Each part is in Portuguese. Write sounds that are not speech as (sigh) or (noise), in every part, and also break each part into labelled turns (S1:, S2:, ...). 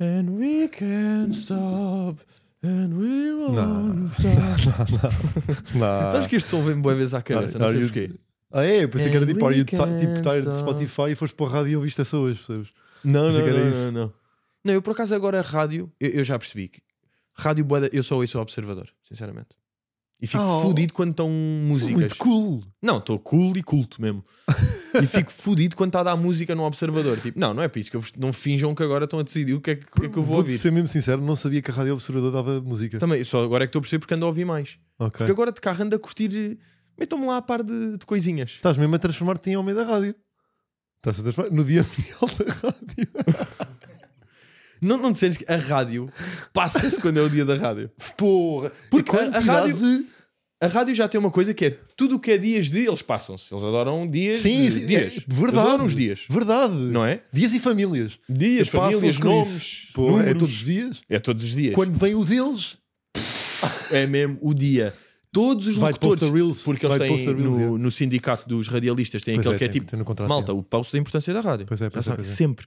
S1: And we can't stop. And we won't stop.
S2: Não.
S1: (laughs) Sabes que este som vem boa vez à cabeça, não,
S2: Are
S1: sei
S2: you-
S1: porquê.
S2: Ah, é? Eu pensei que era
S1: And
S2: tipo, are you
S1: we
S2: ti- tipo
S1: can't
S2: tired de
S1: stop.
S2: Spotify e foste para a rádio e ouviste essa hoje, percebes?
S1: Não,
S2: Pensei
S1: não,
S2: que era
S1: não,
S2: isso.
S1: não, não. Não, eu por acaso agora a rádio, eu, eu já percebi que rádio bué da- eu só ouço o observador, sinceramente. E fico
S2: Oh.
S1: fudido quando estão músicas.
S2: Muito cool.
S1: Não, estou cool e culto mesmo. e fico fudido quando está a dar música no observador. Tipo, não, não é para isso que eu vos- não finjam que agora estão a decidir o que é que, o que é que eu vou
S2: Vou-te
S1: ouvir.
S2: ser mesmo sincero, não sabia que a Rádio Observador dava música.
S1: Também, só agora é que estou a perceber porque ando a ouvir mais.
S2: Ok.
S1: Porque agora de carro ando a curtir. eh, Metam-me lá a par de, de coisinhas.
S2: Estás mesmo a transformar-te em homem da rádio. Estás a transformar no dia (laughs) mundial da rádio.
S1: Não, não te sentes que a rádio passa-se quando é o dia da rádio.
S2: Porra!
S1: Porque
S2: E
S1: a- a
S2: quantidade
S1: rádio-
S2: de-
S1: A rádio já tem uma coisa que é tudo o que é dias de, eles passam-se. Eles adoram dias.
S2: Sim,
S1: de-
S2: sim,
S1: dias.
S2: é
S1: Eles
S2: verdade.
S1: adoram os dias.
S2: Verdade.
S1: Não é?
S2: Dias e famílias.
S1: Dias,
S2: Passam-se
S1: famílias,
S2: com
S1: nomes.
S2: isso. Porra, é
S1: números.
S2: todos os dias.
S1: É todos os dias.
S2: Quando vem o deles,
S1: É mesmo o dia. Todos os
S2: Vai de
S1: locutores.
S2: poster reels,
S1: Porque eles
S2: vai de
S1: têm
S2: poster reels, é.
S1: no, no sindicato dos radialistas, tem
S2: Pois
S1: aquele
S2: é,
S1: que é
S2: tem-
S1: tipo.
S2: tem no contrato,
S1: malta, o pulso da importância da rádio.
S2: Pois é,
S1: Já
S2: pois é,
S1: sabe,
S2: pois é.
S1: Sempre.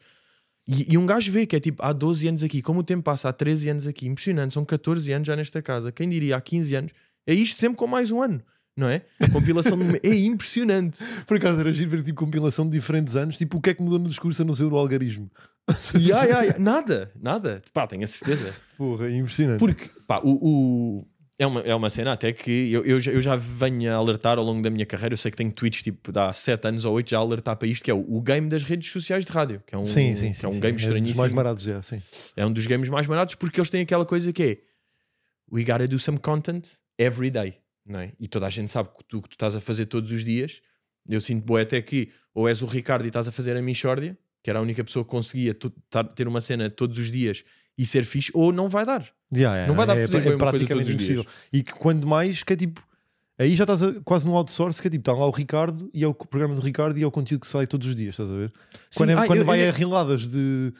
S1: E, e um gajo vê que é tipo há 12 anos aqui, como o tempo passa, há 13 anos aqui, impressionante, são 14 anos já nesta casa. Quem diria há 15 anos? É isto sempre com mais um ano, não é? Compilação de... (laughs) é impressionante.
S2: por acaso era giro ver tipo compilação de diferentes anos, tipo o que é que mudou no discurso a não ser o algarismo. (laughs)
S1: (laughs) Ya, ya, ya. Nada, nada. Pá, tenho a certeza.
S2: Porra, é impressionante.
S1: Porque, pá, o. o- É uma, é uma cena até que eu, eu, já, eu já venho a alertar ao longo da minha carreira. Eu sei que tenho tweets tipo de há 7 anos ou 8 já a alertar para isto, que é o, o game das redes sociais de rádio, que é um,
S2: Sim, sim, sim.
S1: que é um
S2: sim.
S1: game
S2: dos
S1: estranhíssimo.
S2: mais baratos já, sim.
S1: é um dos games mais baratos porque eles têm aquela coisa que é we gotta do some content every day, não é? E toda a gente sabe que tu, que tu estás a fazer todos os dias. Eu sinto boa até que ou és o Ricardo e estás a fazer a Michórdia, que era a única pessoa que conseguia tu- tar- ter uma cena todos os dias e ser fixe, ou não vai dar.
S2: Yeah, yeah,
S1: Não vai dar
S2: é,
S1: para fazer
S2: é
S1: bem uma coisa
S2: praticamente
S1: todos os
S2: impossível. E que quando mais, que é tipo. Aí já estás a- quase num outsource, que é tipo, está lá o Ricardo e é o programa do Ricardo e é o conteúdo que sai todos os dias, estás a ver? quando é-
S1: ah,
S2: quando
S1: eu-
S2: vai
S1: eu-
S2: a riladas de.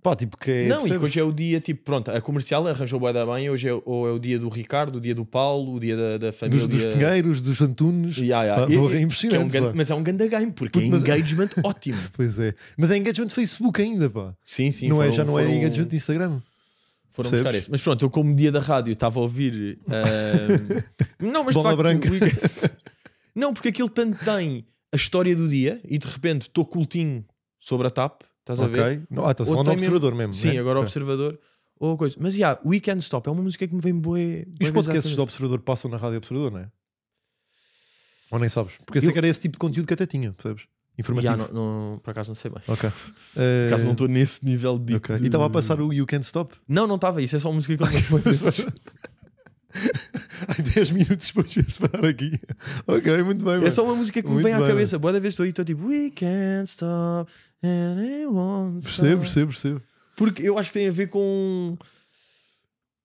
S2: pá, tipo, que é.
S1: Não, e
S2: percebes?
S1: que hoje é o dia, tipo, pronto, a comercial arranjou bué da bem, hoje é, ou é o dia do Ricardo, o dia do Paulo, o dia da, da família.
S2: dos, dos pinheiros, dos antunes.
S1: Ya, ya.
S2: Pá,
S1: E-
S2: porra, é
S1: e- que é um
S2: impressionante.
S1: grande-
S2: pá.
S1: mas é um ganda game, porque
S2: Puto,
S1: é
S2: mas-
S1: engagement (laughs) ótimo.
S2: Pois é. Mas é engagement Facebook ainda, pá.
S1: Sim, sim.
S2: não é,
S1: foram-
S2: já não
S1: foram-
S2: é engagement de Instagram.
S1: Foram
S2: Percebes?
S1: buscar esse. Mas pronto, eu como dia da rádio estava
S2: (laughs)
S1: a ouvir. ahm, Não, mas de
S2: Bola
S1: facto,
S2: branca.
S1: o Igor- Não, porque aquilo tanto tem a história do dia e de repente estou cultinho sobre a TAP, estás a ver?
S2: Ok. Não, ah, está
S1: Ou
S2: só no
S1: tem
S2: observador mesmo.
S1: Sim,
S2: né?
S1: agora
S2: Ok.
S1: observador ou coisa. Mas já, Weekend Stop é uma música que me vem boa.
S2: E os podcasts do Observador passam na Rádio Observador, não é? Ou nem sabes? Porque eu sei
S1: Eu-
S2: que era esse tipo de conteúdo que até tinha, percebes? Informativo.
S1: Já, não, não, por acaso não sei bem. Por
S2: Ok.
S1: acaso não
S2: Eh,
S1: estou nesse nível de.
S2: ok.
S1: de-
S2: E estava a passar o You Can't Stop. (laughs)
S1: Não, não estava. Isso é só uma música que eu não gosto muito.
S2: Ai, 10 minutos depois de parar aqui. Ok, muito bem.
S1: É
S2: mano.
S1: só uma música que me
S2: Muito
S1: vem à
S2: bem,
S1: cabeça. Boa da vez estou aí, estou tipo, We can't stop and it won't stop."
S2: Percebo, percebo, percebo.
S1: Porque eu acho que tem a ver com.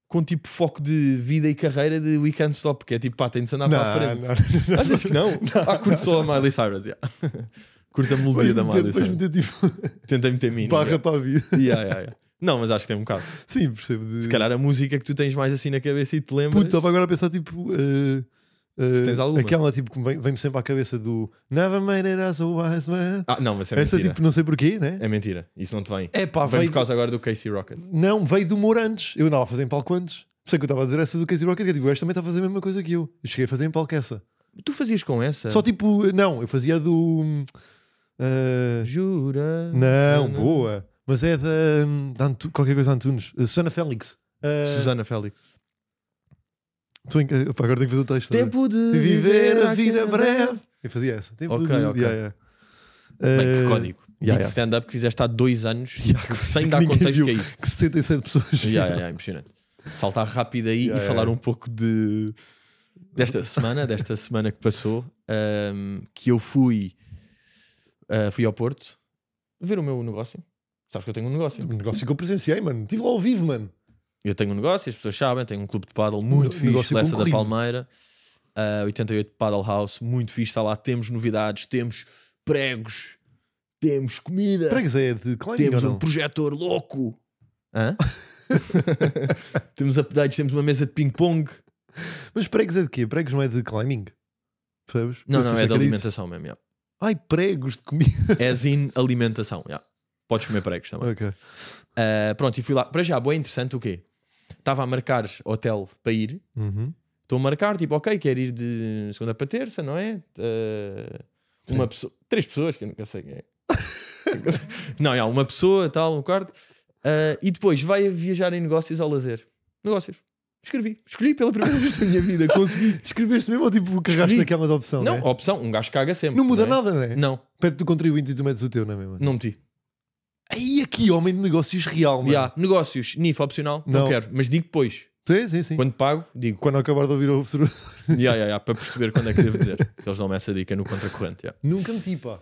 S1: com tipo foco de vida e carreira de We can't stop, que é tipo, pá, tem de se andar para a frente. Achas que
S2: (laughs)
S1: não? ah, curto só a Miley Cyrus, yeah. (laughs) Curto a melodia da Miley
S2: Depois
S1: Cyrus.
S2: meter tipo
S1: Tentei meter mim. é?
S2: barra para a vida.
S1: Yeah, yeah, yeah. Não, mas acho que tem um bocado.
S2: Sim, percebo. De...
S1: Se calhar a música que tu tens mais assim na cabeça e te lembras.
S2: Puto, estava agora a pensar tipo. eh, eh,
S1: Se tens alguma.
S2: aquela tipo que vem- vem-me sempre à cabeça do Never made it as a wise man.
S1: Ah, não, mas é
S2: Essa
S1: mentira.
S2: tipo, não sei porquê, né?
S1: É mentira. Isso não te vem.
S2: É pá,
S1: Vem
S2: veio.
S1: por causa agora do Casey Rocket.
S2: Não, veio do humor antes. Eu andava a fazer em palco antes. Por isso é que eu estava a dizer essa do Casey Rocket. que é tipo, o gajo também está a fazer a mesma coisa que eu. Eu cheguei a fazer em palco essa.
S1: Tu fazias com essa?
S2: Só tipo, não, eu fazia a do. hum, ah,
S1: Jura?
S2: não, boa. Mas é da. hum, da Antu- qualquer coisa Antunes. Ah, Susana Félix. Ah,
S1: Susana Félix.
S2: estou em- ah, pá, agora tenho que fazer o texto.
S1: Tempo de
S2: De viver a vida breve. Eu fazia essa. Tempo
S1: Ok,
S2: de...
S1: ok.
S2: yeah, yeah.
S1: Bem, que
S2: Ah,
S1: código.
S2: ya,
S1: e de
S2: ya.
S1: stand-up que fizeste há dois anos tipo,
S2: Ya, que
S1: sem
S2: que
S1: dar
S2: ninguém
S1: contexto
S2: viu.
S1: que é
S2: (laughs)
S1: isso.
S2: Que 77 pessoas.
S1: Ya, ya, ya, impressionante. Saltar rápido aí
S2: Ya,
S1: e
S2: ya,
S1: falar
S2: ya.
S1: um pouco de desta semana, desta semana que passou, ahm, que eu fui, ah, fui ao Porto ver o meu negócio. Sabes que eu tenho um negócio.
S2: Um negócio que eu presenciei, mano. Estive lá ao vivo, mano.
S1: Eu tenho um negócio, as pessoas sabem, tenho um clube de paddle muito
S2: Um
S1: fixe,
S2: negócio
S1: Lessa da
S2: concorrido.
S1: Palmeira, ah, 88 Paddle House, muito fixe, está lá, temos novidades, temos pregos, temos comida,
S2: Pregos é de climbing
S1: temos
S2: ou
S1: um
S2: não?
S1: projetor louco. Hã? (laughs) temos updates, temos uma mesa de ping-pong.
S2: Mas pregos é de quê? Pregos não é de climbing? Percebes?
S1: Não,
S2: Eu
S1: não,
S2: achei
S1: é
S2: que
S1: de
S2: era isso.
S1: alimentação mesmo. Yeah.
S2: Ai, pregos de comida. (laughs)
S1: É zin alimentação. yeah. Podes comer pregos (laughs) também.
S2: Ok.
S1: Ah, pronto, e fui lá. Para já, boa interessante o quê? Estava a marcar hotel para ir.
S2: Uhum.
S1: Estou a marcar, tipo, ok, quero ir de segunda para terça, não é? Ah, uma pessoa, três pessoas, que eu nunca sei quem é. (laughs) não, é uma pessoa, tal, um quarto. Ah, e depois vai a viajar em negócios ao lazer. Negócios. Escrevi. Escolhi pela primeira (laughs) vez na minha vida. Consegui.
S2: Escreveste mesmo ou tipo carregaste
S1: Escrevi.
S2: naquela da opção?
S1: Não,
S2: né?
S1: opção. Um gajo caga sempre.
S2: não muda
S1: é?
S2: nada, né?
S1: Não,
S2: Pede do contribuinte e tu metes o teu, não é mesmo?
S1: não meti.
S2: Aí aqui, homem de negócios real, mano.
S1: Yeah, negócios, NIF opcional, não.
S2: Não.
S1: quero. Mas digo depois.
S2: Sim, sim, sim. Quando,
S1: Quando pago,
S2: (laughs)
S1: digo.
S2: acabar de ouvir o observador.
S1: Yeah, yeah, yeah, para perceber quando é que devo dizer. Eles dão-me essa dica no contracorrente. Yeah.
S2: Nunca meti, pá.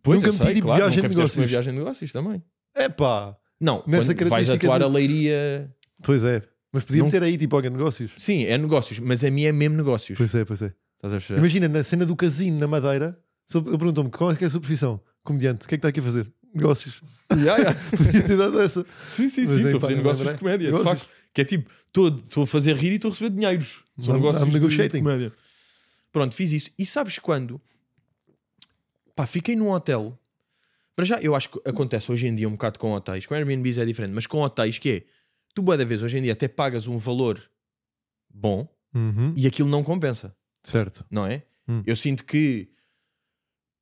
S1: Pois,
S2: Nunca
S1: eu
S2: meti,
S1: sei,
S2: tipo,
S1: claro,
S2: viagem
S1: nunca
S2: de
S1: fizeste uma
S2: negócios.
S1: viagem de negócios também.
S2: É pá.
S1: Não,
S2: Nessa
S1: quando vais
S2: característica
S1: atuar
S2: do-
S1: a leiria.
S2: Pois é. Mas podia
S1: Não-
S2: meter aí, tipo, olha, negócios.
S1: Sim, é negócios, mas a minha é mesmo negócios.
S2: Pois é, pois é.
S1: Estás a perceber?
S2: Imagina, na cena do casino na Madeira, só- ele perguntou-me qual é que é a sua profissão? Comediante. O que é que está aqui a fazer? Negócios. (laughs)
S1: (laughs) Yeah, yeah.
S2: Podia ter dado essa.
S1: Sim, sim,
S2: Mas
S1: sim.
S2: nem
S1: Estou
S2: pá,
S1: a fazer
S2: nem
S1: é negócios
S2: lembrei.
S1: de comédia, de
S2: Negócios.
S1: facto. Que é tipo, estou- estou a fazer rir e estou a receber dinheiros. São
S2: I'm-
S1: negócios
S2: I'm
S1: de- de,
S2: negotiating.
S1: comédia. Pronto, fiz isso. E sabes quando? Pá, fiquei num hotel. Para já, eu acho que acontece hoje em dia um bocado com hotéis. Com Airbnbs é diferente, mas com hotéis que é... Tu, boa da vez, hoje em dia até pagas um valor bom
S2: Uhum.
S1: e aquilo não compensa
S2: Certo.
S1: não é?
S2: Hum.
S1: Eu sinto que,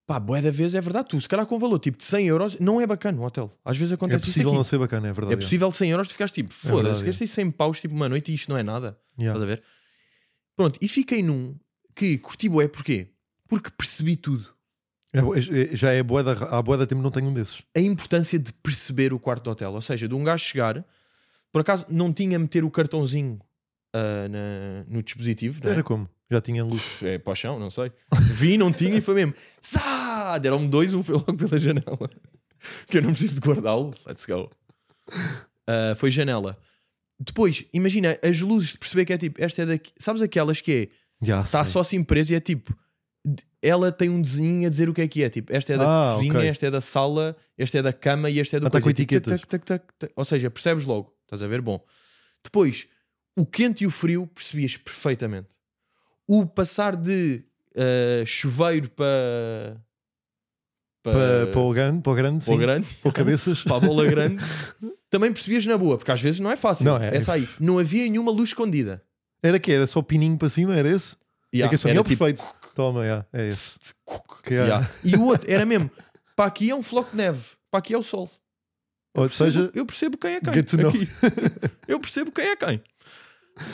S1: pá, boé da vez é verdade, tu se calhar com um valor tipo de 100 euros, não é bacana o hotel. Às vezes
S2: É
S1: acontece
S2: possível não
S1: isso
S2: ser bacana, é
S1: aqui.
S2: verdade.
S1: É possível 100 euros tu ficaste tipo,
S2: verdade,
S1: foda-se,
S2: é.
S1: gastei 100 paus tipo uma noite e isto não é nada.
S2: Yeah.
S1: Estás a ver? Pronto, e fiquei num que curti boé, porquê? Porque percebi tudo.
S2: É bo- é- já é boeda, há boeda tempo não tenho um desses.
S1: A importância de perceber o quarto do hotel. Ou seja, de um gajo chegar, por acaso não tinha meter o cartãozinho ah, na- no dispositivo, não é?
S2: Era como? Já tinha luz.
S1: é paixão, não sei. Vi, não tinha e foi mesmo. Zá! Deram-me dois, um foi logo pela janela. (laughs) Que eu não preciso de guardá-lo. Let's go. Ah, foi janela. Depois, imagina as luzes de perceber que é tipo, esta é daqui. Sabes aquelas que é?
S2: Já
S1: Está
S2: sei.
S1: só assim presa e é tipo. de- Ela tem um desenho a dizer o que é que é. Tipo, esta é da
S2: Ah,
S1: cozinha,
S2: ok.
S1: esta é da sala, esta é da cama e esta é do
S2: Ah, tá
S1: coisa.
S2: com
S1: E, tipo,
S2: etiquetas.
S1: tac, tac, tac, tac. Ou seja, percebes logo. Estás a ver? Bom. Depois, o quente e o frio percebias perfeitamente. O passar de ah, chuveiro para.
S2: Para, para o grande, para eh, o grande,
S1: para o
S2: sim. (laughs)
S1: grande,
S2: Para o cabeças.
S1: para a bola grande, também percebias na boa, porque às vezes não é fácil.
S2: Não, é-
S1: Essa aí. Não havia nenhuma luz escondida.
S2: Era que era só pininho para cima, era esse?
S1: Yeah,
S2: é que esse para mim
S1: era
S2: é o
S1: tipo-
S2: perfeito. Toma, yeah, é esse. Que é-
S1: Yeah. E o outro era mesmo: para aqui é um floco de neve, para aqui é o sol.
S2: Ou (laughs) seja,
S1: eu percebo quem é quem.
S2: get to know.
S1: aqui. Eu percebo quem é quem.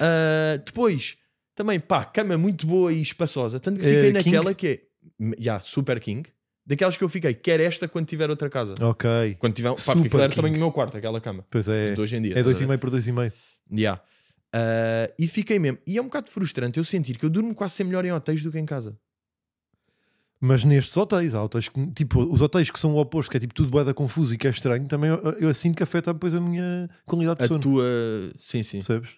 S1: Ah, depois, também, pá, cama muito boa e espaçosa. Tanto que
S2: É,
S1: fiquei
S2: king?
S1: naquela que é yeah, super king. Daquelas que eu fiquei, quer esta quando tiver outra casa.
S2: ok.
S1: Quando tiver, pá,
S2: Super
S1: porque aquilo era
S2: king.
S1: também no meu quarto, aquela cama.
S2: Pois é.
S1: De hoje em dia.
S2: É
S1: estás a ver?
S2: 2,5 por 2,5.
S1: Yeah. Ah, e fiquei mesmo. E é um bocado frustrante eu sentir que eu durmo quase sempre melhor em hotéis do que em casa.
S2: Mas nestes hotéis, há hotéis que, tipo, os hotéis que são o oposto, que é tipo tudo boeda confuso e que é estranho, também eu, eu sinto que afeta depois a minha qualidade de
S1: A
S2: sono.
S1: tua. Sim, sim.
S2: Percebes?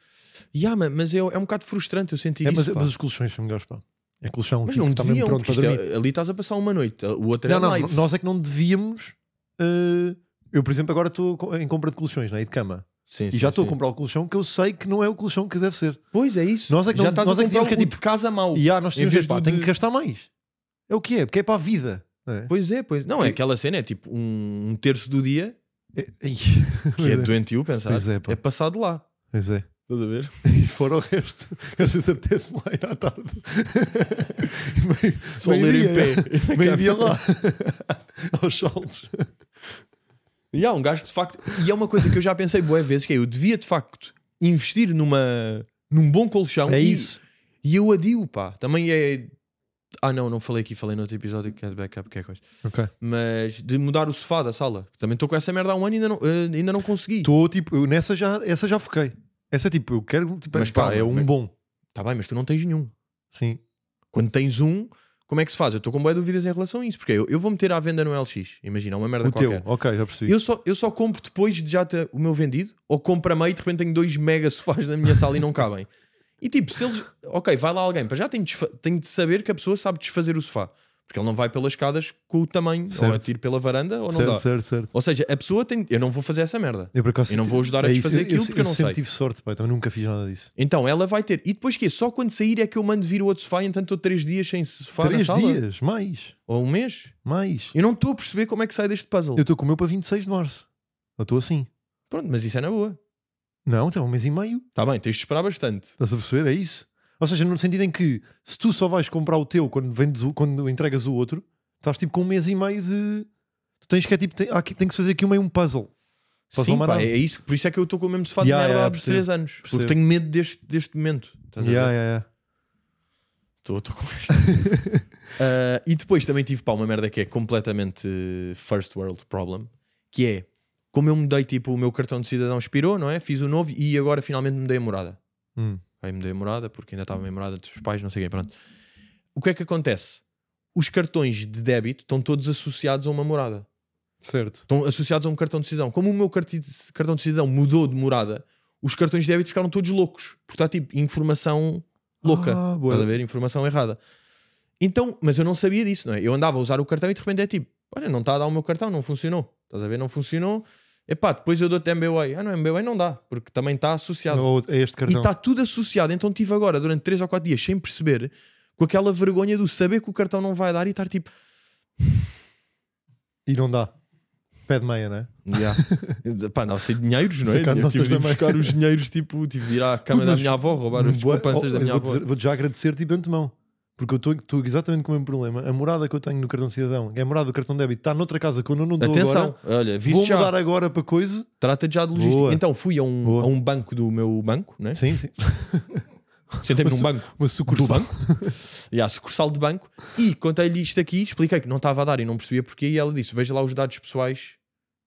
S1: Yeah, ma- mas é, é um bocado frustrante eu sentir
S2: É,
S1: isso.
S2: mas,
S1: pá.
S2: mas os colchões são melhores, pá. É colchão,
S1: Mas
S2: tipo,
S1: não
S2: está mesmo
S1: deviam,
S2: pronto
S1: porque
S2: para
S1: isto é-
S2: dormir.
S1: ali estás a passar uma noite, o outro
S2: Não,
S1: é
S2: não,
S1: live.
S2: nós é que não devíamos. eh, eu, por exemplo, agora estou co- em compra de colchões, né? E de cama.
S1: Sim,
S2: E
S1: sim,
S2: já estou a
S1: sim.
S2: comprar o colchão que eu sei que não é o colchão que deve ser.
S1: Pois é isso.
S2: Nós é que
S1: já
S2: não-
S1: estás
S2: nós
S1: a
S2: é que
S1: comprar
S2: tínhamos que
S1: o
S2: é
S1: de tipo casa mau.
S2: E ah, nós
S1: Em
S2: temos
S1: vez
S2: que, pá,
S1: do
S2: tenho
S1: de-
S2: que gastar mais. É o que é, porque é para a vida. não é?
S1: Pois é, pois. Não, é aquela cena, é tipo um um terço do dia
S2: É- Ai,
S1: que é
S2: pois é.
S1: doentio pensar.
S2: Pois é, pá.
S1: É passado lá.
S2: Pois é.
S1: Estás a ver?
S2: E fora o resto, às vezes apetece-me lá ir à
S1: (laughs)
S2: tarde. meio,
S1: Só ler em
S2: meio-dia. (laughs)
S1: pé.
S2: Meio dia
S1: (laughs)
S2: lá. (laughs) Aos saltos.
S1: E há um gajo de facto. E é uma coisa que eu já pensei boas vezes: que é eu devia de facto investir numa, num bom colchão.
S2: É
S1: e-
S2: isso.
S1: E eu adio, pá. Também é. Ah, não, não falei aqui, falei no outro episódio que é de backup, que é coisa.
S2: Ok.
S1: Mas de mudar o sofá da sala. que Também estou com essa merda há um ano e ainda não, eh, ainda não consegui.
S2: Estou tipo, eu nessa já, essa já foquei. Essa é tipo, eu quero. Tipo,
S1: Mas
S2: pá,
S1: calma,
S2: é um
S1: mas-
S2: bom.
S1: Tá bem, mas tu não tens nenhum.
S2: Sim.
S1: Quando tens um, como é que se faz? Eu estou com boas dúvidas em relação a isso. Porque eu, eu vou meter à venda no LX. Imagina, uma merda
S2: O teu,
S1: qualquer.
S2: ok, já percebi.
S1: Eu só, eu só compro depois de já ter o meu vendido, ou compro a meio e de repente tenho dois mega sofás na minha sala e não cabem. E tipo, se eles. Ok, vai lá alguém, para já tenho de, desfa- tenho de saber que a pessoa sabe desfazer o sofá. Porque ele não vai pelas escadas com o tamanho, ou
S2: Certo.
S1: atira pela varanda ou não dá.
S2: Certo, certo, certo.
S1: Ou seja, a pessoa tem. Eu não vou fazer essa merda.
S2: Eu, por acaso,
S1: Eu não vou ajudar a
S2: é isso,
S1: desfazer
S2: eu-
S1: aquilo
S2: eu,
S1: porque eu não
S2: sempre
S1: sei.
S2: tive sorte, pá, então nunca fiz nada disso.
S1: Então ela vai ter. E depois que Só quando sair é que eu mando vir o outro sofá, e então estou três dias sem sofá na
S2: Três
S1: sala?
S2: dias, mais,
S1: Ou um mês?
S2: mais.
S1: Eu não estou a perceber como é que sai deste puzzle.
S2: Eu estou com o meu para 26 de março. Eu estou assim.
S1: Pronto, mas isso é na boa.
S2: Não, então é um mês e meio.
S1: Está bem, tens de esperar bastante.
S2: Estás a perceber? É isso. Ou seja, no sentido em que se tu só vais comprar o teu quando, vendes o- quando entregas o outro, estás tipo com um mês e meio de. Tu tens que é tipo. Tem, há aqui, tem que se fazer aqui meio um puzzle. Posso
S1: Sim,
S2: não
S1: pá,
S2: mandar?
S1: é isso. Por isso é que eu estou com o mesmo sofá de
S2: Yeah,
S1: merda
S2: yeah,
S1: há
S2: percebo,
S1: 3 anos. Porque
S2: percebo.
S1: tenho medo deste, deste momento. Estás a ver?
S2: Yeah, yeah, yeah.
S1: Estou com
S2: (laughs)
S1: esta. Ah, e depois também tive pá, uma merda que é completamente eh, first world problem, que é como eu mudei, tipo, o meu cartão de cidadão expirou, não é? Fiz o novo e agora finalmente mudei a morada.
S2: Hum.
S1: Aí mudei a morada porque ainda estava a morada dos pais, não sei o quê, pronto. O que é que acontece? Os cartões de débito estão todos associados a uma morada.
S2: Certo.
S1: Estão associados a um cartão de cidadão. Como o meu carti- cartão de cidadão mudou de morada, os cartões de débito ficaram todos loucos. Porque está tipo informação louca.
S2: Ah, boa.
S1: Pode haver informação errada. Então, mas eu não sabia disso, não é? Eu andava a usar o cartão e de repente é tipo, olha, não está a dar o meu cartão, não funcionou. Estás a ver? Não funcionou. Epá, depois eu dou-te MBWay. Ah, não, MBWay não dá, porque também está associado.
S2: Ou é este
S1: e tá-
S2: cartão.
S1: está tudo associado. Então tive agora, durante 3 ou 4 dias, sem perceber, com aquela vergonha do saber que o cartão não vai dar e estar tipo,
S2: E não dá. Pé de meia, né? (laughs)
S1: Yeah. Pá, andava sem dinheiros, não é?
S2: Sacar
S1: Eu tive
S2: notas
S1: de ir
S2: também.
S1: buscar os dinheiros, tipo, tive de ir à cama
S2: Puto,
S1: da
S2: mas-
S1: minha avó, roubar as
S2: Bué-
S1: poupanças
S2: Oh,
S1: da minha
S2: eu
S1: avó.
S2: vou dizer- Vou-te já agradecer tipo de antemão. Porque eu estou exatamente com o mesmo problema. A morada que eu tenho no cartão de cidadão, é a morada do cartão de débito, está noutra casa que eu não não estou
S1: Atenção,
S2: agora.
S1: olha,
S2: Vou
S1: viste já,
S2: mudar agora para coisa.
S1: trata já de logística.
S2: Boa.
S1: Então fui a um,
S2: Boa.
S1: a um banco do meu banco,
S2: (laughs)
S1: né?
S2: Sim, sim.
S1: sentei-me num
S2: Mas-
S1: banco
S2: Uma
S1: do
S2: sucursal.
S1: banco, e à sucursal de banco, e contei-lhe isto aqui, expliquei que não estava a dar e não percebia porquê, e ela disse: Veja lá os dados pessoais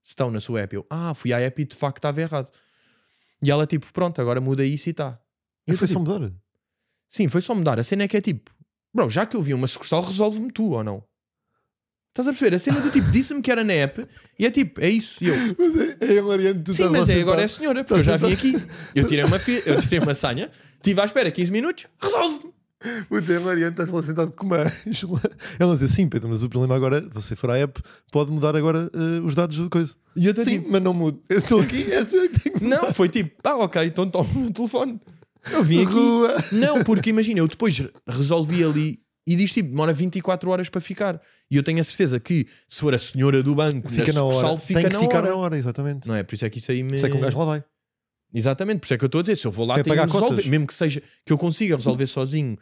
S1: se estão na sua app. Eu, ah, fui à app e de facto estava errado. E ela, tipo, pronto, agora muda isso e está.
S2: E foi só mudar.
S1: Sim, foi só mudar. A cena é que é tipo, bro, já que eu vi uma sucursal, resolve-me tu ou não? Estás a perceber? A cena do tipo, disse-me que era na app e é tipo, é isso. E eu,
S2: Mas é, é hilariante. Tu
S1: sim,
S2: estás
S1: mas
S2: lá
S1: é, agora é a
S2: sentado.
S1: senhora, porque eu já
S2: Estás
S1: vim aqui. Eu tirei uma, fi- eu tirei uma sanha, estive à espera 15 minutos, resolve-me.
S2: Puta, é hilariante. Estás lá sentado com uma Ângela. (laughs) Ela diz assim, Pedro, mas o problema agora, você for à app, pode mudar agora eh, os dados do coisa.
S1: E eu tô
S2: Sim,
S1: tipo,
S2: mas não mudo. Eu estou aqui, é assim que tenho que
S1: não, foi tipo, ah, ok, então toma o meu telefone. Eu vim aqui.
S2: Rua.
S1: Não, porque imagina, eu depois resolvi ali e diz tipo, demora 24 horas para ficar. E eu tenho a certeza que se for a senhora do banco,
S2: Fica na hora.
S1: sucursal, fica
S2: Tem que
S1: na
S2: ficar
S1: hora.
S2: na hora, exatamente.
S1: Não é? Por isso é que isso aí me.
S2: Sei que um gajo lá vai.
S1: Exatamente, por isso é que eu estou a dizer, se eu vou lá,
S2: Quer
S1: tenho
S2: pagar
S1: que resolver,
S2: cotas?
S1: mesmo que seja que eu consiga resolver sozinho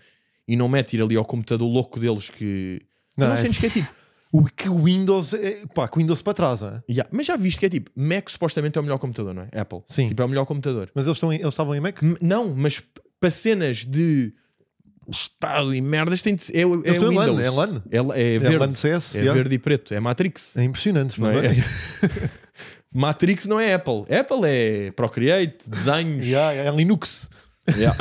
S1: e não mete ir ali ao computador louco deles que não,
S2: Não,
S1: não
S2: é-
S1: sentes que é tipo,
S2: O que o Windows é, pá, que o Windows para trás, é?
S1: Yeah, mas já viste que é tipo, Mac supostamente é o melhor computador, não é? Apple,
S2: Sim.
S1: tipo, é o melhor computador.
S2: Mas eles, estão em- eles estavam em Mac?
S1: M- não, mas p- para cenas de estado e merdas tem de ser, é, o- é
S2: estão em LAN,
S1: Windows.
S2: é LAN.
S1: É, la- é
S2: É,
S1: verde,
S2: Mano CS,
S1: é,
S2: yeah.
S1: verde e preto, é Matrix.
S2: É impressionante,
S1: Não
S2: não
S1: é?
S2: é?
S1: Matrix não é Apple, Apple é Procreate, desenhos.
S2: (laughs) Yeah, é Linux.
S1: (laughs) Yeah.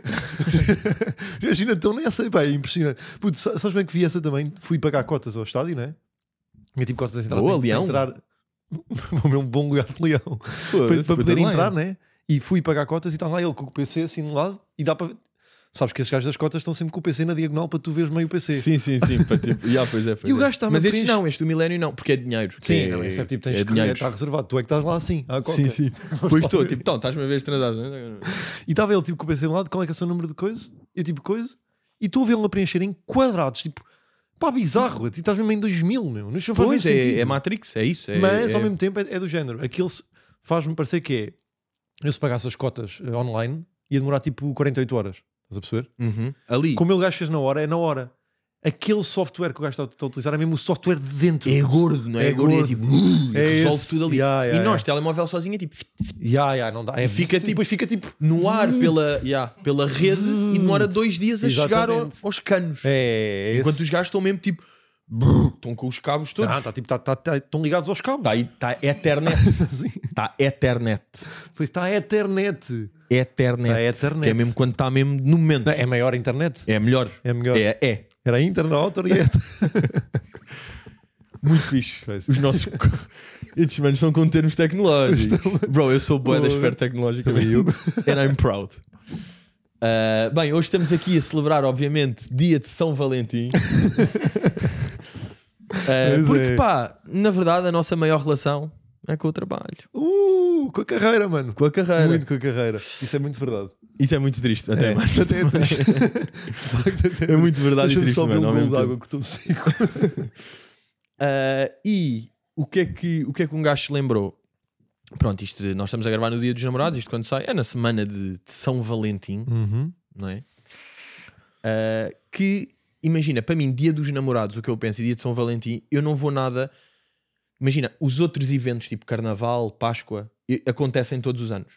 S2: (laughs) Imagina, estão nessa, pá, é impressionante. Putz, sa- sabes bem que vi essa também? Fui pagar cotas ao estádio, não é? Tinha tipo cotas de entrar.
S1: Boa,
S2: para
S1: Leão.
S2: entrar. (laughs) O meu um bom lugar de leão. para, para poder entrar, né? E fui pagar cotas e está lá ele com o PC assim de lado e dá para. ver- Sabes que esses gajos das cotas estão sempre com o PC na diagonal para tu veres meio o PC.
S1: Sim, sim, sim. Para tipo, yeah, pois é, pois
S2: E o
S1: é.
S2: gajo está-me
S1: Mas
S2: a
S1: este
S2: preencher-
S1: não, este do milénio não, porque é dinheiro.
S2: Sim,
S1: é,
S2: não, esse é tipo, tens que
S1: é dinheiro.
S2: está reservado. Tu é que estás lá assim, à coca.
S1: Sim, sim. (laughs) Pois estou, tipo, então, estás-me a ver estrandado. né?
S2: E estava ele tipo com o PC de lado, qual é que é o seu número de coisa? Eu tipo, coisa? E tu a vê-lo a preencher em quadrados, tipo, pá, bizarro. Tu estás mesmo em 2000, meu. Não faz
S1: Pois
S2: mesmo
S1: é,
S2: sentido.
S1: é Matrix, é isso. É,
S2: Mas
S1: é-
S2: ao mesmo tempo é, é do género. Aquilo se- faz-me parecer que é. Eu se pagasse as cotas eh, online ia demorar tipo 48 horas. Estás a perceber?
S1: Uhum. Ali.
S2: Como ele gajo fez na hora, é na hora. Aquele software que o gajo está a- está a utilizar é mesmo o software de dentro.
S1: É gordo, não é?
S2: É
S1: gordo,
S2: gordo.
S1: é tipo, uh,
S2: É
S1: resolve
S2: esse.
S1: tudo ali.
S2: Yeah, yeah,
S1: e
S2: yeah.
S1: nós, telemóvel sozinho, é tipo,
S2: Ya, ya, não dá. É,
S1: E fica
S2: e
S1: tipo-
S2: depois fica tipo.
S1: no ar pela, yeah, pela rede e demora dois dias a chegar ao-
S2: Exatamente.
S1: aos canos.
S2: É, é
S1: Enquanto
S2: esse.
S1: os gajos estão mesmo tipo, brrr, estão com os cabos todos.
S2: Não, tá, tipo, tá, tá, tá- estão ligados aos cabos.
S1: Está aí, está
S2: (laughs)
S1: Ethernet. Está Ethernet.
S2: Pois está a Ethernet.
S1: Ethernet.
S2: Tá Ethernet.
S1: Que é mesmo quando está mesmo no momento.
S2: Não, é maior a internet?
S1: É melhor.
S2: É melhor.
S1: É, é.
S2: Era a internet e a (laughs)
S1: Muito fixe. Os nossos. (laughs) Estes manos são com termos tecnológicos. Bro, eu sou boa da
S2: Oi.
S1: esperto tecnologicamente.
S2: eu.
S1: And I'm proud. Ah, bem, hoje estamos aqui a celebrar, obviamente, dia de São
S2: (laughs)
S1: Valentim. Ah,
S2: Pois
S1: porque,
S2: é.
S1: pá, na verdade, a nossa maior relação é com o trabalho,
S2: Uh, com a carreira, mano.
S1: com a carreira.
S2: Muito com a carreira. Isso é muito verdade.
S1: Isso é muito triste, (laughs) até
S2: É,
S1: mais.
S2: até (laughs) é triste. De facto, até
S1: É muito verdade e
S2: Deixa-me
S1: triste,
S2: só beber
S1: mano,
S2: um
S1: ao
S2: golo
S1: mesmo
S2: de
S1: tempo.
S2: água que estou seco.
S1: Ah, e o que, é que, o que é que um gajo se lembrou? Pronto, isto nós estamos a gravar no dia dos namorados, isto quando sai, é na semana de, de São Valentim, não é? Ah, que imagina, para mim, dia dos namorados, o que eu penso, e dia de São Valentim, eu não vou nada. Imagina, os outros eventos, tipo Carnaval, Páscoa, e- acontecem todos os anos.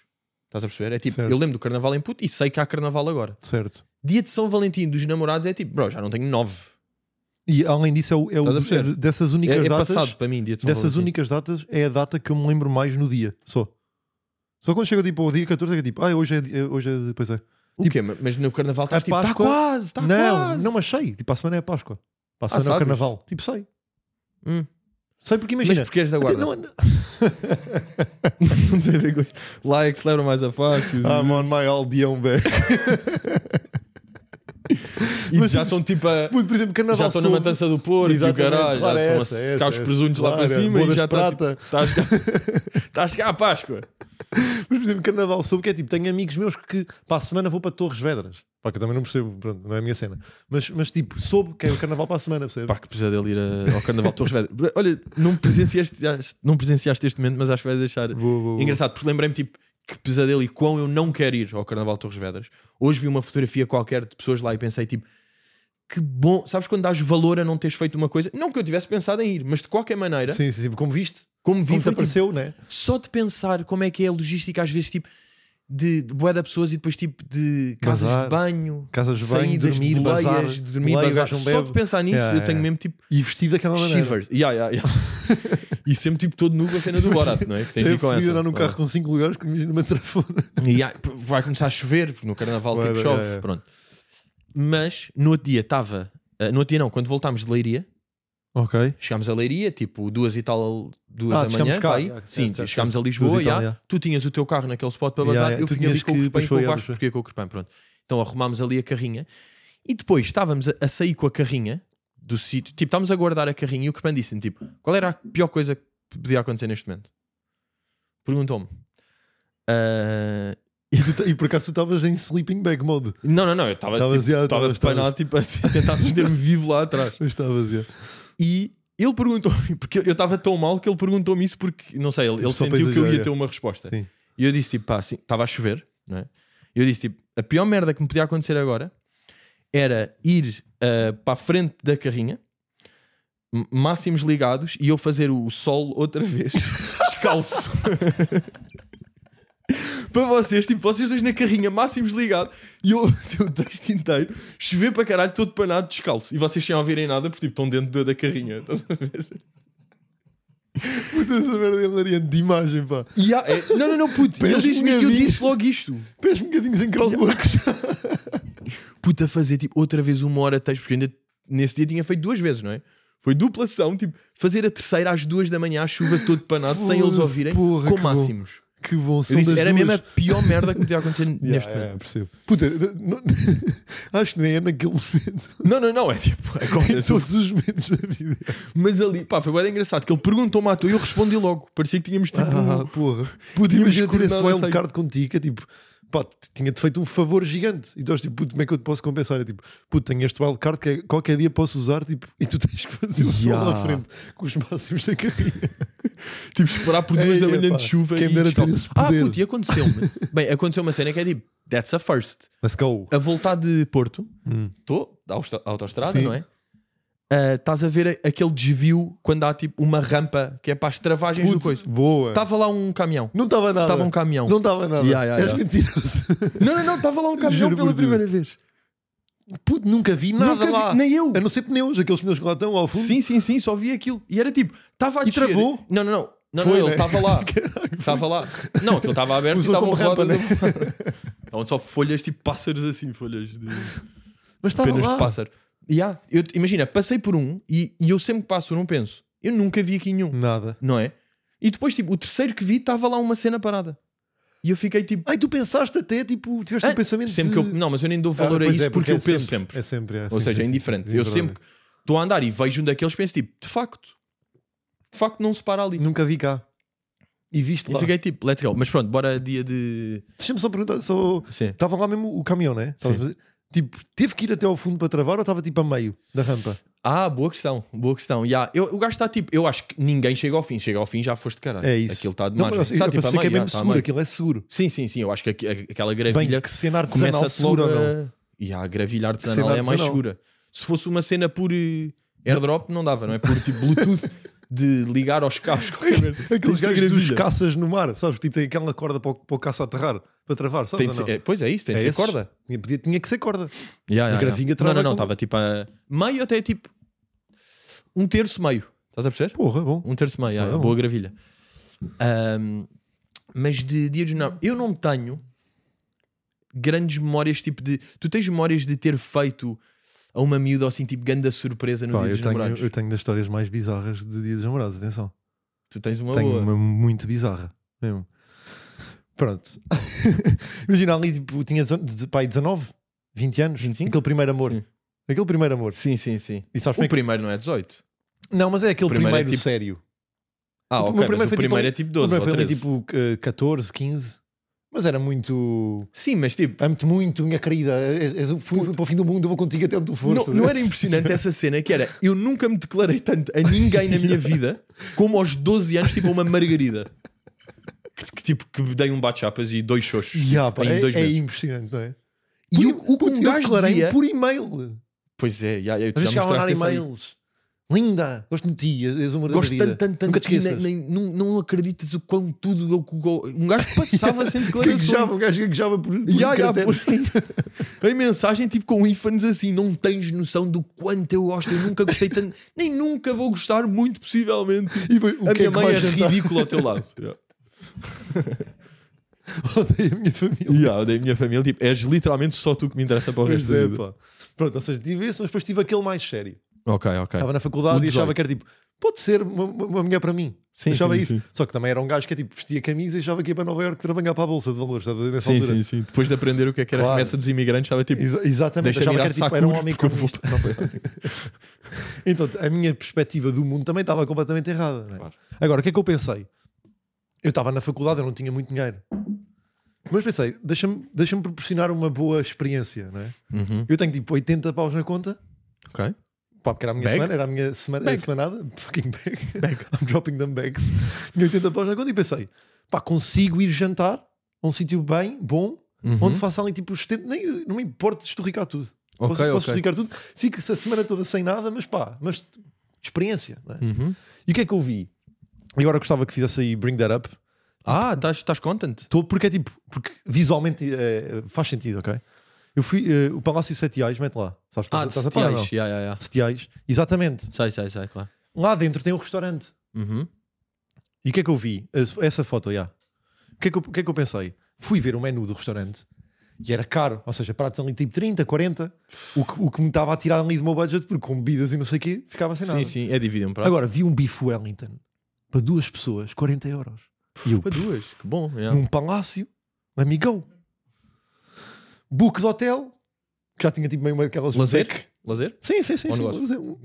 S1: Estás a perceber? É tipo,
S2: Certo.
S1: eu lembro do Carnaval em puto e sei que há Carnaval agora.
S2: Certo.
S1: Dia de São Valentim dos namorados é tipo, bro, já não tenho nove.
S2: E além disso, é, o, é o-
S1: Estás a perceber?
S2: é dessas
S1: É,
S2: únicas
S1: é
S2: datas.
S1: passado assim. para mim, dia de São
S2: Dessas
S1: Valentim.
S2: únicas datas é a data que eu me lembro mais no dia. Só. Só quando chega tipo ao dia 14 é que é tipo, ah, hoje é. di- Hoje é pois é.
S1: O quê? Ma- Mas no carnaval
S2: a
S1: estás tipo, está
S2: Páscoa-
S1: quase, está
S2: não,
S1: quase. Ah,
S2: não, mas sei. Tipo, a semana é a Páscoa. Para a semana é o
S1: sabes?
S2: carnaval. Tipo, sei.
S1: Hum.
S2: Sei porque
S1: mas
S2: imagina.
S1: porque és da
S2: até-
S1: guarda. (laughs)
S2: não,
S1: Não,
S2: não-
S1: tem a ver com isto. Lá é que celebram mais a Páscoa.
S2: I'm on my aldeão (laughs) back.
S1: e
S2: mas
S1: já
S2: tipo,
S1: estão tipo a...
S2: Puto, Por exemplo, carnaval.
S1: Já estão na
S2: soube-
S1: matança do Porto e o
S2: Exatamente,
S1: tipo, caralho.
S2: claro, é
S1: já estão a
S2: essa,
S1: secar
S2: essa,
S1: os presuntos lá
S2: claro, é.
S1: para cima e
S2: bodas
S1: já
S2: de
S1: está
S2: prata.
S1: tipo, está a chegar- está a chegar à Páscoa.
S2: Mas, por exemplo, carnaval soube que é tipo, tenho amigos meus que para a semana vou para Torres Vedras. Pá, que eu também não percebo, pronto, não é a minha cena. Mas, mas tipo, soube que é o carnaval para a semana, percebes?
S1: Pá, que pesadelo ir a- ao carnaval de Torres Vedras. Olha, não presenciaste, não presenciaste este momento, mas acho que vais deixar
S2: Boa, boa, boa.
S1: Engraçado, porque lembrei-me tipo que pesadelo e quão eu não quero ir ao Carnaval de Torres Vedras. Hoje vi uma fotografia qualquer de pessoas lá e pensei tipo que bom, sabes quando dás valor a não teres feito uma coisa? Não que eu tivesse pensado em ir, mas de qualquer maneira,
S2: Sim, sim, sim, como viste?
S1: como vi,
S2: Como te
S1: foi, tipo,
S2: apareceu, né?
S1: só de pensar como é que é a logística às vezes tipo de de bué de pessoas e depois tipo de casas
S2: Bazar.
S1: de banho,
S2: Casas de banho,
S1: saídas de
S2: dormir,
S1: boleias,
S2: bazar.
S1: de dormir,
S2: Boleia, o
S1: bazar.
S2: gajo não
S1: Só
S2: bebe.
S1: de pensar nisso,
S2: Yeah,
S1: eu tenho
S2: yeah.
S1: mesmo tipo
S2: E vestido daquela maneira.
S1: shivers. Yeah, yeah, yeah.
S2: (laughs)
S1: e sempre tipo todo nu com a cena do Borat, não é? Que tens de
S2: É
S1: ir com
S2: fodido
S1: essa. Ah.
S2: andar num carro com cinco lugares que imagina uma trafona.
S1: E há- vai começar a chover, porque no carnaval
S2: Vai,
S1: tipo
S2: vai,
S1: chove,
S2: é, é.
S1: pronto. Mas no outro dia estava, ah, no outro dia não, quando voltámos de Leiria,
S2: Ok.
S1: chegámos a Leiria, tipo duas e tal, duas
S2: Ah,
S1: da
S2: chegámos
S1: manhã,
S2: cá,
S1: pá, aí.
S2: já, certo,
S1: sim,
S2: certo,
S1: chegámos a
S2: Duas
S1: Lisboa,
S2: e tal,
S1: já.
S2: já.
S1: tu tinhas o teu carro naquele spot para
S2: Já,
S1: bazar,
S2: já,
S1: eu
S2: tu
S1: fui ali
S2: tinhas
S1: com
S2: que-
S1: o
S2: depois
S1: Cupem
S2: foi
S1: com o
S2: elas,
S1: Vasco,
S2: foi.
S1: porque é com o Cupem, pronto. Então arrumámos ali a carrinha e depois estávamos a, a sair com a carrinha do sítio, tipo, estávamos a guardar a carrinha e o Cupem disse-me, tipo, qual era a pior coisa que podia acontecer neste momento? Perguntou-me. "Ah,
S2: E, tu te- e por acaso tu estavas em sleeping bag mode.
S1: Não, não, não, eu estava
S2: Estavas, já,
S1: Estava
S2: estavas,
S1: de panado tipo, a tentar manter-me vivo lá atrás.
S2: estavas. Estavas, já.
S1: E ele perguntou-me, (laughs) porque eu estava tão mal que ele perguntou-me isso porque, não sei, ele,
S2: Tipo,
S1: ele
S2: só para
S1: sentiu que eu
S2: exagerar,
S1: ia
S2: é.
S1: ter uma resposta.
S2: Sim.
S1: E eu disse tipo, pá, assim, estava a chover, não é? E eu disse tipo, a pior merda que me podia acontecer agora era ir ah, para a frente da carrinha, m- máximos ligados, e eu fazer o sol outra vez, (laughs) descalço. (laughs) para vocês, tipo, vocês dois na carrinha, máximos ligados, e eu fazer o texto inteiro, chover para caralho, todo panado, descalço. E vocês sem ouvirem nada, porque tipo, estão dentro da, da carrinha, estás a ver?
S2: Puta essa merda é hilariante de imagem, pá.
S1: E há- é- não, não, não, puto.
S2: Pés
S1: Ele disse-me isto e eu
S2: molhadinhos.
S1: disse logo isto.
S2: Pés um bocadinho sem crowdworks.
S1: Puta, fazer tipo outra vez uma hora de texto, porque ainda nesse dia tinha feito duas vezes, não é? Foi dupla sessão, tipo, fazer a terceira às duas da manhã, a chuva todo panado, sem eles
S2: Foda-se,
S1: ouvirem,
S2: porra,
S1: com
S2: que bom.
S1: máximos.
S2: Que bom, são
S1: Eu disse,
S2: das
S1: era
S2: duas.
S1: mesmo a pior merda que podia (laughs) acontecer
S2: Yeah,
S1: neste
S2: yeah,
S1: momento.
S2: percebo. Puta, não- (laughs) acho que nem é naquele momento.
S1: Não, não, não, (laughs) é tipo, (laughs) agora.
S2: Em todos os momentos da vida.
S1: Mas ali, pá, foi bem engraçado, que ele perguntou-me à toa e eu respondi logo. Parecia que tínhamos tipo.
S2: Ah, porra. Puta,
S1: Tínhamos
S2: imagina ter esse
S1: coordenado essa-
S2: wildcard contigo, que é tipo, pá, t- tinha-te feito um favor gigante. E tu és tipo, puto, como é que eu te posso compensar? É tipo, puto, tenho este wildcard que é- qualquer dia posso usar, tipo, e tu (laughs) tens que fazer o sol
S1: Yeah.
S2: à frente com os máximos da carreira.
S1: Tipo, esperar por duas
S2: Ei,
S1: da manhã
S2: epá,
S1: de chuva
S2: quem
S1: e
S2: me dera ter
S1: descalço.
S2: esse
S1: Ah,
S2: poder.
S1: puto,
S2: (laughs)
S1: e aconteceu-me. Bem, aconteceu uma cena que é tipo, that's a first.
S2: Let's go.
S1: a voltar de Porto,
S2: Hum.
S1: estou à austa- à autostrada,
S2: Sim.
S1: não é? Ah, Estás a ver a- aquele desvio quando há tipo uma rampa que é para as travagens do
S2: Puto,
S1: coisa.
S2: boa.
S1: Estava lá um caminhão.
S2: Não estava nada.
S1: Estava um caminhão.
S2: Não estava nada.
S1: Yeah, yeah,
S2: és
S1: yeah.
S2: mentiroso.
S1: Não, não, não, estava lá um caminhão
S2: (laughs) Juro
S1: pela
S2: por
S1: primeira vez.
S2: Puto, nunca vi nada
S1: Nunca vi-
S2: lá.
S1: nem eu.
S2: A não ser pneus, aqueles pneus que lá estão ao fundo.
S1: Sim, sim, sim, só vi aquilo. E era tipo, estava a
S2: E
S1: descer.
S2: travou?
S1: Não, não, não. Não,
S2: Foi,
S1: não, ele
S2: né?
S1: estava lá. Estava lá. Não, aquilo estava aberto
S2: Usou
S1: e
S2: como
S1: estava
S2: rampa, né?
S1: (laughs) Onde só folhas tipo pássaros assim, folhas de
S2: Mas estava
S1: penas de
S2: lá.
S1: pássaro. E há, eu, imagina, passei por um e, e eu sempre que passo por um penso, eu nunca vi aqui nenhum.
S2: Nada.
S1: não é? E depois, tipo, o terceiro que vi estava lá uma cena parada. E eu fiquei tipo.
S2: Ai, tu pensaste até, tipo, tiveste
S1: Ah,
S2: um pensamento.
S1: sempre que
S2: de...
S1: eu, não, mas eu nem dou valor
S2: Ah,
S1: a
S2: pois
S1: isso
S2: é,
S1: porque,
S2: é
S1: eu penso sempre.
S2: É sempre, é
S1: Ou
S2: sempre,
S1: seja, é
S2: sempre,
S1: indiferente.
S2: sempre.
S1: Eu sempre que estou a andar e vejo um daqueles, penso tipo, de facto, de facto não se para ali.
S2: Nunca vi cá. E viste
S1: E
S2: lá.
S1: fiquei tipo, let's go. Mas pronto, bora dia de.
S2: Deixa-me só perguntar. Só...
S1: Sim.
S2: Estava lá mesmo o caminhão, né? Estavas a fazer- Tipo, teve que ir até ao fundo para travar ou estava tipo a meio da rampa?
S1: Ah, boa questão, boa questão. Yeah. Eu, o gajo está tipo, eu acho que ninguém chega ao fim, chega ao fim já foste caralho.
S2: É isso.
S1: Aquilo está de
S2: Não,
S1: margem.
S2: mas eu,
S1: Tá,
S2: eu
S1: tipo,
S2: pensei
S1: a
S2: que é mesmo
S1: meio, yeah, tá a
S2: seguro,
S1: meio.
S2: aquilo é seguro.
S1: Sim, sim, sim. Eu acho que aqu- aquela
S2: Bem,
S1: gravilha
S2: que cena artesanal
S1: começa-se logo
S2: segura ou não?
S1: a. Yeah, a gravilha artesanal
S2: Cena
S1: é mais
S2: artesanal.
S1: segura. Se fosse uma cena por eh, airdrop, não dava, não é? Por tipo Bluetooth de ligar aos cabos. (laughs) qualquer merda. Tem
S2: Aqueles
S1: de ser
S2: gajos dos
S1: gravilha.
S2: caças no mar, sabes? Tipo, tem aquela corda para o, para o caça aterrar, para travar, sabes?
S1: Tem de
S2: ou
S1: ser-
S2: não?
S1: é, pois é isso, tem
S2: É
S1: de ser
S2: esses?
S1: corda.
S2: Tinha, podia- tinha que ser corda.
S1: Yeah,
S2: A
S1: yeah,
S2: gravinha
S1: yeah. Não,
S2: trava
S1: não, não,
S2: com-
S1: estava tipo a meio até tipo um terço meio. Estás a perceber?
S2: Porra, bom.
S1: Um terço meio, ah,
S2: Ah, bom.
S1: boa gravilha. Ahm, mas de dia de jornal, eu não tenho grandes memórias tipo de. Tu tens memórias de ter feito a uma miúda ou assim, tipo, grande surpresa no
S2: Pá,
S1: dia
S2: eu,
S1: dos
S2: tenho,
S1: namorados?
S2: eu tenho das histórias mais bizarras de Dia dos Namorados, atenção.
S1: Tu tens uma
S2: tenho
S1: boa.
S2: uma muito bizarra mesmo. Pronto. (laughs) Imagina ali, tipo, tinha dezo- de- pá, aí 19, 20 anos.
S1: 25?
S2: Aquele primeiro amor.
S1: Sim.
S2: Aquele primeiro amor.
S1: Sim, sim, sim.
S2: E sabes como
S1: O
S2: é que-
S1: primeiro não é 18.
S2: Não, mas é aquele
S1: primeiro
S2: primeiro,
S1: é tipo-
S2: sério.
S1: Ah,
S2: O
S1: ok.
S2: meu
S1: mas
S2: primeiro
S1: o
S2: foi tipo
S1: primeiro
S2: ali-
S1: é tipo
S2: O
S1: 12 ou
S2: primeiro foi ali
S1: 13.
S2: tipo eh, 14, 15. Mas era muito.
S1: Sim, mas tipo,
S2: Amo-te muito, minha querida. És- és o- Fui, fui para o fim do mundo, eu vou contigo até onde tu fores.
S1: não, não
S2: (laughs)
S1: era impressionante essa cena que era eu nunca me declarei tanto a ninguém na minha vida como aos 12 anos, tipo a uma Margarida. Que, que tipo, que dei um bate-chapas e dois xoxos tipo,
S2: Ya, pá,
S1: em
S2: é,
S1: dois
S2: é
S1: meses.
S2: impressionante, não é?
S1: Por-
S2: E eu,
S1: o que um
S2: eu
S1: gajo
S2: declarei
S1: dizia-
S2: por e-mail.
S1: Pois é, já,
S2: Às
S1: eu já
S2: vezes chegavam a mandar
S1: mostraste essa aí.
S2: e-mails. Linda, gosto de ti, és- és uma
S1: Gosto
S2: da vida.
S1: tanto, tanto, tanto
S2: Nunca te
S1: que
S2: esqueças.
S1: nem- nem- não, não acreditas o quão tudo eu, eu- um gajo passava
S2: (laughs)
S1: sem
S2: é
S1: declarações.
S2: Gaguejava, o um gajo gaguejava por, é- por
S1: Ya, ya,
S2: caracteres. (laughs)
S1: por- Em mensagem, tipo com ífones assim, não tens noção do quanto eu gosto. Eu nunca gostei tanto, nem nunca vou gostar, muito possivelmente.
S2: E depois, o
S1: a
S2: que é que
S1: minha mãe
S2: vai
S1: é
S2: jantar?
S1: ridícula ao
S2: (laughs)
S1: teu lado.
S2: Odeio a minha família.
S1: yeah, da minha família, tipo, és literalmente só tu que me interessa para o
S2: (laughs) Pois
S1: resto da
S2: é,
S1: vida.
S2: pá. É. Pronto, ou seja, tive esse, mas depois tive aquele mais sério.
S1: Ok, ok.
S2: Estava na faculdade
S1: O
S2: e
S1: 18.
S2: achava que era tipo, pode ser uma, uma- uma mulher para mim.
S1: Sim,
S2: achava
S1: sim,
S2: isso.
S1: sim.
S2: Só que também era um gajo que é tipo, vestia camisa e achava que ia para Nova Iorque trabalhar para a Bolsa de Valores. Estava nessa
S1: Sim,
S2: altura.
S1: sim, sim. Depois de aprender o que é que era
S2: Claro.
S1: a remessa dos imigrantes, estava tipo,
S2: Exa- exatamente, achava
S1: Deixa-me ir
S2: que
S1: à
S2: era, tipo, era um
S1: Sakura,
S2: homem
S1: porque eu vou-
S2: comunista. Não foi. (laughs) então, a minha perspectiva do mundo também estava completamente errada. não é?
S1: Claro.
S2: Agora, o que é que eu pensei? Eu estava na faculdade, eu não tinha muito dinheiro. Mas pensei, deixa-me deixa proporcionar uma boa experiência, não é?
S1: uhum,
S2: Eu tenho tipo 80 paus na conta,
S1: ok.
S2: Pá, porque era a minha
S1: Bag?
S2: semana, era a minha semana,
S1: Bag.
S2: semanada. (laughs) Fucking bag. (laughs) I'm dropping them bags. Tinha 80 paus na conta e pensei, pá, consigo ir jantar a um sítio bem, bom,
S1: Uhum.
S2: onde faça ali tipo os 70, nem, não me importa de esturricar tudo. posso
S1: Ok,
S2: posso
S1: ok.
S2: esturricar tudo, fico-se a semana toda sem nada, mas pá, mas experiência. não é?
S1: Uhum.
S2: E o que é que eu vi? E agora gostava que fizesse aí Bring That Up.
S1: Ah, estás estás content?
S2: Estou porque é tipo, porque visualmente eh, faz sentido, ok? Eu fui, eh, o Palácio Setiais, mete lá. Sabes, estás-
S1: Ah, de
S2: estás a par ou não?
S1: setiais. Yeah, yeah, yeah.
S2: Setiais, exatamente.
S1: Sei, sei, sei, claro.
S2: Lá dentro tem um restaurante.
S1: Uhum.
S2: E o que é que eu vi? Essa- Essa foto, já. O que, é que eu, o que é que eu pensei? Fui ver o menu do restaurante e era caro. Ou seja, pratos ali tipo 30, 40. O que, o que me estava a tirar ali do meu budget, porque com bebidas e não sei o quê, ficava sem nada.
S1: Sim, sim, é dividido um prato.
S2: Agora, vi um bife Wellington para duas pessoas, 40 euros. E eu,
S1: para duas, que bom. yeah.
S2: num palácio, amigão. Book de hotel, que já tinha tipo meio uma daquelas...
S1: Lazer? Lazer?
S2: Sim, sim, sim.
S1: Ou
S2: sim
S1: negócio?
S2: lazer. Um-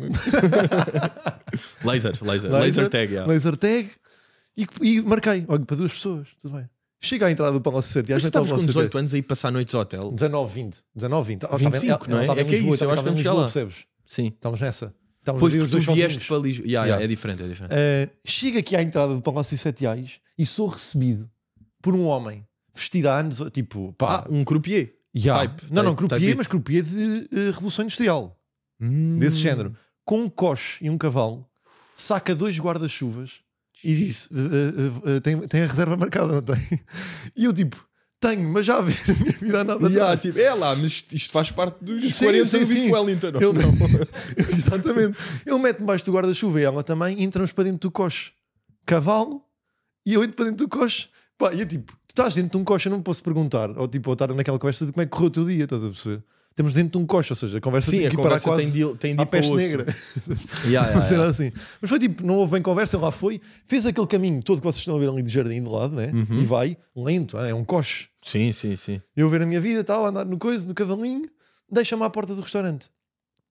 S1: Laser, laser, laser,
S2: Laser.
S1: tag. yeah.
S2: laser tag e, e marquei. Olha, para duas pessoas, tudo bem. Chega à entrada do Palácio de Santiago,
S1: Mas tu
S2: mete lá o
S1: estavas com
S2: Palácio de
S1: 18 anos aí passar noites ao hotel?
S2: 19, 20. 19, 20. Ah,
S1: 25,
S2: estava-
S1: não é?
S2: estava
S1: É
S2: em
S1: que é
S2: Lisboa,
S1: isso, eu
S2: estava
S1: acho que
S2: em
S1: vamos chegar
S2: Lisboa,
S1: lá.
S2: percebes?
S1: Sim.
S2: Estamos nessa. Estamos
S1: Pois
S2: a ver
S1: porque
S2: os
S1: tu
S2: dois
S1: vieste
S2: sozinhos.
S1: para Lisboa. Yeah, yeah,
S2: Yeah.
S1: É diferente, é diferente.
S2: Uh, chego aqui à entrada do Palácio de Setiais e sou recebido por um homem vestido há anos, tipo, pá,
S1: Ah, um croupier.
S2: yeah.
S1: type,
S2: não, não,
S1: type,
S2: croupier,
S1: type
S2: mas croupier de eh, Revolução Industrial,
S1: Hum.
S2: desse género, com um coche e um cavalo, saca dois guarda-chuvas e disse: "Eh, eh, eh, eh, tem, tem a reserva marcada, não tem? E eu, tipo, tenho, mas já a ver, a minha vida andava
S1: Yeah, tipo, é lá, mas isto- isto faz parte dos
S2: Sim,
S1: 40
S2: sim,
S1: do Biff
S2: sim.
S1: Wellington. não?
S2: Ele,
S1: (laughs)
S2: (laughs) exatamente. Ele mete debaixo do guarda-chuva e ela também, e entramos para dentro do coche. Cavalo, e eu entro para dentro do coche. Pá, e é tipo, tu estás dentro de um coche, eu não posso perguntar, ou tipo, ou estar naquela conversa de como é que correu o teu dia, estás a perceber? Temos dentro de um coche, ou seja, a conversa
S1: Sim,
S2: tem
S1: a
S2: que ir parar
S1: conversa tem
S2: quase
S1: de, ir- tem de
S2: à
S1: ir para o
S2: peste
S1: outro. (laughs)
S2: negra.
S3: Yeah,
S2: (laughs)
S3: yeah,
S2: Sei lá
S1: É.
S3: yeah.
S2: assim. Mas foi tipo, não houve bem conversa, ele lá foi, fez aquele caminho todo que vocês estão a ver ali de jardim do lado, né?
S1: Uhum.
S2: E vai, lento, ah, é um coche.
S1: Sim, sim, sim.
S2: Eu ver a minha vida, tal, andar no coiso, no cavalinho, deixa-me à porta do restaurante.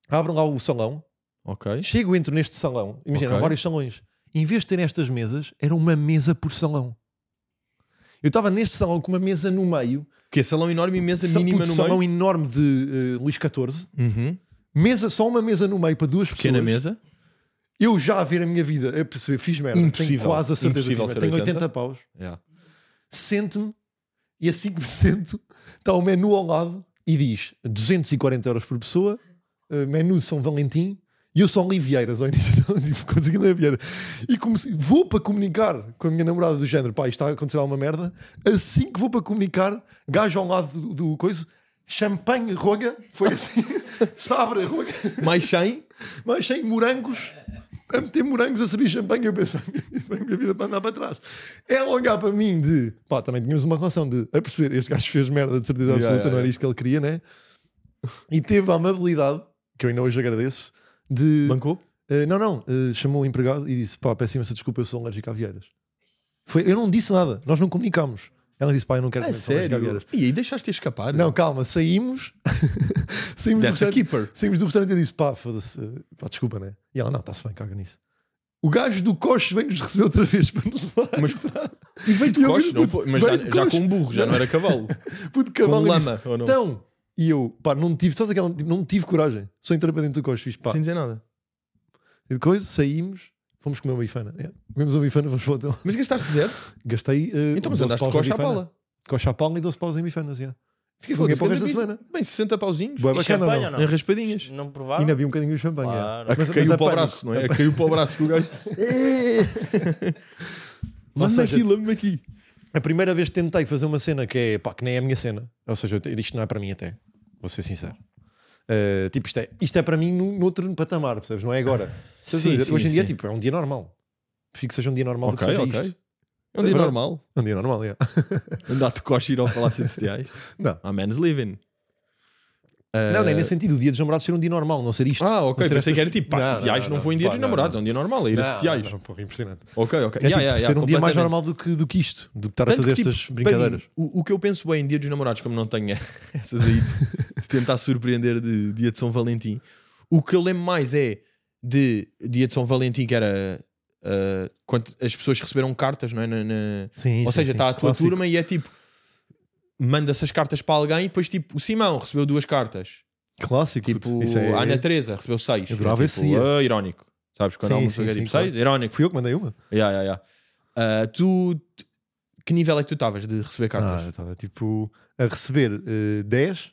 S2: Abram lá o salão,
S1: Ok.
S2: chego, entro neste salão, imagina,
S1: Ok.
S2: há vários salões. Em vez de terem estas mesas, era uma mesa por salão. Eu estava neste salão com uma mesa no meio,
S1: Que é salão enorme e mesa
S2: sa-
S1: mínima
S2: puto,
S1: no
S2: salão
S1: meio.
S2: enorme de eh, Luís XIV,
S1: Uhum.
S2: mesa, só uma mesa no meio para duas
S1: Pequena
S2: pessoas.
S1: mesa.
S2: Eu já a ver a minha vida, eu percebi, fiz merda.
S1: Impossível.
S2: Tenho quase a certeza. que fiz
S1: Impossível
S2: merda.
S1: ser
S2: Tenho 80,
S1: 80
S2: paus.
S1: Yeah.
S2: Sento-me e assim que me (laughs) sento, está o menu ao lado e diz 240 euros por pessoa, eh, menu São Valentim. E eu só li Vieiras ao início, (laughs) então, tipo, consegui ler Vieira. E comecei, vou para comunicar com a minha namorada do género, pá, isto está a acontecer alguma merda. Assim que vou para comunicar, gajo ao lado do, do coisa, champanhe roga, foi assim, (laughs) sabre roga
S1: Mais 100.
S2: mas sem morangos, a meter morangos a servir champanhe. Eu (laughs) pensei, a minha vida para andar para trás. Ela olhar para mim de pá, também tínhamos uma relação de a perceber, este gajo fez merda de certeza absoluta,
S1: Yeah, yeah,
S2: não era
S1: yeah.
S2: isto que ele queria, né? E teve a amabilidade, que eu ainda hoje agradeço, de
S1: Bancou?
S2: eh, não, não, eh, chamou o empregado e disse pá, peço imensa desculpa, eu sou um alérgico a vieiras. Foi, eu não disse nada, nós não comunicámos. Ela disse pá, eu não quero
S1: É
S2: comer, sou alérgico a vieiras.
S1: sério. E aí deixaste-te escapar.
S2: Não, calma, saímos. (laughs) saímos do
S1: That's a
S2: restaurante.
S1: keeper.
S2: Saímos do restaurante e eu disse: pá, foda-se, eh, pá, desculpa, né? E ela: não, está-se bem, caga nisso. O gajo do coche vem nos receber outra vez para nos levar.
S1: Mas-
S2: e veio
S1: Tu coches, não foi- Mas já, já com um burro, já não era (laughs) cavalo.
S2: puto
S1: com
S2: cavalo. e disse,
S1: lama, ou não?
S2: Então, e eu, pá, não tive, sabes aquela, tipo, não tive coragem. Só entrei para dentro do coche, fiz pá.
S1: Sem dizer nada.
S2: E depois saímos, fomos comer uma bifana. É, comemos uma bifana, fomos para o hotel.
S1: Mas é gastaste zero?
S2: Gastei. eh,
S1: Então, mas
S2: 12
S1: andaste de
S2: paus na
S1: coxa à
S2: bifana.
S1: pala.
S2: Coxa à pala e 12 paus em bifanas, já. Fiquei com
S1: Foda-se,
S2: ninguém para o resto da
S1: grande
S2: semana.
S1: business. Bem, 60 pauzinhos.
S2: Boa,
S4: E
S2: bacana,
S4: champanhe
S2: não?
S4: ou
S1: Em raspadinhas.
S4: não? Não
S1: Ah.
S4: provaram?
S2: Ainda vi um bocadinho de champanhe. é.
S4: Claro.
S1: A que
S2: Mas-
S1: caiu
S2: mas
S1: para o
S2: apanha.
S1: braço, não é? A que caiu para o braço que o gajo.
S2: Ou
S1: Lama-me
S2: seja,
S1: aqui, lama-me aqui.
S2: A primeira vez que tentei fazer uma cena que é pá, que nem é a minha cena. Ou seja, eu te- isto não é para mim até, vou ser sincero. Uh, tipo, isto é, isto é para mim num, noutro patamar, percebes? Não é
S1: (laughs)
S2: agora. Sabes
S1: Sim,
S2: o que eu
S1: sim,
S2: hoje em dia,
S1: sim.
S2: tipo, é um dia normal. Prefiro que seja um dia normal
S1: Ok,
S2: do que seja
S1: ok.
S2: isto.
S1: É um dia
S2: É verdade.
S1: normal.
S2: É um dia normal, é.
S1: Andar de coxa e ir ao Palácio de Setiais.
S2: (laughs) Não.
S1: (laughs) A man's living.
S2: Não, nem nesse sentido. O dia dos namorados ser um dia normal, não ser isto.
S1: Ah,
S2: Ah, Não
S1: ok.
S2: ser
S1: Pensei
S2: estas-
S1: que era tipo, pá,
S2: Não,
S1: Setiais não,
S2: não,
S1: foi em dia
S2: pá,
S1: dos
S2: não,
S1: namorados, é um dia normal, é ir a
S2: Não,
S1: Setiais.
S2: não, porra, impressionante. É
S1: Ok, ok. Yeah,
S2: tipo,
S1: yeah, yeah,
S2: ser um dia mais
S1: completamente.
S2: normal do que, do que isto, do que estar a
S1: Tanto
S2: fazer
S1: que, tipo,
S2: estas
S1: para mim,
S2: brincadeiras.
S1: o, o que eu penso bem em dia dos namorados, como não tenho (laughs) essas aí de, de tentar surpreender de dia de São Valentim, o que eu lembro mais é de dia de São Valentim, que era ah, quando as pessoas receberam cartas, não é? Na- na-
S2: Sim,
S1: Ou
S2: sim,
S1: seja,
S2: sim.
S1: está a tua
S2: Clássico.
S1: turma e é tipo, manda-se as cartas para alguém e depois tipo, o Simão recebeu duas cartas.
S2: Clássico.
S1: Tipo,
S2: puto. Isso é-
S1: a Ana Teresa recebeu seis.
S2: Eu adorava
S1: É
S2: esse
S1: tipo,
S2: dia.
S1: ah, irónico. Sabes, quando
S2: Sim,
S1: há uma
S2: sim,
S1: coisa que é
S2: sim,
S1: tipo
S2: claro.
S1: seis, irónico.
S2: Fui eu que mandei uma.
S1: Yeah, yeah, yeah. Ah, tu, tu- que nível é que tu estavas de receber cartas?
S2: Ah, eu estava tipo a receber eh, 10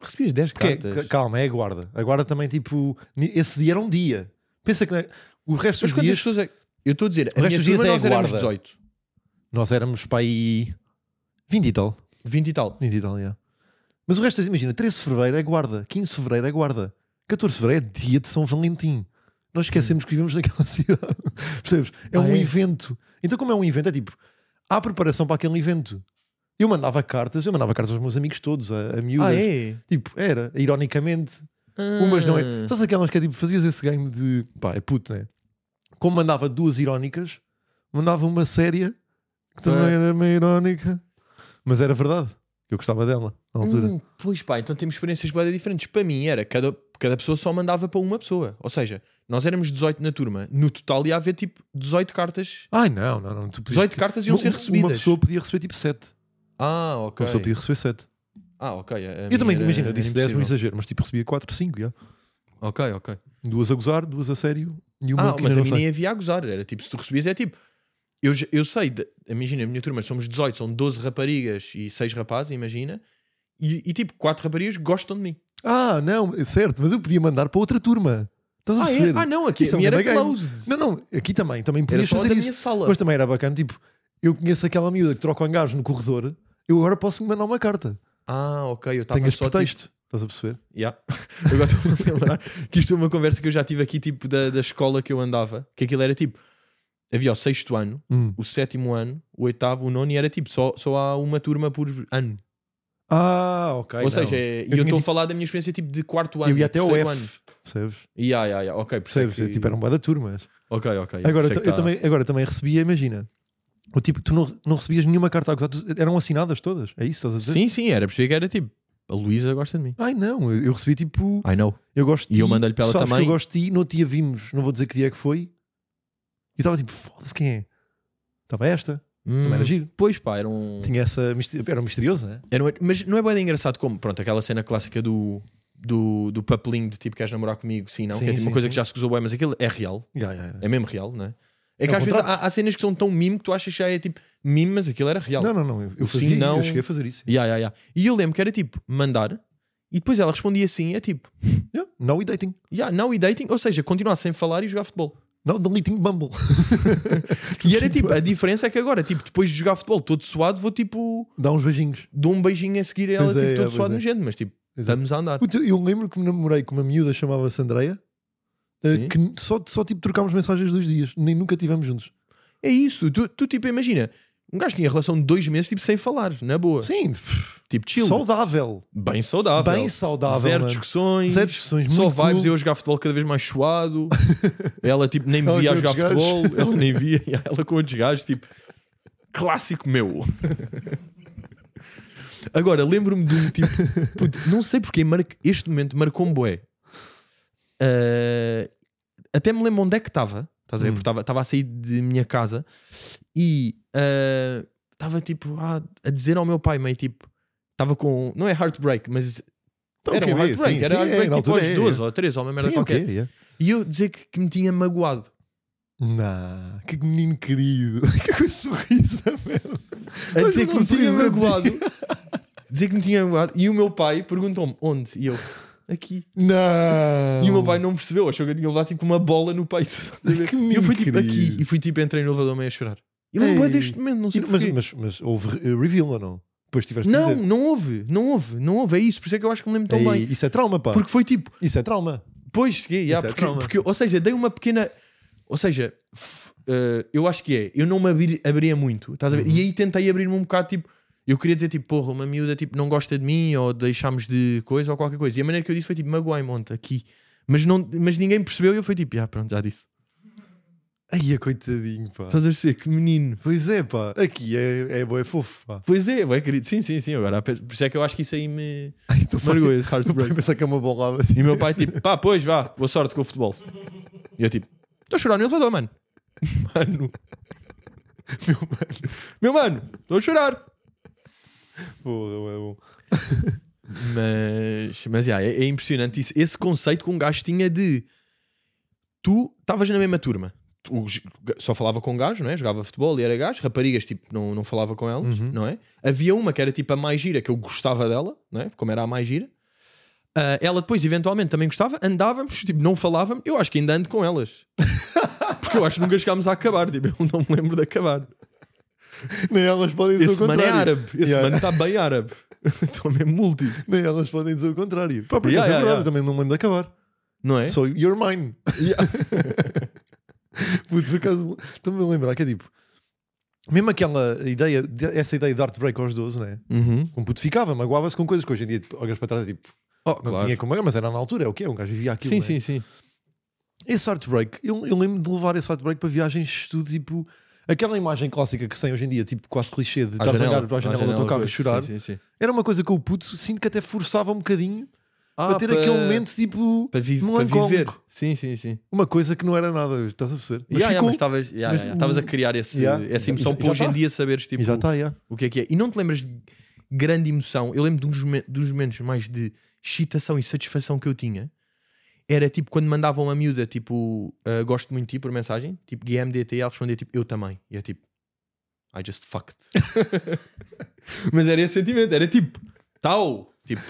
S1: Recebias 10
S2: Porque,
S1: cartas.
S2: ca- calma, é a guarda. A guarda também, tipo, ni- esse dia era um dia. Pensa que não é- o resto
S1: Mas
S2: dos
S1: quantas
S2: dias.
S1: pessoas é que- Eu estou a dizer,
S2: resto
S1: a minha
S2: dos dias
S1: turma
S2: é
S1: nós éramos
S2: guarda.
S1: 18,
S2: Nós éramos para aí 20 e tal.
S1: 20 e tal.
S2: 20 e tal, yeah. Mas o resto, imagina, 13 de fevereiro é guarda, 15 de fevereiro é guarda, 14 de fevereiro é dia de São Valentim. Nós esquecemos que vivemos naquela (laughs) cidade. Percebes? É
S1: Hum. Ah,
S2: um
S1: é?
S2: evento. Então, como é um evento, é tipo, há preparação para aquele evento. Eu mandava cartas, eu mandava cartas aos meus amigos todos, a, a miúdas.
S1: é? Ah.
S2: Tipo, era, ironicamente. Umas não é.
S1: Hum.
S2: Sabes aquelas que é tipo, fazias esse game de pá, é puto, né? Como mandava duas irónicas, mandava uma séria que também
S1: É.
S2: era meio irónica, mas era verdade. que Eu gostava dela na altura.
S1: Hum, pois pá, então temos experiências bem diferentes. Para mim era, cada, cada pessoa só mandava para uma pessoa. Ou seja, nós éramos 18 na turma. No total ia haver tipo 18 cartas.
S2: Ai não, não, não. Tu podias-
S1: 18 cartas iam
S2: Uma-
S1: ser recebidas.
S2: Uma pessoa podia receber tipo 7.
S1: Ah, ok.
S2: Uma pessoa podia receber 7.
S1: Ah, ok. a- a
S2: Eu
S1: minha
S2: também,
S1: era-
S2: imagina, eu
S1: era
S2: disse 10 no
S1: impossível.
S2: exagero, mas tipo recebia 4, 5. já.
S1: Ok, ok.
S2: Duas a gozar, duas a sério e uma
S1: ah,
S2: que
S1: mas
S2: ainda não
S1: a mim
S2: sei.
S1: nem havia a gozar. Era tipo, se tu recebias, é tipo. Eu, já- eu sei, de- imagina, a minha turma somos 18, são 12 raparigas e 6 rapazes, imagina. E, e, tipo, 4 raparigas gostam de mim.
S2: Ah, não, é certo, mas eu podia mandar para outra turma. Estás a
S1: Ah, é?
S2: perceber?
S1: Ah, não, aqui
S2: Isso é
S1: a minha
S2: um
S1: era
S2: grande game.
S1: closed.
S2: Não, não, aqui também, também
S1: Era
S2: podias
S1: só
S2: fazer
S1: da
S2: isso.
S1: minha sala.
S2: Mas também era bacana, tipo, eu conheço aquela miúda que troca um gajo no corredor, eu agora posso lhe mandar uma carta.
S1: Ah, ok, eu estava
S2: Tenho este
S1: só tipo,
S2: pretexto. Estás a perceber?
S1: Yeah. (laughs) Agora estou-me a lembrar que isto é uma conversa que eu já tive aqui, tipo, da, da escola que eu andava. Que aquilo era tipo: havia o sexto ano,
S2: Hum.
S1: o sétimo ano, o oitavo, o nono, e era tipo: só, só há uma turma por ano.
S2: Ah, ok.
S1: Ou seja, é- e eu
S2: tinha
S1: estou a
S2: tipo-
S1: falar da minha experiência tipo de quarto
S2: eu
S1: ano.
S2: ia até ao
S1: terceiro
S2: F.
S1: ano.
S2: Percebes?
S1: Ya, ya, ya, Ok, por isso é
S2: Percebes? É,
S1: que-
S2: Tipo, era um bada turmas.
S1: Ok, ok.
S2: Agora,
S1: por isso é
S2: eu,
S1: que tá-
S2: também, agora também recebia, imagina. O tipo, tu não, não recebias nenhuma carta a gozar, tu- eram assinadas todas. É isso? Estás a dizer?
S1: Sim, sim, era. Percebi que era tipo. A Luísa gosta de mim.
S2: Ai não, eu eu recebi tipo.
S1: I know.
S2: Eu gosto de
S1: E
S2: ti,
S1: eu mandei-lhe para
S2: tu
S1: ela
S2: sabes
S1: também.
S2: Que eu gosto de ti, no outro dia vimos, não vou dizer que dia é que foi. E eu estava tipo, foda-se quem é? Estava esta, também era
S1: Hum,
S2: giro.
S1: Pois pá, era um.
S2: Tinha essa. mister- Era misteriosa, né?
S1: Era um- Mas não é bem engraçado como. Pronto, aquela cena clássica do. Do, do papelinho de tipo queres namorar comigo, sim, não,
S2: Sim,
S1: que é tipo
S2: sim,
S1: uma coisa
S2: sim.
S1: que já se usou bem, mas aquilo é real,
S2: Ya, ya, ya.
S1: é mesmo real, não é? É que
S2: É um
S1: às vezes há,
S2: contrato.
S1: há cenas que são tão mimo que tu achas que já é tipo mimo, mas aquilo era real.
S2: Não, não, não. Eu, eu
S1: O sim,
S2: fazia,
S1: não.
S2: eu cheguei a fazer isso.
S1: Ya, ya, ya. E eu lembro que era tipo mandar e depois ela respondia assim: é tipo,
S2: Yeah. Now we dating.
S1: yeah, now we dating, ou seja, continuar sem falar e jogar futebol.
S2: Now deleting Bumble. (laughs)
S1: E era tipo, a diferença é que agora, tipo, depois de jogar futebol todo suado, vou tipo,
S2: Dá uns beijinhos.
S1: dou um beijinho a seguir a ela,
S2: Pois é,
S1: tipo,
S2: é,
S1: todo
S2: pois
S1: suado
S2: é.
S1: no gente, mas tipo,
S2: Exato.
S1: estamos a andar.
S2: Puta, Eu lembro que me namorei com uma miúda que chamava-se Andreia. eh,
S1: Sim.
S2: Que só, só tipo trocámos mensagens dos dias, nem nunca tivemos juntos.
S1: É isso, tu, tu, tipo, imagina, um gajo tinha relação de dois meses, tipo, sem falar, na boa.
S2: Sim,
S1: Tipo, chill.
S2: saudável.
S1: Bem saudável.
S2: Bem saudável.
S1: Zero
S2: mano.
S1: discussões.
S2: Zero discussões,
S1: Só
S2: muito
S1: vibes,
S2: cool.
S1: eu a jogar futebol cada vez mais (laughs) suado. Ela tipo nem me
S2: Ela
S1: via a
S2: com
S1: jogar
S2: outros gajos.
S1: futebol, ela nem via, (laughs) e ela com outros gajos, tipo, clássico meu. (laughs) Agora, lembro-me de um tipo, puto, não sei porque mar- este momento marcou-me bué. Ah, até me lembro onde é que estava, estás a ver?
S2: Hum.
S1: Porque estava a sair de minha casa e ah, estava tipo a, a dizer ao meu pai, meio tipo, estava com, não é heartbreak, mas
S2: Então,
S1: era
S2: ok,
S1: um
S2: é,
S1: heartbreak,
S2: sim,
S1: era
S2: sim, é,
S1: heartbreak
S2: na
S1: tipo
S2: altura
S1: aos
S2: é,
S1: 12 ou 13 ou uma merda
S2: Sim,
S1: qualquer.
S2: ok, yeah.
S1: E eu dizer que, que me tinha magoado.
S2: Nah, que menino querido. (laughs) que sorriso, velho.
S1: A dizer
S2: eu
S1: que
S2: não
S1: me
S2: sei
S1: tinha
S2: dizer.
S1: magoado. (laughs) dizer que me tinha magoado. E o meu pai perguntou-me onde? E eu, aqui.
S2: Não.
S1: E o meu pai não percebeu, achou que eu tinha levado tipo uma bola
S2: (laughs)
S1: no peito. Estás a ver?
S2: Que
S1: E eu fui tipo
S2: menino
S1: aqui
S2: querido.
S1: e fui tipo entrei no elevador meio a chorar. E lembro
S2: Ei.
S1: bué deste momento, não sei
S2: Mas,
S1: porquê.
S2: mas, mas houve eh, reveal ou não? Depois tiveste
S1: Não,
S2: de dizer.
S1: não houve, não houve, não houve. É isso, por isso é que eu acho que me lembro tão
S2: Ei,
S1: bem.
S2: Isso é trauma, pá.
S1: Porque foi tipo,
S2: Isso é trauma.
S1: Pois, cheguei, já,
S2: Isso é
S1: porque,
S2: trauma.
S1: porque- ou seja, dei uma pequena. Ou seja, f- eh, eu acho que é, eu não me abri- abria muito, estás a ver? E aí tentei abrir-me um bocado, tipo, eu queria dizer, tipo, porra, uma miúda tipo, não gosta de mim ou deixámos de coisa ou qualquer coisa. E a maneira que eu disse foi tipo, magoai monte aqui. Mas, não, mas ninguém percebeu e eu fui tipo, ah, pronto, já disse.
S2: Ai, a coitadinho, pá.
S1: Estás a dizer, que menino.
S2: Pois é, pá. Aqui é, é, bué fofo, pá.
S1: Pois é, vai querido, sim, sim, sim. Agora, por isso é que eu acho que isso aí (laughs) me
S2: Ai, tu
S1: marcou esse
S2: Vai
S1: heartbreak.
S2: pensar que é uma bolada. (laughs)
S1: E o meu pai, tipo, pá, pois vá, boa sorte com o futebol. E eu, tipo, estou a chorar no elevador, mano. (laughs) Mano. Meu mano. Meu mano, estou a chorar.
S2: Porra, é bom.
S1: Mas, mas yeah, é, é impressionante isso. Esse conceito que um gajo tinha de. Tu estavas na mesma turma. Tu j- só falava com gajo, não é? Jogava futebol e era gajo. Raparigas, tipo, não, não falava com elas,
S2: Uhum.
S1: não é? Havia uma que era tipo a mais gira, que eu gostava dela, não é? Como era a mais gira. Ah, ela depois, eventualmente, também gostava. Andávamos, tipo, não falávamos. Eu acho que ainda ando
S2: (laughs)
S1: com elas. Porque eu acho que nunca chegámos a acabar. Tipo, eu não me lembro de acabar.
S2: Nem elas podem dizer
S1: Esse
S2: o
S1: mano é
S2: contrário.
S1: árabe. Esse
S2: Yeah.
S1: mano está bem árabe. (laughs) Estou mesmo multi,
S2: Nem elas podem dizer o contrário. Pá, porque
S1: Yeah,
S2: essa é
S1: yeah,
S2: verdade,
S1: yeah.
S2: eu também não me lembro de acabar.
S1: não é?
S2: So, you're mine.
S1: Yeah.
S2: (laughs) Puto, por acaso, estou-me a lembrar que é tipo. Mesmo aquela ideia, de- essa ideia de art break aos 12, né?
S1: Uhum.
S2: Um puto ficava, magoava-se com coisas que hoje em dia, tipo, olhas para trás e tipo,
S1: Oh,
S2: não
S1: claro.
S2: tinha como pagar, mas era na altura, é o que é, um gajo vivia aquilo.
S1: Sim,
S2: né?
S1: sim, sim.
S2: Esse art break, eu, eu lembro de levar esse art break para viagens de estudo, tipo, aquela imagem clássica que se tem hoje em dia, tipo, quase clichê de estar a olhar para a janela, do teu carro e chorar,
S1: Sim, sim, sim.
S2: era uma coisa que o puto sinto que até forçava um bocadinho
S1: Ah,
S2: para ter aquele momento, tipo,
S1: para, vi- para
S2: melancólico.
S1: viver. Sim, sim, sim.
S2: Uma coisa que não era nada, estás a perceber?
S1: Mas yeah, yeah,
S2: ficou-
S1: mas tá, estavas yeah,
S2: mas
S1: yeah, estavas
S2: o-
S1: a criar esse,
S2: Yeah.
S1: essa
S2: E
S1: emoção
S2: já-
S1: para
S2: já
S1: hoje em
S2: tá.
S1: dia saberes tipo,
S2: E já está, yeah.
S1: o que é que é. E não te lembras de grande emoção. Eu lembro de uns, me- dos momentos mais de excitação e satisfação que eu tinha. Era tipo quando mandavam uma miúda, tipo, ah, gosto muito de ti por mensagem, tipo, GMDT, e ela respondia tipo, eu também. E é tipo, I just fucked.
S2: (laughs)
S1: mas era esse sentimento, era tipo, tal. Tipo,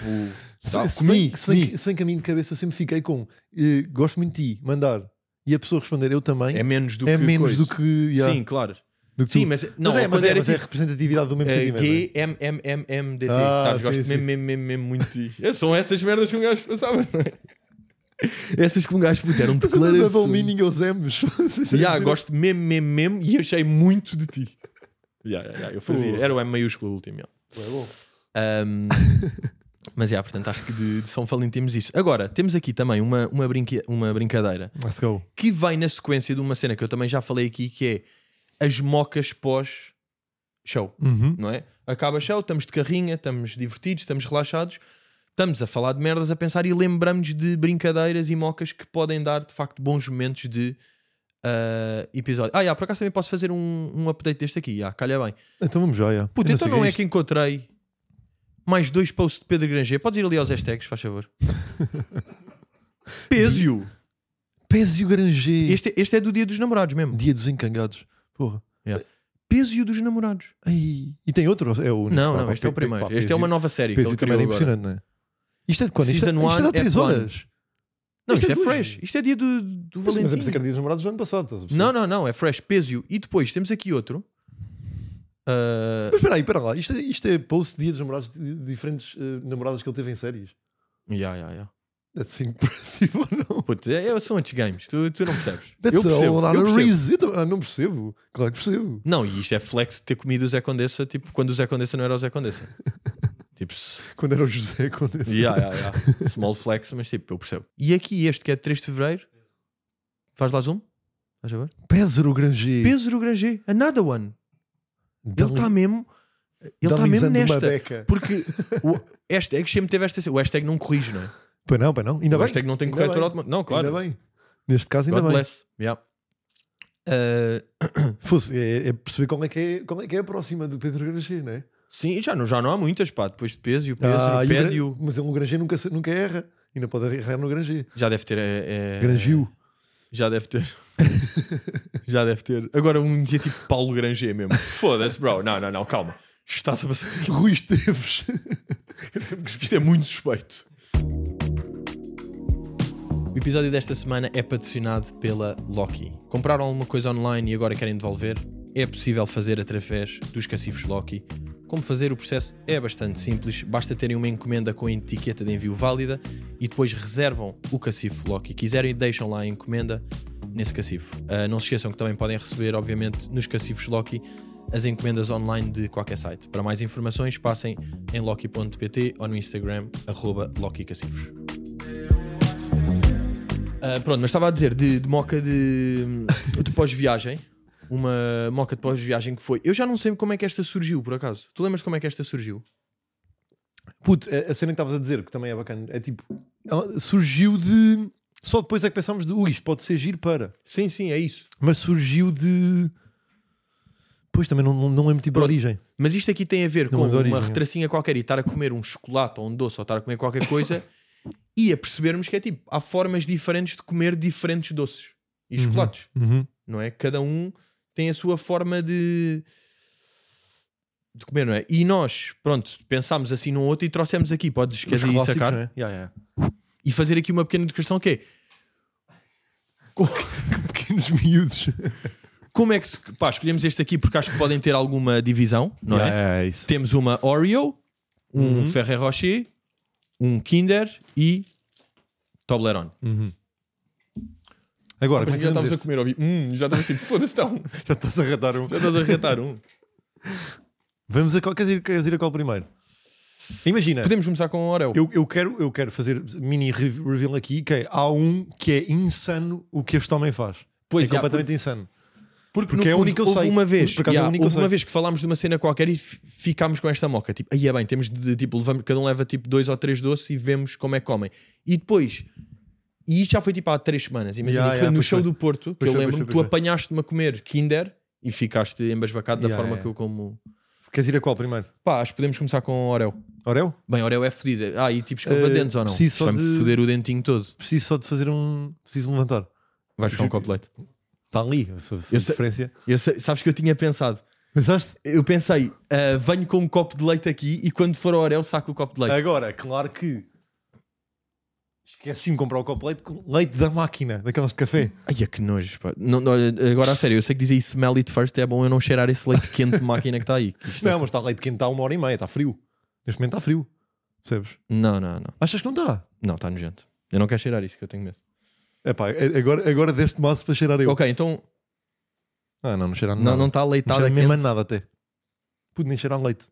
S1: tal,
S2: Se
S1: comi,
S2: bem- se bem
S1: comi.
S2: que- se bem que a mim de cabeça eu sempre fiquei com eh, gosto muito de ti, mandar e a pessoa responder eu também
S1: É
S2: é,
S1: menos do que.
S2: menos
S1: coisa.
S2: do que, yeah,
S1: Sim, claro.
S2: do que
S1: Sim,
S2: tu.
S1: mas não,
S2: mas é, mas
S1: quando
S2: é,
S1: era
S2: mas é a
S1: tipo,
S2: representatividade do mesmo
S1: eh,
S2: sentimento. não é?
S1: G, M, M, M, M, D, T.
S2: Ah,
S1: sabes? Gosto
S2: sim, sim.
S1: mesmo, mesmo, mesmo, mesmo muito de ti. É, São essas merdas que um gajo passava, não é? Essas que um gajo
S2: (laughs)
S1: puto, eram
S2: Mas eu não dou
S1: declarações.
S2: meaning aos (laughs) M's.
S1: (laughs) Yeah, gosto mesmo, mesmo, mesmo e achei muito de ti. Yeah, yeah, yeah, eu fazia.
S2: Pô.
S1: Era o M maiúsculo último. yeah.
S2: É bom.
S1: (laughs) Ahm, mas é, portanto, acho que de, de São Valentim temos isso. Agora, temos aqui também uma, uma, brinque, uma brincadeira
S2: Let's go.
S1: que vem na sequência de uma cena que eu também já falei aqui, que é as mocas pós-show,
S2: Uhum.
S1: não é? Acaba show, estamos de carrinha, estamos divertidos, estamos relaxados, estamos a falar de merdas, a pensar e lembramos de brincadeiras e mocas que podem dar, de facto, bons momentos de ah, episódio. Ah, já, por acaso também posso fazer um, um update deste aqui, já, calha bem.
S2: Então vamos já, já.
S1: Puta,
S2: Eu
S1: então
S2: sei
S1: não é
S2: isto.
S1: que encontrei mais dois posts de Pedro Granger. Podes ir ali aos hashtags, faz (laughs) favor. Pésio.
S2: Pésio Granger.
S1: Este, este é do dia dos namorados mesmo.
S2: Dia dos encangados. Porra.
S1: Pésio dos namorados.
S2: Ai. E tem outro? É o único?
S1: Não,
S2: Pá,
S1: não,
S2: pá,
S1: este é o
S2: pá, pá,
S1: primeiro.
S2: pá,
S1: Este é uma
S2: Pésio-
S1: nova série que ele
S2: Pésio também
S1: criou
S2: era
S1: agora.
S2: impressionante, não é? Isto é de quando? Isto é,
S1: Season
S2: isto é
S1: one,
S2: de 3
S1: at one.
S2: horas.
S1: Não, isto é
S2: dois.
S1: fresh. Isto é dia do, do
S2: Mas, mas eu pensei que
S1: Valentim.
S2: era dia dos namorados do ano passado. estás a perceber?
S1: Não, não, não. É fresh. Pésio. E depois temos aqui outro. Ah,
S2: (laughs) Mas espera aí, espera lá. Isto é, isto é post de dia dos namorados de de diferentes eh, namoradas que ele teve em séries.
S1: yeah, yeah, yeah.
S2: That's impressive (laughs) ou não?
S1: (laughs) Putz, é, é- são antes games. Tu, tu não percebes.
S2: (laughs) That's
S1: eu percebo.
S2: a whole
S1: eu
S2: other
S1: percebo.
S2: reason. Eu tam- ah, não percebo. Claro que percebo.
S1: Não, e isto é flex de ter comido o Zé Condessa, tipo, quando o Zé Condessa não era o
S2: (laughs)
S1: Zé Condessa. tipo, se-
S2: Quando era o José quando era-
S1: yeah, yeah, yeah. small flex, mas tipo, eu percebo. E aqui este que é de 3 de Fevereiro, faz lá zoom, vais a ver?
S2: Pésaro Granger.
S1: Pedro Granger, another one. Ele
S2: tá-
S1: está mesmo,
S2: um-
S1: ele está mesmo nesta. Porque o hashtag sempre teve esta... O hashtag não corrige, não é?
S2: Pois não, pois não. Ainda
S1: o
S2: bem.
S1: hashtag não tem
S2: Ainda
S1: corretor
S2: bem.
S1: automático. Não, claro.
S2: Ainda bem. Neste caso, ainda
S1: God
S2: bem.
S1: bless. Yeah. Ah,
S2: Fosse, é, é perceber qual é, que é, qual é que é a próxima do Pedro Granger, não é?
S1: sim, e já não, já não há muitas, pá. Depois de peso e o peso,
S2: Ah,
S1: o
S2: e o Gra-
S1: pédio.
S2: Mas ele no Granger nunca, se- nunca erra. Ainda pode errar no Granger.
S1: Já deve ter... É, é-
S2: (laughs) Grangil.
S1: Já deve ter. (laughs) Já deve ter. Agora um dia tipo Paulo Granger mesmo. Foda-se, bro. Não, não, não, calma. Está-se a passar.
S2: Rui Esteves.
S1: Isto é muito suspeito. O episódio desta semana é patrocinado pela Loki. Compraram alguma coisa online e agora querem devolver? É possível fazer através dos cacifos Loki. Como fazer o processo é bastante simples, basta terem uma encomenda com a etiqueta de envio válida e depois reservam o cacifo Loki. Quiserem, deixam lá a encomenda nesse cacifo. Ah, não se esqueçam que também podem receber, obviamente, nos cacifos Loki as encomendas online de qualquer site. Para mais informações, passem em loki.pt ou no Instagram, arroba lokicacifos. Ah, pronto, mas estava a dizer de, de moca de, de pós-viagem. Uma moca de pós-viagem que foi. Eu já não sei como é que esta surgiu, por acaso. Tu lembras como é que esta surgiu?
S2: Puto, a, a cena que estavas a dizer, que também é bacana, é tipo, ela surgiu de. Só depois é que pensámos de, ui, isto pode ser giro para.
S1: Sim, sim, é isso.
S2: Mas surgiu de. Pois também não, não, não lembro tipo de
S1: Pronto.
S2: origem.
S1: Mas isto aqui tem a ver
S2: Não
S1: com
S2: é de origem,
S1: uma
S2: é.
S1: retracinha qualquer e estar a comer um chocolate ou um doce ou estar a comer qualquer coisa (laughs) e a percebermos que é tipo, há formas diferentes de comer diferentes doces e chocolates,
S2: Uhum.
S1: não é? Cada um tem a sua forma de, de comer, não é? E nós, pronto, pensámos assim num outro e trouxemos aqui, podes querer ir
S2: clássicos,
S1: sacar
S2: não é? Yeah, yeah.
S1: e fazer aqui uma pequena questão que é
S2: (laughs) Pequenos miúdos.
S1: como é que se, pá, escolhemos este aqui porque acho que podem ter alguma divisão, não é?
S2: é? isso.
S1: Temos uma Oreo, um
S2: Uhum.
S1: Ferrero Rocher, um Kinder e Toblerone.
S2: Agora, como é
S1: Mas
S2: que
S1: já estavas
S2: fazemos
S1: a
S2: este?
S1: comer, ouvi. Hum, já estavas tipo, foda-se, está um.
S2: já estás a ratar um.
S1: Já estás a retar um.
S2: Vamos a qual? Queres ir, queres ir a qual primeiro? Imagina,
S1: Podemos começar com o Oreo.
S2: eu, eu, quero, eu quero fazer mini re- reveal aqui que é, há um que é insano o que este homem faz.
S1: Pois,
S2: é
S1: já,
S2: completamente insano.
S1: porque,
S2: porque é a
S1: fundo,
S2: única que eu
S1: houve
S2: sei.
S1: uma vez,
S2: Por acaso é a
S1: yeah,
S2: única que eu
S1: houve uma
S2: sei.
S1: vez que falámos de uma cena qualquer e fi- ficámos com esta moca. Tipo, aí é bem, temos de, tipo, levamos, cada um leva tipo dois ou três doces e vemos como é que comem. E depois, e isto já foi tipo há três semanas, imagina,
S2: Yeah, yeah,
S1: que foi no
S2: pois
S1: show
S2: foi.
S1: do Porto, que
S2: Pois
S1: eu
S2: foi, pois
S1: lembro,
S2: foi,
S1: tu
S2: pois foi.
S1: apanhaste-me a comer Kinder e ficaste embasbacado da
S2: Yeah,
S1: forma
S2: yeah.
S1: que eu como.
S2: Queres ir a qual primeiro?
S1: Pá, acho que podemos começar com Oreo.
S2: Orel?
S1: Bem, Oreo é fodida. Ah, e tipo escova
S2: Eh,
S1: de dentes ou não?
S2: preciso
S1: Isto
S2: só
S1: Vai-me
S2: de-
S1: foder o dentinho todo.
S2: Preciso só de fazer um. Preciso levantar.
S1: Vais buscar um copo de leite.
S2: Está ali, a sua- a sua
S1: Eu sei-
S2: diferença.
S1: Eu sei- sabes que eu tinha pensado.
S2: Pensaste?
S1: Eu pensei, ah, venho com um copo de leite aqui e quando for ao Oreo saco o copo de leite.
S2: Agora, claro que. Esqueci-me de comprar o copo de leite com leite da máquina, daquelas de café.
S1: Ai, é que nojo, pá. Não, não, agora a sério, eu sei que dizem smell it first, é bom eu não cheirar esse leite quente de máquina que está aí. Que isto é-
S2: Não, mas está leite quente, está uma hora e meia, está frio. Neste momento está frio. Percebes?
S1: Não, não, não.
S2: Achas que não está?
S1: Não, está nojento. Eu não quero cheirar isso, que eu tenho medo.
S2: Epá, a- agora, agora deste maço para cheirar eu.
S1: Ok, então
S2: Ah, não, não cheira a nada.
S1: não tá não está
S2: Não
S1: leitada
S2: cheira
S1: quente.
S2: (laughs) mesmo a nada até. Pude nem cheirar a leite.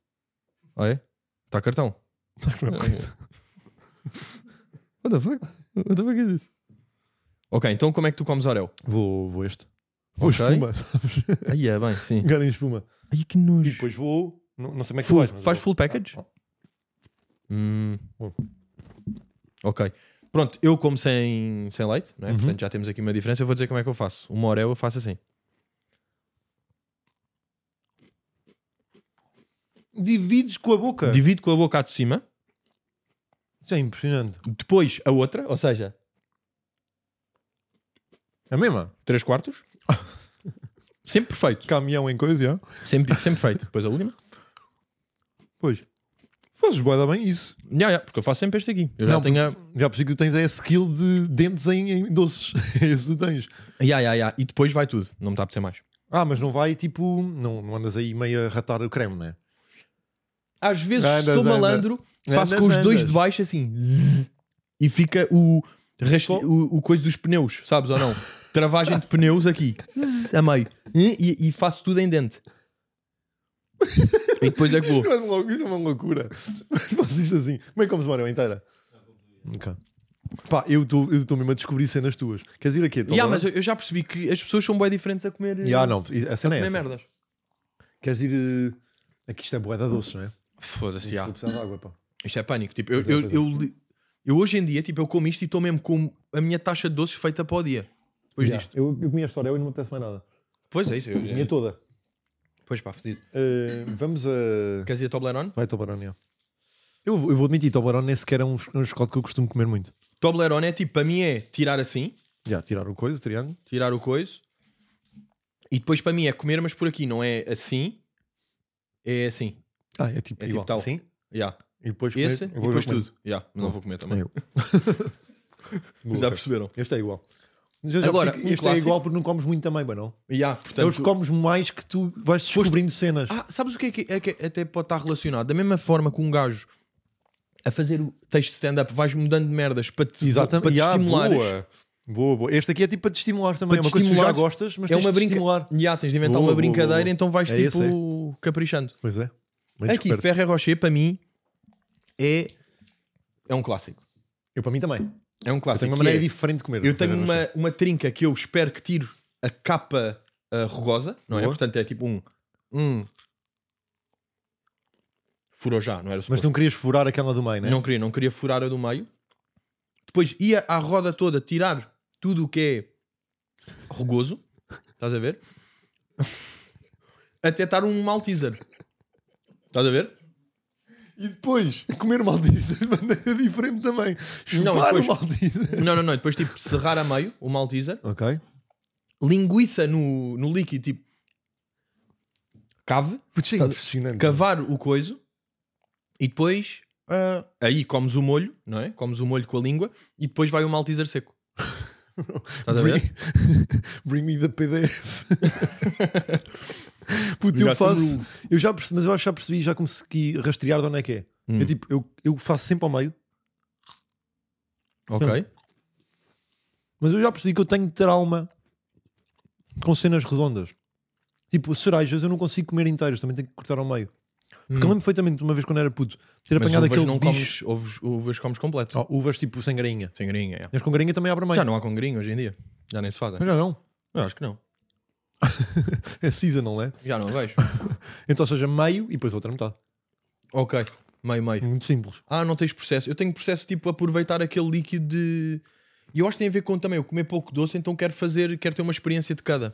S1: Olha. Está Ah, é? Tá cartão.
S2: Tá
S3: What the fuck? What the fuck is this?
S1: Ok, então como é que tu comes Oreo?
S3: Vou, vou este.
S2: Vou
S1: Ok.
S2: espuma, (laughs) sabes?
S1: Aí é bem, sim.
S2: Engano em espuma.
S1: Ai que
S2: E
S1: nojo.
S2: depois vou. Não, não sei como é que
S1: Full,
S2: tu mas
S1: faz
S2: vou-
S1: full package? Hum.
S2: Bom.
S1: Ok. Pronto, eu como sem, sem leite, não é? portanto já temos aqui uma diferença. Eu vou dizer como é que eu faço. Uma Oreo eu faço assim.
S2: Divides com a boca.
S1: Divido com a boca à de cima,
S2: Isso é impressionante.
S1: depois a outra, ou seja,
S2: É a mesma?
S1: 3 quartos. sempre perfeito.
S2: Caminhão em coisa, já.
S1: Sempre, sempre feito. Depois a última.
S2: Pois. Fazes boa bem isso.
S1: Ya, ya, porque eu faço sempre este aqui. Eu já
S2: Não,
S1: tenho a-
S2: Já percebi que tu tens é a skill de dentes em, em doces. (laughs) É isso que tu tens.
S1: Ya, ya, ya. E depois vai tudo. Não me está a apetecer mais.
S2: Ah, mas não vai tipo. Não, não andas aí meio a ratar o creme, né?
S1: Às vezes,
S2: Andas,
S1: se estou
S2: andas.
S1: malandro, faço
S2: Andas,
S1: com os dois
S2: andas.
S1: de baixo assim. zzz, E fica o, rasti-
S2: Só-
S1: o, o coisa dos pneus, sabes ou não? Travagem de pneus aqui. zzz, A meio. E, e faço tudo em dente. e depois é que vou.
S2: Isto é uma lou- isto é uma loucura. Mas faço isto assim. Como é que comes uma orelha inteira? Nunca. Pá, eu estou mesmo a descobrir cenas tuas. Queres ir aqui?
S1: Ya, mas eu, eu já percebi que as pessoas são bem diferentes a comer, eh,
S2: Já, não. A cena é essa.
S1: comer merdas.
S2: Queres ir. eh, Aqui isto é boeda doce, não é?
S1: Foda-se,
S2: Estou a
S1: já.
S2: precisar de água, pá.
S1: Isto é pânico. Tipo, eu,
S2: Pois é,
S1: eu,
S2: pois é.
S1: eu li- eu hoje em dia, tipo, eu como isto e estou mesmo com a minha taxa de doces feita para o dia. Depois
S2: Já.
S1: disto.
S2: Eu, eu comi esta orelha e não me apetece mais nada.
S1: Pois é isso. Eu,
S2: Minha toda.
S1: Pois pá, fodido.
S2: Eh, vamos a.
S1: Queres ir a Toblerone?
S2: Vai, Toblerone. já. Eu, vou- eu vou admitir, Toblerone nem sequer é um, um chocolate que eu costumo comer muito.
S1: Toblerone é tipo, para mim é tirar assim,
S2: Já, tirar o coisa, o triângulo.
S1: tirar o coiso. E depois para mim é comer, mas por aqui não é assim. É assim.
S2: Ah, é tipo
S1: É
S2: igual.
S1: tipo tal.
S2: Sim.
S1: Já.
S2: E depois comer-
S1: Esse
S2: eu
S1: e
S2: vou- é.
S1: depois
S2: vou comer.
S1: tudo. Já. Não vou comer também.
S2: (laughs) É eu.
S1: Já
S2: Boa,
S1: perceberam.
S2: Este é igual. Já, já
S1: Agora,
S2: percebi
S1: um
S2: que este é
S1: clássico.
S2: igual porque não comes muito também, mas não.
S1: Já,
S2: É os que
S1: portanto...
S2: comes mais que tu vais descobrindo cenas.
S1: Ah, sabes o que é que, é que até pode estar relacionado? Da mesma forma que um gajo a fazer o texto de stand-up vais mudando de merdas para te, para te É
S2: Ya,
S1: estimulares.
S2: Boa. boa, boa. Este aqui é tipo para te estimular também.
S1: Para
S2: é
S1: te
S2: uma coisa que tu já
S1: estimulares,
S2: gostas, mas
S1: é
S2: tens
S1: uma
S2: de te
S1: brinca...
S2: estimular.
S1: Ya, tens de inventar
S2: Boa,
S1: uma
S2: boa, boa,
S1: brincadeira,
S2: boa.
S1: então vais
S2: É esse,
S1: tipo caprichando.
S2: Pois é. Bem
S1: Aqui,
S2: descoberto.
S1: Ferrer Rocher, para mim, é, é um clássico.
S2: Eu para mim também.
S1: É um
S2: Eu
S1: clássico.
S2: tenho uma
S1: que
S2: maneira
S1: é-
S2: diferente de comer.
S1: eu tenho uma, uma trinca que eu espero que tire a capa ah, rugosa, não é?
S2: Boa.
S1: Portanto, é tipo um. um furou já, não era o
S2: Mas não querias furar aquela do meio, né?
S1: Não queria, não queria furar a do meio. Depois ia à roda toda tirar tudo o que é rugoso. Estás a ver? (laughs) Até estar um Malteser. Estás a ver?
S2: E depois, comer maldizer de maneira diferente também.
S1: Não,
S2: Chupar
S1: depois-
S2: o maldizer.
S1: Não, não, não. E Depois, tipo, serrar a meio o Malteser.
S2: Ok.
S1: Linguiça no, no líquido, tipo. Cave.
S2: Putz, é
S1: Tá-
S2: impressionante.
S1: Cavar o coiso. E depois. ah, aí comes o molho, não é? Comes o molho com a língua. E depois vai o Malteser (laughs) seco. Estás a ver?
S2: Bring, bring (laughs) me the
S1: (laughs)
S2: PDF. Puto,
S1: We
S2: eu
S1: got some
S2: faço. Eu já percebi, mas eu acho que já percebi, já consegui rastrear de onde é que é.
S1: Hum.
S2: Eu, tipo, eu, eu faço sempre ao meio,
S1: Ok.
S2: mas eu já percebi que eu tenho trauma com cenas redondas. Tipo, cerejas eu não consigo comer inteiros, também tenho que cortar ao meio. Porque eu lembro perfeitamente de uma vez quando era puto, ter
S1: Hum. Mas
S2: apanhado
S1: uvas
S2: aquele
S1: não
S2: bicho.
S1: comes, ovos, uvas comes completo.
S2: Oh, uvas tipo sem grainha.
S1: Sem gringa, é.
S2: Mas com grainha também abre meio.
S1: Já não há com gringa hoje em dia. Já nem se fazem.
S2: Mas já não.
S1: Eu acho que não.
S2: É seasonal, é?
S1: Já não vejo.
S2: Então seja meio e depois outra metade. É
S1: ok. Meio, meio.
S2: Muito simples.
S1: Ah, não tens processo. Eu tenho processo tipo aproveitar aquele líquido de. E eu acho que tem a ver com também eu comer pouco doce, então quero fazer, quero ter uma experiência de cada.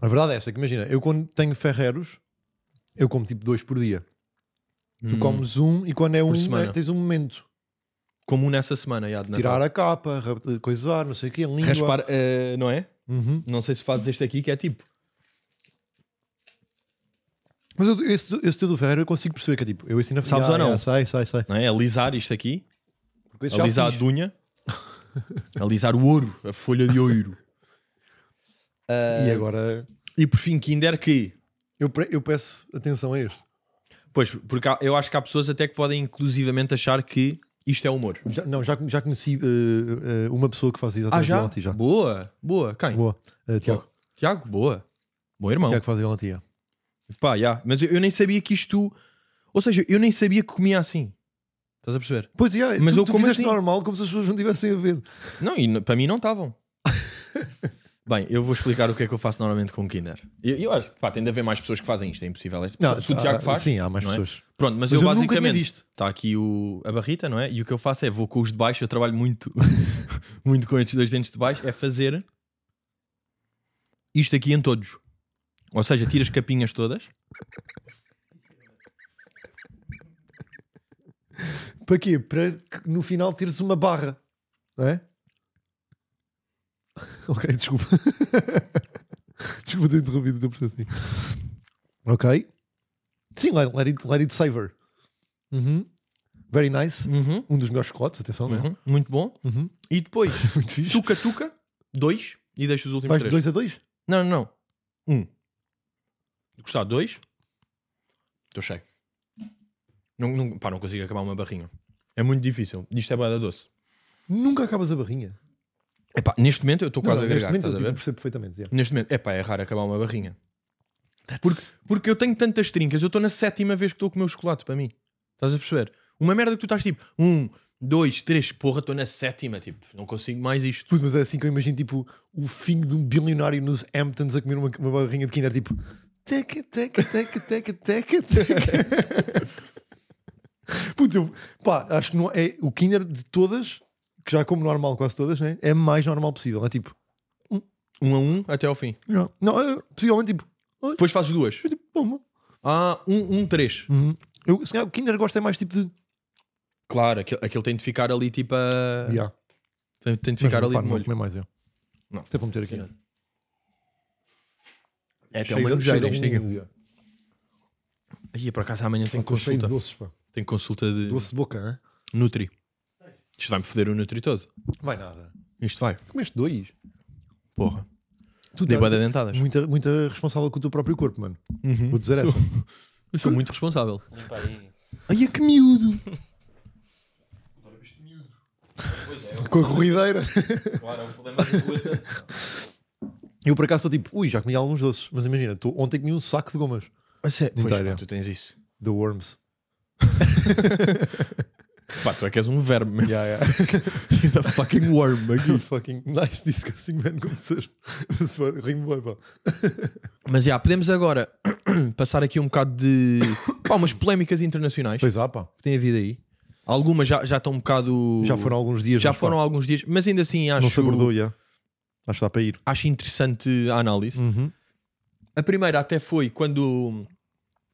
S2: A verdade é essa, que imagina, eu quando tenho ferreros, eu como tipo dois por dia. Tu comes um e quando é um,
S1: Hum. semana.
S2: é- tens um momento.
S1: Como um nessa semana, já, de Natal.
S2: Tirar a capa, ra- coisar, não sei o quê, língua.
S1: Raspar, eh, não é?
S2: Uhum.
S1: Não sei se fazes este aqui, que é tipo.
S2: Mas eu, esse, do- esse teu do ferreiro eu consigo perceber que é tipo, eu ensino a
S1: Sabes ou não?
S2: sai, sai, sai.
S1: Não é? Alisar isto aqui.
S2: Porque esse já
S1: Alisar a
S2: fiz. (laughs)
S1: dunha. alisar o ouro. A folha de ouro.
S2: (laughs)
S1: Eh,
S2: E agora
S1: E por fim, Kinder, que
S2: eu, pre- eu peço atenção a este.
S1: Pois, porque há- eu acho que há pessoas até que podem inclusivamente achar que isto é humor.
S2: Já- não, já, já conheci eh, eh, uma pessoa que faz exatamente igual a ti já.
S1: Ah, Boa, boa. Quem?
S2: Boa. Eh, Tiago.
S1: Tiago, boa. Bom irmão.
S2: Tiago faz igual a ti. é.
S1: Pá, já. Mas eu, eu nem sabia que isto. Ou Ou seja, eu nem sabia que comia assim. Estás a perceber?
S2: Pois é,
S1: Mas
S2: tu,
S1: eu
S2: tu
S1: como
S2: fizeste
S1: assim?
S2: normal como se as pessoas não estivessem a ver.
S1: Não, e n- para mim
S2: (laughs)
S1: não estavam. Bem, eu vou explicar o que é que eu faço normalmente com o Kinder. Eu, eu acho que pá, tem de haver mais pessoas que fazem isto, é impossível. É- se se o
S2: ah,
S1: Tiago faz.
S2: Sim, há mais
S1: não é?
S2: pessoas.
S1: Pronto, mas,
S2: Mas eu
S1: eu,
S2: nunca tinha
S1: basicamente.
S2: visto.
S1: Está aqui o, a barrita, não é? E o que eu faço é vou com os de baixo, eu trabalho muito, (laughs) muito com estes dois dentes de baixo, é fazer isto aqui em todos. Ou seja, tira as capinhas todas.
S2: Para quê? Para que no final teres uma barra. Não é? (laughs) ok, desculpa. (laughs) desculpa ter interrompido o teu processo. Ok. Sim, let, let it, let it savor. Uhum. Very nice.
S1: Uhum,
S2: Um dos melhores chocolates, atenção, não é?
S1: uhum, muito bom.
S2: Uhum.
S1: E depois,
S2: (laughs) Muito fixe.
S1: tuca-tuca, dois, e deixo os últimos
S2: Vais
S1: três.
S2: 2 a 2?
S1: Não, não, não. Um. Gostar de dois. Estou cheio. Não, não, pá, não consigo acabar uma barrinha. É muito difícil. Isto é boada doce.
S2: Nunca acabas a barrinha.
S1: Epá, neste momento eu estou quase
S2: Não,
S1: a
S2: neste
S1: gargar,
S2: momento eu
S1: estás a
S2: tipo,
S1: ver?
S2: percebo perfeitamente. yeah.
S1: Neste momento, epá, é raro acabar uma barrinha. Porque, porque eu tenho tantas trincas, eu estou na sétima vez que estou a comer o chocolate para mim. Estás a perceber? Uma merda que tu estás tipo, um, dois, três, porra, estou na sétima, tipo, não consigo mais isto.
S2: Puto, mas é assim que eu imagino, tipo, o fim de um bilionário nos Hamptons a comer uma, uma barrinha de Kinder, tipo, teca, teca, teca, teca, teca, teca. (laughs) Puto, eu- pá, acho que não é, o Kinder de todas, que já como normal quase todas, né, é a mais normal possível. É tipo,
S1: Um a um até ao fim.
S2: não, não é, possivelmente tipo,
S1: Depois fazes (laughs) duas.
S2: é tipo, poma.
S1: Ah, um, um, três.
S2: Eu, se calhar, o Kinder gosta é mais tipo de.
S1: Claro, aquele, aquele tem de ficar ali tipo a.
S2: Yeah.
S1: Tem, tem de
S2: Mas
S1: ficar
S2: não,
S1: ali
S2: pá,
S1: um de
S2: não vou
S1: molho.
S2: comer mais, eu.
S1: Não.
S2: Até vou meter aqui.
S1: Sim. É até
S2: Cheira-
S1: uma
S2: cheira
S1: nojeira isto
S2: um-
S1: aqui. Aí, por acaso amanhã tenho
S2: Cheio de
S1: consulta.
S2: doces, pá.
S1: Tenho consulta de
S2: Doce de boca, hein?
S1: Nutri. Isto vai-me foder o Nutri todo.
S2: Vai nada.
S1: Isto vai.
S2: Comeste dois.
S1: Porra. Uhum.
S2: Tu
S1: Dei
S2: tá-
S1: bué de dentadas.
S2: Muita, muita responsável com o teu próprio corpo, mano. Vou dizer essa.
S1: Eu sou muito responsável.
S4: Limpa aí.
S2: (laughs) Ai, é que miúdo! com a corrideira.
S4: (laughs) Claro, é um problema de gota.
S2: Eu por acaso estou tipo, ui, já comi alguns doces. Mas imagina, tô, ontem comi um saco de gomas.
S1: é, Pois,
S2: Inteira.
S1: pá, tu tens isso.
S2: The Worms.
S1: Pá, tu é que és um verme mesmo.
S2: Yeah, (laughs) yeah.
S1: He's a fucking worm
S2: You fucking nice disgusting man, como disseste. (laughs) Mas pá, Rimo bem, pá.
S1: Mas já, podemos agora (clears throat) passar aqui um bocado de. (coughs) pá, umas polémicas internacionais
S2: Pois há, pá.
S1: que tem havido aí. Algumas já, já estão um bocado.
S2: Já foram alguns dias.
S1: Já
S2: mas, pá,
S1: foram alguns dias, mas ainda assim
S2: Não
S1: acho,
S2: se abordou, já. Acho que dá para ir.
S1: acho interessante a análise.
S2: Uhum.
S1: A primeira até foi quando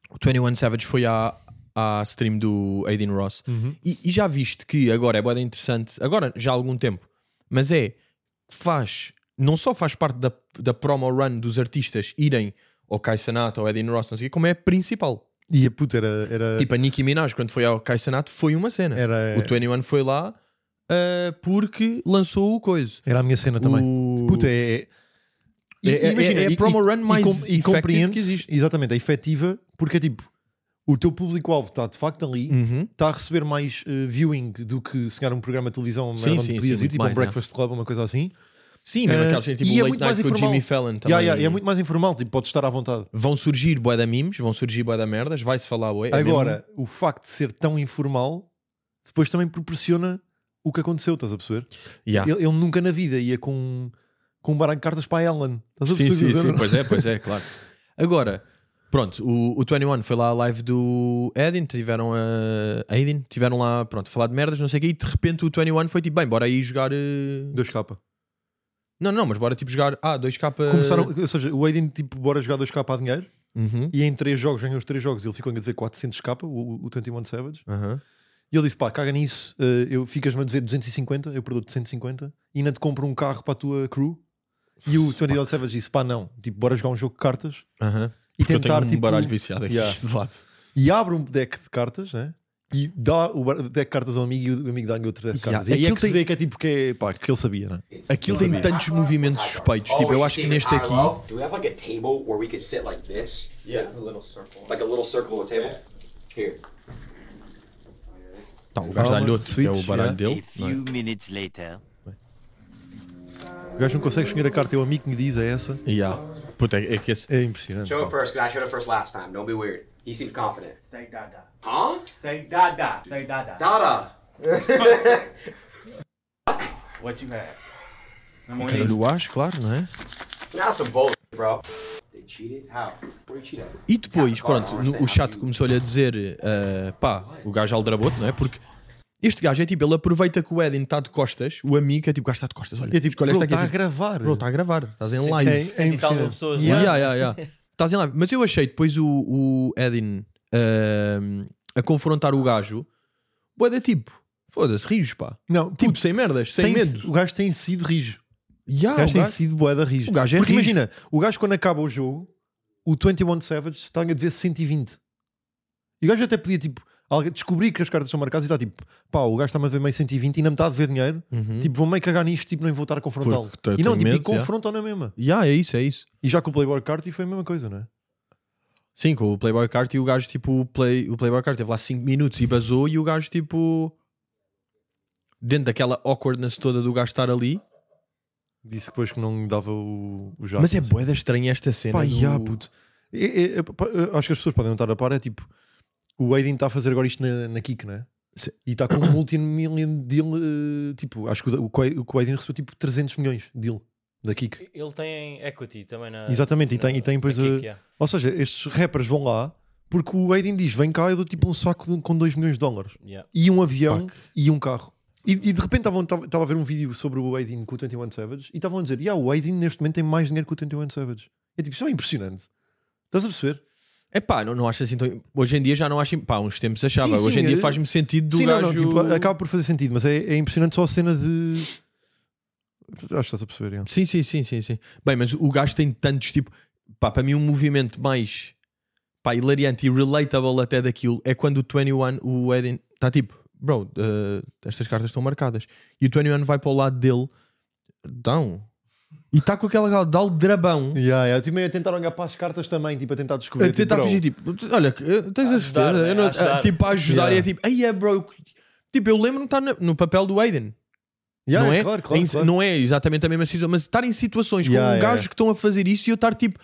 S1: o 21 Savage foi à, à stream do Aiden Ross.
S2: Uhum.
S1: E, e já viste que agora é bem interessante, agora já há algum tempo, mas é faz, não só faz parte da, da promo run dos artistas irem ao Kai Sanata ou Aiden Ross, não sei o quê, como é a principal.
S2: E a puta era. era
S1: Tipo, a Nicki Minaj, quando foi ao Kai Sanata, foi uma cena.
S2: É. era, é.
S1: O 21 foi lá ah, porque lançou o coisa.
S2: era a minha cena também.
S1: O-
S2: Puta, é. é-
S1: É- é- é a promo run mais
S2: com-
S1: effective
S2: compreende-se-
S1: que existe.
S2: Exatamente, é efetiva, porque é tipo, o teu público-alvo está de facto ali,
S1: Uhum.
S2: está a receber mais eh, viewing do que se calhar um programa de televisão uma
S1: Sim,
S2: merda
S1: sim,
S2: onde podias
S1: sim,
S2: ir,
S1: muito
S2: tipo um
S1: mais, é.
S2: breakfast club, uma coisa assim.
S1: Sim, mesmo
S2: Ah,
S1: aqueles tipo
S2: e é
S1: o Late
S2: muito mais
S1: Night com o Jimmy
S2: informal.
S1: Fallon também.
S2: Yeah, yeah, e é muito mais informal, tipo, podes estar à vontade.
S1: Vão surgir bué da memes, vão surgir bué da merdas, vai-se falar bué. é
S2: Agora, o facto de ser tão informal depois também proporciona o que aconteceu, estás a perceber?
S1: mesmo- Yeah.
S2: Ele, ele nunca na vida ia com, com um baralho de cartas para a Ellen. Estás a
S1: Sim,
S2: perceber?
S1: sim, sim, pois é, pois
S2: (laughs)
S1: é, claro. Agora, pronto, o, o 21 foi lá à live do Edin, tiveram eh, a Aiden, tiveram lá, pronto, a falar de merdas, não sei o quê, e de repente o 21 foi tipo, bem, bora aí jogar. eh,
S2: 2K.
S1: Não, não, mas bora tipo jogar. Ah, 2K.
S2: Começaram, ou seja, o Aiden, tipo, bora jogar 2K a dinheiro
S1: Uhum.
S2: e em 3 jogos, ganhou os 3 jogos, ele ficou ainda a dever 400k, o, o 21 Savage.
S1: Aham.
S2: E ele disse: pá, caga nisso, eh, eu ficas-me a dever 250, eu perdoto 150 e ainda te compro um carro para a tua crew. E o 21 Savage disse: pá, não, tipo, bora jogar um jogo de cartas
S1: Aham.
S2: e
S1: Porque eu tenho
S2: tentar,
S1: um
S2: tipo,
S1: baralho viciado aqui
S2: Yeah.
S1: (laughs) de lado.
S2: e abre um deck de cartas, né? E dá o bar- deck de cartas ao amigo e o amigo dá-lhe outro deck de
S1: Yeah,
S2: cartas. E aí é
S1: aquilo
S2: que se
S1: tem-
S2: vê que é tipo que é, pá, que ele sabia, né?
S1: Aquilo tem tantos movimentos suspeitos. Tipo, um eu acho que neste aqui.
S5: Do we have like a table where we could sit like this? Yeah, a little circle. Like a little circle of a table? Here.
S1: Tá, o gajo dá-lhe
S2: Ah,
S1: outro, que é o
S2: switch,
S1: baralho
S2: yeah.
S1: dele. não é?
S4: minutes later.
S2: O gajo não consegue escolher a carta, é o amigo que me diz, é essa.
S1: Yeah. Puta, é, é que esse,
S2: É impressionante.
S5: Show it first, because I showed it first last time. Don't be weird. He seemed confident.
S6: Say dada.
S5: Huh?
S6: Say dada. Say dada.
S5: Dada.
S6: What you have?
S1: Cara do Ash, claro, não é?
S5: Now some bullshit, bro. They cheated? How? Where you cheat at?
S1: E depois, pronto, no- o chat começou-lhe a dizer: ah, pá, o gajo aldrabou-te, não é? Porque este gajo é tipo, ele aproveita que o Eden está de costas, o amigo é tipo, o gajo está de costas, olha,
S2: E é tipo,
S1: escolhe
S2: bro,
S1: esta aqui.
S2: está a
S1: tipo,
S2: gravar.
S1: bro, está a gravar, estás em
S2: é,
S1: live.
S2: é
S4: Cento e tal mil
S2: impressionante.
S4: pessoas lá.
S1: Yeah, yeah, yeah. Estás em live. Mas eu achei depois o, o Edin ahm, a confrontar o gajo, boa da tipo, foda-se, rios, pá.
S2: Não,
S1: Tipo,
S2: puto,
S1: sem merdas, sem
S2: tem-
S1: medo.
S2: o gajo tem sido rijo.
S1: Yeah,
S2: o gajo
S1: o
S2: tem
S1: gajo-
S2: sido boeda rijo.
S1: o gajo é
S2: Porque
S1: rijo.
S2: imagina, o gajo quando acaba o jogo, o 21 Savage está a dever 120. E o gajo até podia, tipo, alguém- descobrir que as cartas são marcadas e está tipo, pá, o gajo está-me a ver meio 120 e na metade vê dinheiro.
S1: Uhum.
S2: Tipo, vou meio cagar nisto, tipo, nem vou estar a confrontá-lo.
S1: Porque tem-
S2: E não,
S1: tem
S2: tipo, e
S1: medo, yeah.
S2: confrontam na mesma.
S1: Yeah, é isso, é isso.
S2: E já com o Playboy Card e foi a mesma coisa, não é?
S1: Sim, com o Playboy Cart e o gajo, tipo, o, play, o Playboy Cart teve lá 5 minutos e basou e o gajo, tipo, dentro daquela awkwardness toda do gajo estar ali.
S2: Disse depois que não dava o, o jato.
S1: Mas é
S2: não sei.
S1: boeda estranha esta cena.
S2: Pá,
S1: do-
S2: já, puto. É- é- é, pá, eu acho que as pessoas podem não estar a par. É tipo, o Aiden está a fazer agora isto na, na Kik, não é?
S1: Sim.
S2: E está com um multimillion deal. eh, tipo, acho que o, o, que o que o Aiden recebeu tipo 300 milhões de deal da Kik.
S7: Ele tem equity também na.
S2: Exatamente, e tem- e tem, pois,
S7: na
S2: a-
S7: Kik, yeah.
S2: Ou seja, estes rappers vão lá porque o Aiden diz: vem cá, eu dou tipo um saco de- com 2 milhões de dólares
S7: Yeah.
S2: e um avião e um carro. E, e de repente estavam- estava estava a ver um vídeo sobre o Aiden com o 21 Savage e estavam a dizer: yeah, o Aiden neste momento tem mais dinheiro que o 21 Savage. É tipo, isso é impressionante. Estás a perceber?
S1: É pá, não, não acho assim tão... Hoje em dia já não acho... Pá, uns tempos
S2: Sim,
S1: achava.
S2: sim,
S1: Hoje em dia
S2: é-
S1: faz-me sentido do
S2: Sim,
S1: gajo...
S2: não, não, tipo, acaba por fazer sentido, mas é, é impressionante só a cena de. Acho que estás a perceber. é.
S1: Sim, sim, sim, sim, sim. Bem, mas o gajo tem tantos, tipo... Pá, para mim um movimento mais... Pá, hilariante e relatable até daquilo é quando o 21, o Eden... Está tipo... Bro, eh, estas cartas estão marcadas. E o 21 vai para o lado dele... Dão. E está com aquela gal- de aldrabão...
S2: Yeah, tipo, yeah. Também tentaram olhar para as cartas também, tipo, a tentar descobrir.
S1: A
S2: tipo,
S1: tentar
S2: bro,
S1: fingir, tipo, olha, que, eh, tens a, certeza?
S7: A ajudar, né?
S1: Eu não-
S7: A ajudar.
S1: ah, tipo, a ajudar
S2: Yeah.
S1: e é tipo, aí é bro. eu- Tipo, eu lembro-me de estar no- no papel do Aiden.
S2: yeah,
S1: não, é?
S2: Claro, claro,
S1: Em-
S2: claro.
S1: não é exatamente a mesma situação, mas estar em situações
S2: Yeah,
S1: com um
S2: yeah,
S1: gajo
S2: yeah.
S1: que estão a fazer isso e eu estar tipo.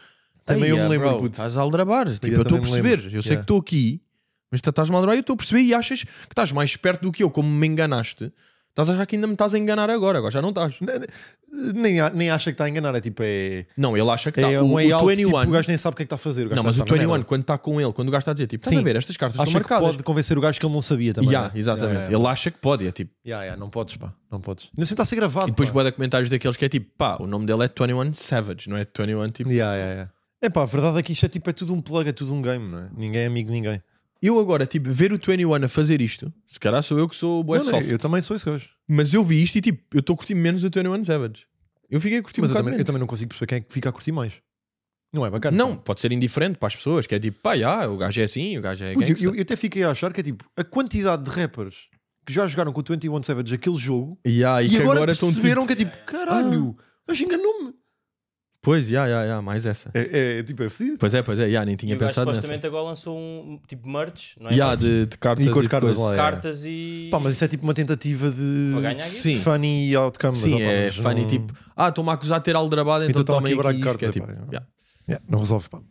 S2: Também eu
S1: "Eia,
S2: me lembro,
S1: bro,
S2: puto."
S1: Estás a aldrabar. Tipo, eu estou
S2: também
S1: a
S2: me
S1: perceber.
S2: lembro.
S1: Eu sei
S2: Yeah.
S1: que estou aqui, mas tu estás-me a aldrabar e eu estou a perceber e achas que estás mais perto do que eu, como me enganaste. Estás a achar que ainda me estás a enganar agora, agora já não estás.
S2: Nem, a- nem acha que está a enganar, é tipo, é.
S1: Não, ele acha que
S2: é
S1: está. o,
S2: um
S1: o
S2: layout,
S1: 21.
S2: tipo, o gajo nem sabe o que é que está a fazer. O gajo
S1: não, mas o
S2: está na
S1: 21,
S2: merda.
S1: quando está com ele, quando o gajo está a dizer, tipo, estás
S2: Sim.
S1: a ver, estas cartas
S2: acha
S1: estão
S2: que
S1: marcadas.
S2: pode convencer o gajo que ele não sabia também.
S1: Yeah,
S2: não é?
S1: exatamente.
S2: Yeah,
S1: Ele acha que pode, é tipo.
S2: yeah, yeah, não podes, pá, não podes. Não sempre está a ser gravado.
S1: E depois
S2: Ah, pá.
S1: boa de comentários daqueles que é tipo, pá, o nome dele é 21 Savage, não é 21 tipo.
S2: Yeah, yeah, yeah. É pá, a verdade é que isto é tipo, é tudo um plug, é tudo um game, não é? Ninguém é amigo de ninguém.
S1: Eu agora, tipo, ver o 21 a fazer isto, se calhar sou eu que sou o boy
S2: Não, não,
S1: soft,
S2: eu também sou esse gajo.
S1: mas eu vi isto e tipo, eu estou a curtir menos o 21 Savage. Eu fiquei a curtir
S2: Mas eu
S1: um bocado
S2: também, eu
S1: menos.
S2: também não consigo perceber quem é que fica a curtir mais. Não é bacana?
S1: Não, pode ser indiferente para as pessoas, que é tipo, pá, já, o gajo é assim, o gajo é
S2: Puto, eu-
S1: gangsta.
S2: eu, eu até fiquei a achar que é tipo a quantidade de rappers que já jogaram com o 21 Savage aquele jogo
S1: Yeah,
S2: e,
S1: e, que
S2: agora,
S1: agora, são
S2: perceberam
S1: tipo... Ah.
S2: que é tipo caralho, mas enganou-me.
S1: Pois, já, já, já, mais essa.
S2: É, é, tipo, é fedido.
S1: Pois é, pois é, já, nem
S7: E
S1: tinha
S7: o gajo
S1: pensado nessa.
S7: supostamente agora lançou um tipo merch, não é?
S1: Já, de, de cartas
S2: E com as
S1: de
S2: cartas
S1: coisas.
S2: lá. é.
S7: Cartas e.
S2: Pá, mas isso é tipo uma tentativa de
S7: Para ganhar
S1: Sim.
S2: funny outcome. mas,
S1: Sim,
S2: ó, pá,
S1: é
S2: mas
S1: funny,
S2: não-
S1: tipo, ah, estou-me a acusar de ter aldrabado, então
S2: Então toma
S1: toma
S2: aqui
S1: aqui
S2: branco
S1: isto, que é
S2: carta,
S1: tipo,
S2: pá,
S1: yeah.
S2: Yeah, não resolve, pá.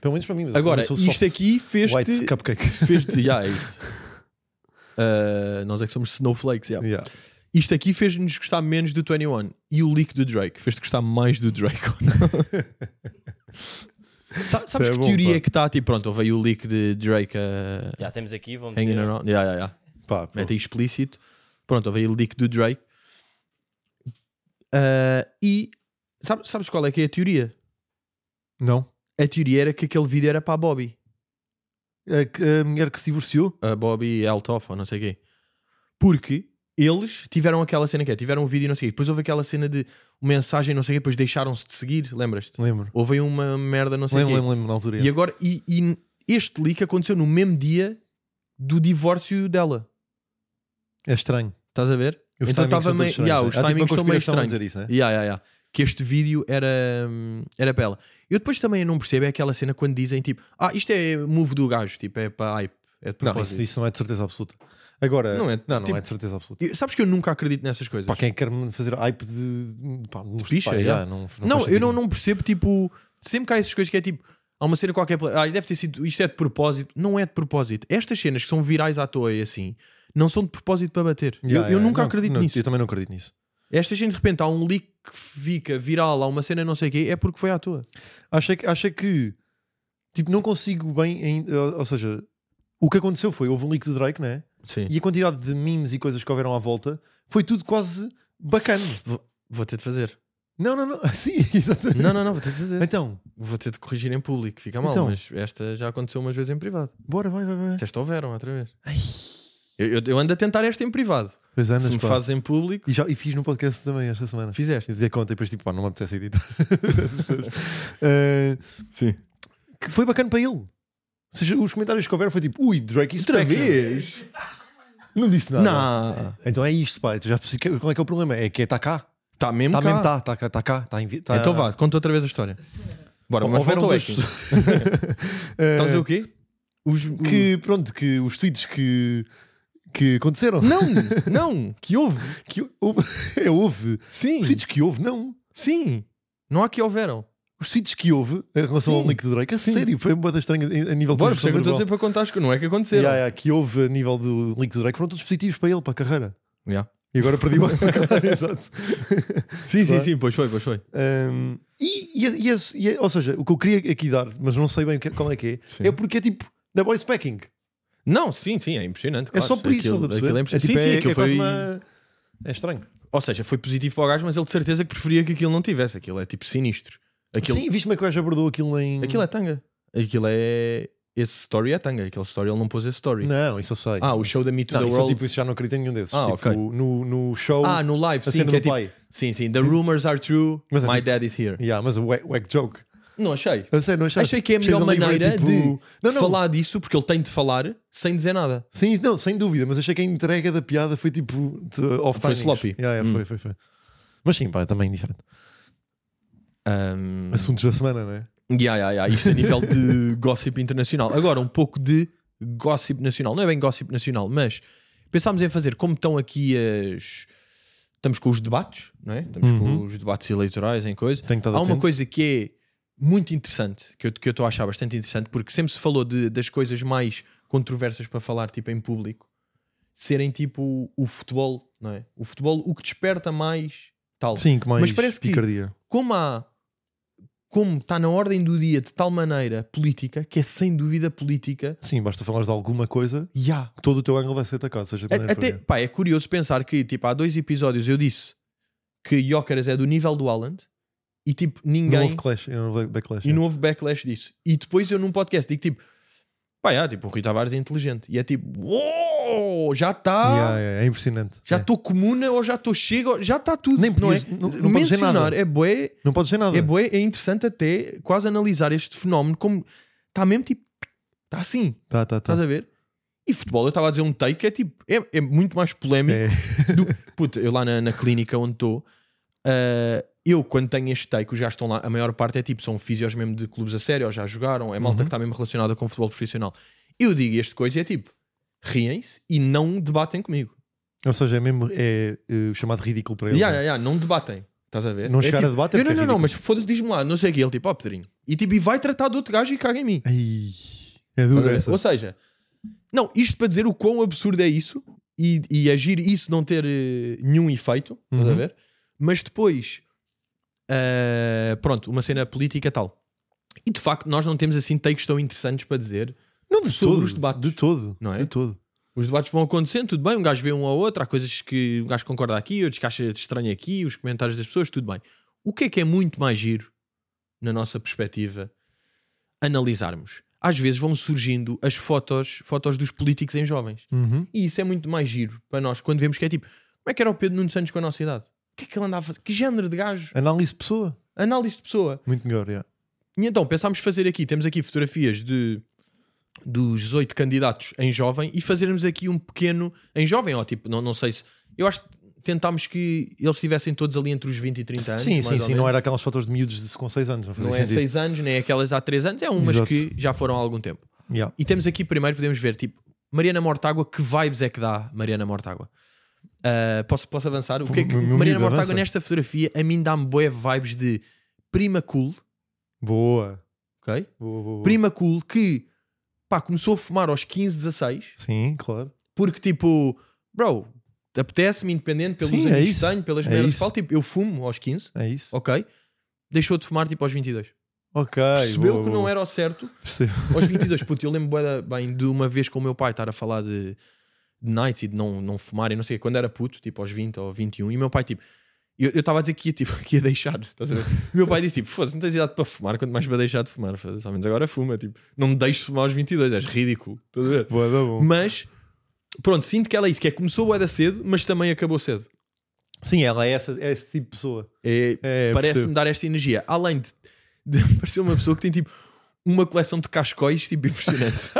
S2: Pelo menos para mim. mas eu
S1: Agora,
S2: sou
S1: isto
S2: soft,
S1: aqui
S2: White
S1: fez-te... (laughs)
S2: cupcake.
S1: Fez-te... yeah, é (laughs) isso. Uh, nós é que somos snowflakes, yeah.
S2: Yeah.
S1: Isto aqui fez-nos gostar menos do 21 e o leak do Drake fez-te gostar mais do Drake.
S2: (laughs)
S1: ou não? Sa- sabes
S2: é
S1: que
S2: bom,
S1: teoria
S2: pá.
S1: que está? Tipo, pronto, veio o leak de Drake ah, a
S7: Já temos aqui, vamos
S1: hanging
S7: ter.
S1: around. Yeah, yeah, yeah.
S2: é. Pá, pô.
S1: Mete aí explícito. Pronto, veio o leak do Drake. Uh, e sabe- sabes qual é que é a teoria?
S2: Não.
S1: A teoria era que aquele vídeo era para a Bobby.
S2: A, que- a mulher que se divorciou.
S1: a Bobby Altoff ou não sei o quê. Porque eles tiveram aquela cena que é, tiveram um vídeo e não sei o quê. Depois houve aquela cena de uma mensagem não sei o quê, depois deixaram-se de seguir, lembras-te?
S2: Lembro.
S1: Houve aí uma merda não sei o
S2: Lembro,
S1: quê.
S2: lembro, lembro na altura.
S1: E agora, e, e este leak aconteceu no mesmo dia do divórcio dela.
S2: É estranho.
S1: Estás a ver?
S2: Os timings são
S1: então estava
S2: todos
S1: meio.
S2: estranhos,
S1: yeah,
S2: é.
S1: os
S2: Há, tipo,
S1: timings
S2: uma
S1: estão meio
S2: conspiração a
S1: estranhos.
S2: dizer isso, né?
S1: Yeah, yeah, yeah. Que este vídeo era, hum, era para ela. Eu depois também não percebo é aquela cena quando dizem tipo, ah, isto é move do gajo, tipo, é para hype. É de
S2: Não,
S1: propósito.
S2: isso, isso não é de certeza absoluta. Agora, não,
S1: Não é,
S2: não,
S1: tipo-
S2: é de certeza absoluta.
S1: Eu- Sabes que eu nunca acredito nessas coisas.
S2: Para quem quer me fazer hype de. Pá, de
S1: picha,
S2: pá,
S1: yeah.
S2: é, não,
S1: não,
S2: faz
S1: eu
S2: sentido.
S1: não, não percebo, tipo, sempre que há essas coisas que é tipo, Há uma cena qualquer. pela- Ah, deve ter sido. Isto é de propósito. Não é de propósito. Estas cenas que são virais à toa e assim, não são de propósito para bater. Eu- eu nunca acredito nisso.
S2: Eu também não acredito nisso.
S1: Estas cenas, de repente, há um leak que fica viral, há uma cena não sei o quê, é porque foi à toa.
S2: Acho é que, acho é que tipo, não consigo bem. ainda- ou, ou seja, o que aconteceu foi: houve um leak do Drake, né?
S1: Sim.
S2: E a quantidade de memes e coisas que houveram à volta foi tudo quase bacana.
S1: Vou, vou ter de fazer.
S2: Não, não, (laughs) não. Sim, exatamente.
S1: (laughs) Não, não, não, vou ter de fazer.
S2: Então,
S1: (laughs) Vou ter de corrigir em público, fica mal,
S2: Então.
S1: mas esta já aconteceu umas vezes em privado.
S2: bora, vai, vai, vai.
S1: Disseste houveram outra vez. Eu, eu- eu ando a tentar esta em privado.
S2: Pois é,
S1: Se
S2: andas,
S1: me
S2: pá.
S1: fazes em público,
S2: E, já, e fiz no podcast também esta semana.
S1: fizeste.
S2: E dei conta e depois tipo, pá, não me apetece editar (laughs) essas pessoas. Eh,
S1: Sim.
S2: que foi bacana para ele. Ou seja, os comentários que houveram foi tipo, ui, Drake isso
S1: Outra
S2: peca.
S1: vez?
S2: Não disse nada.
S1: Não.
S2: Então é isto, pá. Tu já percebi que- qual é que é o problema? É que está cá.
S1: Está Tá mesmo
S2: Está
S1: cá.
S2: mesmo, está, está cá, está cá. Tá em vi- tá-
S1: Então vá, conta outra vez a história. Bora, mas
S2: Houveram
S1: volta ao
S2: duas
S1: Ekin.
S2: pessoas (laughs) Eh,
S1: Estás a dizer o quê? Os...
S2: que, pronto, que os tweets que, que aconteceram.
S1: Não, não, que houve.
S2: Que houve, (laughs) é, houve.
S1: Sim,
S2: Os tweets que houve, não.
S1: sim. Não há que houveram.
S2: Os tweets que houve em relação
S1: Sim.
S2: ao link do Drake, a
S1: Sim.
S2: sério, foi uma boda estranha a a nível de
S1: Bora, por isso
S2: construção
S1: é que eu estou a
S2: verbal.
S1: dizer para contar as coisas. Não é que aconteceram.
S2: yeah, yeah, que houve a nível do link do Drake foram todos positivos para ele, para a carreira.
S1: Yeah.
S2: E agora perdi
S1: (laughs)
S2: uma (laughs) claro, exato.
S1: Sim, sim,
S2: Claro.
S1: sim, pois foi, pois foi.
S2: Um, e, e- e esse- e- ou seja, o que eu queria aqui dar, mas não sei bem o que- qual é que é,
S1: Sim.
S2: é porque é tipo The Boys Packing.
S1: Não, sim, sim, é impressionante.
S2: É
S1: claro.
S2: só por isso, estás
S1: Aquilo-
S2: a perceber?
S1: aquilo é impressionante.
S2: tipo,
S1: sim, sim,
S2: é-
S1: aquilo
S2: é
S1: foi.
S2: quase uma- é estranho.
S1: Ou seja, foi positivo para o gajo, mas ele de certeza que preferia que aquilo não tivesse. Aquilo é tipo sinistro. Aquilo,
S2: Sim, viste como é que o gajo abordou aquilo em.
S1: aquilo é tanga. Aquilo é. Esse story é tanga. Aquele story ele não pôs esse story.
S2: Não, isso eu sei.
S1: Ah, o show da Me to
S2: Não,
S1: the
S2: isso, eu,
S1: World.
S2: tipo, isso já não acredito em nenhum desses.
S1: Ah,
S2: tipo,
S1: ok.
S2: no, no show,
S1: Ah, no live,
S2: a
S1: sim,
S2: cena
S1: que
S2: do
S1: é tipo.
S2: pai.
S1: Sim, sim. The rumors are true.
S2: Mas é
S1: My
S2: tipo-
S1: dad is here.
S2: Yeah, mas o whack whack joke.
S1: Não achei.
S2: Eu sei, não achaste?
S1: Achei que é a
S2: Cheio
S1: melhor
S2: de livro, é
S1: maneira
S2: tipo-
S1: de
S2: Não, não.
S1: falar disso, porque ele tem de falar sem dizer nada.
S2: Sim, não, sem dúvida, mas achei que a entrega da piada foi tipo de- off
S1: Foi
S2: timings.
S1: sloppy. Hum.
S2: Yeah, yeah, foi, foi, foi. Mas sim, pá, também diferente.
S1: Ahm,
S2: Assuntos da semana, não é?
S1: Um, Yeah, yeah, yeah. Isto a nível de gossip internacional. Agora, um pouco de gossip nacional. Não é bem gossip nacional, mas pensámos em fazer, como estão aqui as. Estamos com os debates, não é? Estamos
S2: Uhum.
S1: com os debates eleitorais em coisa.
S2: Tenho estado
S1: Há uma
S2: atento.
S1: coisa que é muito interessante, que eu que eu estou a achar bastante interessante, porque sempre se falou de- das coisas mais controversas para falar, tipo em público, serem tipo o futebol, não é? O futebol, o que desperta mais tal.
S2: Sim, que mais
S1: Mas parece que-
S2: picardia.
S1: como há como está na ordem do dia de tal maneira política que é sem dúvida política
S2: Sim, basta falar de alguma coisa,
S1: e há
S2: todo o teu ângulo vai ser atacado, seja de
S1: A-
S2: maneira
S1: até
S2: que for.
S1: pá, é curioso pensar que tipo há dois episódios eu disse que Jokeras é do nível do Haaland e tipo
S2: Não
S1: ninguém
S2: houve clash, não houve backlash.
S1: e
S2: é.
S1: não houve backlash disso e depois eu num podcast digo tipo pá, já, tipo o Rui Tavares é inteligente e é tipo "Uou, já está
S2: Yeah, yeah, é impressionante.
S1: Ah! já
S2: É.
S1: estou comuna ou já estou chega já está tudo
S2: Nem
S1: não é
S2: podias- não- não podes dizer
S1: mencionar
S2: nada.
S1: é bué
S2: Não podes dizer nada.
S1: É, bué, é interessante até quase analisar este fenómeno como está mesmo tipo. Está assim,
S2: Tá, tá, tá.
S1: estás a ver? E futebol, eu estava a dizer um take que é tipo. É, é muito mais polémico
S2: É.
S1: do Puta, eu lá na, na clínica onde estou, ah, eu quando tenho este take, os já estão lá, a maior parte é tipo, são fisios mesmo de clubes a sério, ou já jogaram, é
S2: Uhum.
S1: malta que está mesmo relacionada com futebol profissional. Eu digo este coisa e é tipo, riem-se e não debatem comigo.
S2: Ou seja, é mesmo é, eh, chamado ridículo para ele.
S1: Ya, ya, ya, não debatem. Estás a ver?
S2: Não
S1: É
S2: chegar a
S1: tipo,
S2: debate é
S1: eu, Não,
S2: porque é
S1: não, não, mas
S2: ridículo.
S1: foda-se, diz-me lá, não sei o que. Ele tipo, ó, Pedrinho. E tipo, e vai tratar do outro gajo e caga em mim.
S2: Ai, é
S1: Estás a
S2: dura
S1: ver?
S2: essa.
S1: Ou seja, não, isto para dizer o quão absurdo é isso e, e agir isso não ter eh, nenhum efeito, estás a
S2: Uhum.
S1: ver? Mas depois, ah, pronto, uma cena política tal. E de facto, nós não temos assim takes tão interessantes para dizer.
S2: Não, de
S1: sobre
S2: todo.
S1: os debates.
S2: De todo.
S1: Não é?
S2: De todo.
S1: Os debates vão acontecendo, tudo bem. Um gajo vê um ao outro, há coisas que o gajo concorda aqui, outros que acha estranho aqui, os comentários das pessoas, tudo bem. O que é que é muito mais giro, na nossa perspectiva, analisarmos? Às vezes vão surgindo as fotos, fotos dos políticos em jovens.
S2: Uhum.
S1: E isso é muito mais giro para nós quando vemos que é tipo, como é que era o Pedro Nuno Santos com a nossa idade? O que é que ele andava a fazer? Que género de gajo?
S2: Análise de pessoa.
S1: Análise de pessoa.
S2: Muito melhor, yeah.
S1: E então pensámos fazer aqui, temos aqui fotografias de dos 18 candidatos em jovem e fazermos aqui um pequeno em jovem, ó, tipo, não, não sei se eu acho que tentámos que eles estivessem todos ali entre os 20 e 30 anos.
S2: Sim,
S1: mais
S2: sim,
S1: ou
S2: sim.
S1: menos.
S2: Não era aquelas fotos de miúdos de, com 6 anos. Não, fazia
S1: Não é
S2: sentido.
S1: 6 anos, nem aquelas de há 3 anos, é umas
S2: Exato.
S1: que já foram há algum tempo.
S2: Yeah.
S1: E temos aqui primeiro, podemos ver, tipo, Mariana Mortágua, que vibes é que dá Mariana Mortágua? Ah, posso, posso avançar? O que é que
S2: Meu miúdo,
S1: Mariana Mortágua
S2: avança.
S1: nesta fotografia a mim dá-me boé vibes de prima cool,
S2: Boa.
S1: ok?
S2: Boa, boa, boa.
S1: Prima cool que pá, começou a fumar aos 15, 16,
S2: Sim, claro.
S1: porque tipo, bro, apetece-me independente pelos
S2: Sim, é
S1: amigos
S2: isso.
S1: que tenho, pelas
S2: É
S1: merdas que
S2: isso.
S1: falo, tipo, eu fumo aos 15,
S2: É isso.
S1: ok? Deixou de fumar tipo aos 22.
S2: Ok.
S1: Percebeu
S2: boa,
S1: que
S2: boa.
S1: não era o certo
S2: Percebo.
S1: aos 22. Puto, eu lembro bué da- bem de uma vez com o meu pai estar a falar de, de nights e de não, não fumar e não sei o quê, quando era puto, tipo aos 20 ou 21, e o meu pai tipo. Eu eu estava a dizer que ia, tipo, (laughs) que ia deixar, estás a ver? O meu pai disse tipo: Foda-se, não tens idade para fumar, quanto mais para deixar de fumar, foda-se, ao menos agora fuma, tipo, não me deixes fumar aos 22, és ridículo, estás a ver?
S2: Boa, dá bom.
S1: Mas, pronto, sinto que ela é isso, que é começou bué da cedo, mas também acabou cedo.
S2: Sim, ela é, essa, é esse tipo de pessoa.
S1: É,
S2: É,
S1: Parece-me
S2: percebo.
S1: dar esta energia. Além de, de (laughs) parecer uma pessoa que tem tipo uma coleção de cascóis tipo
S2: (laughs)
S1: impressionante.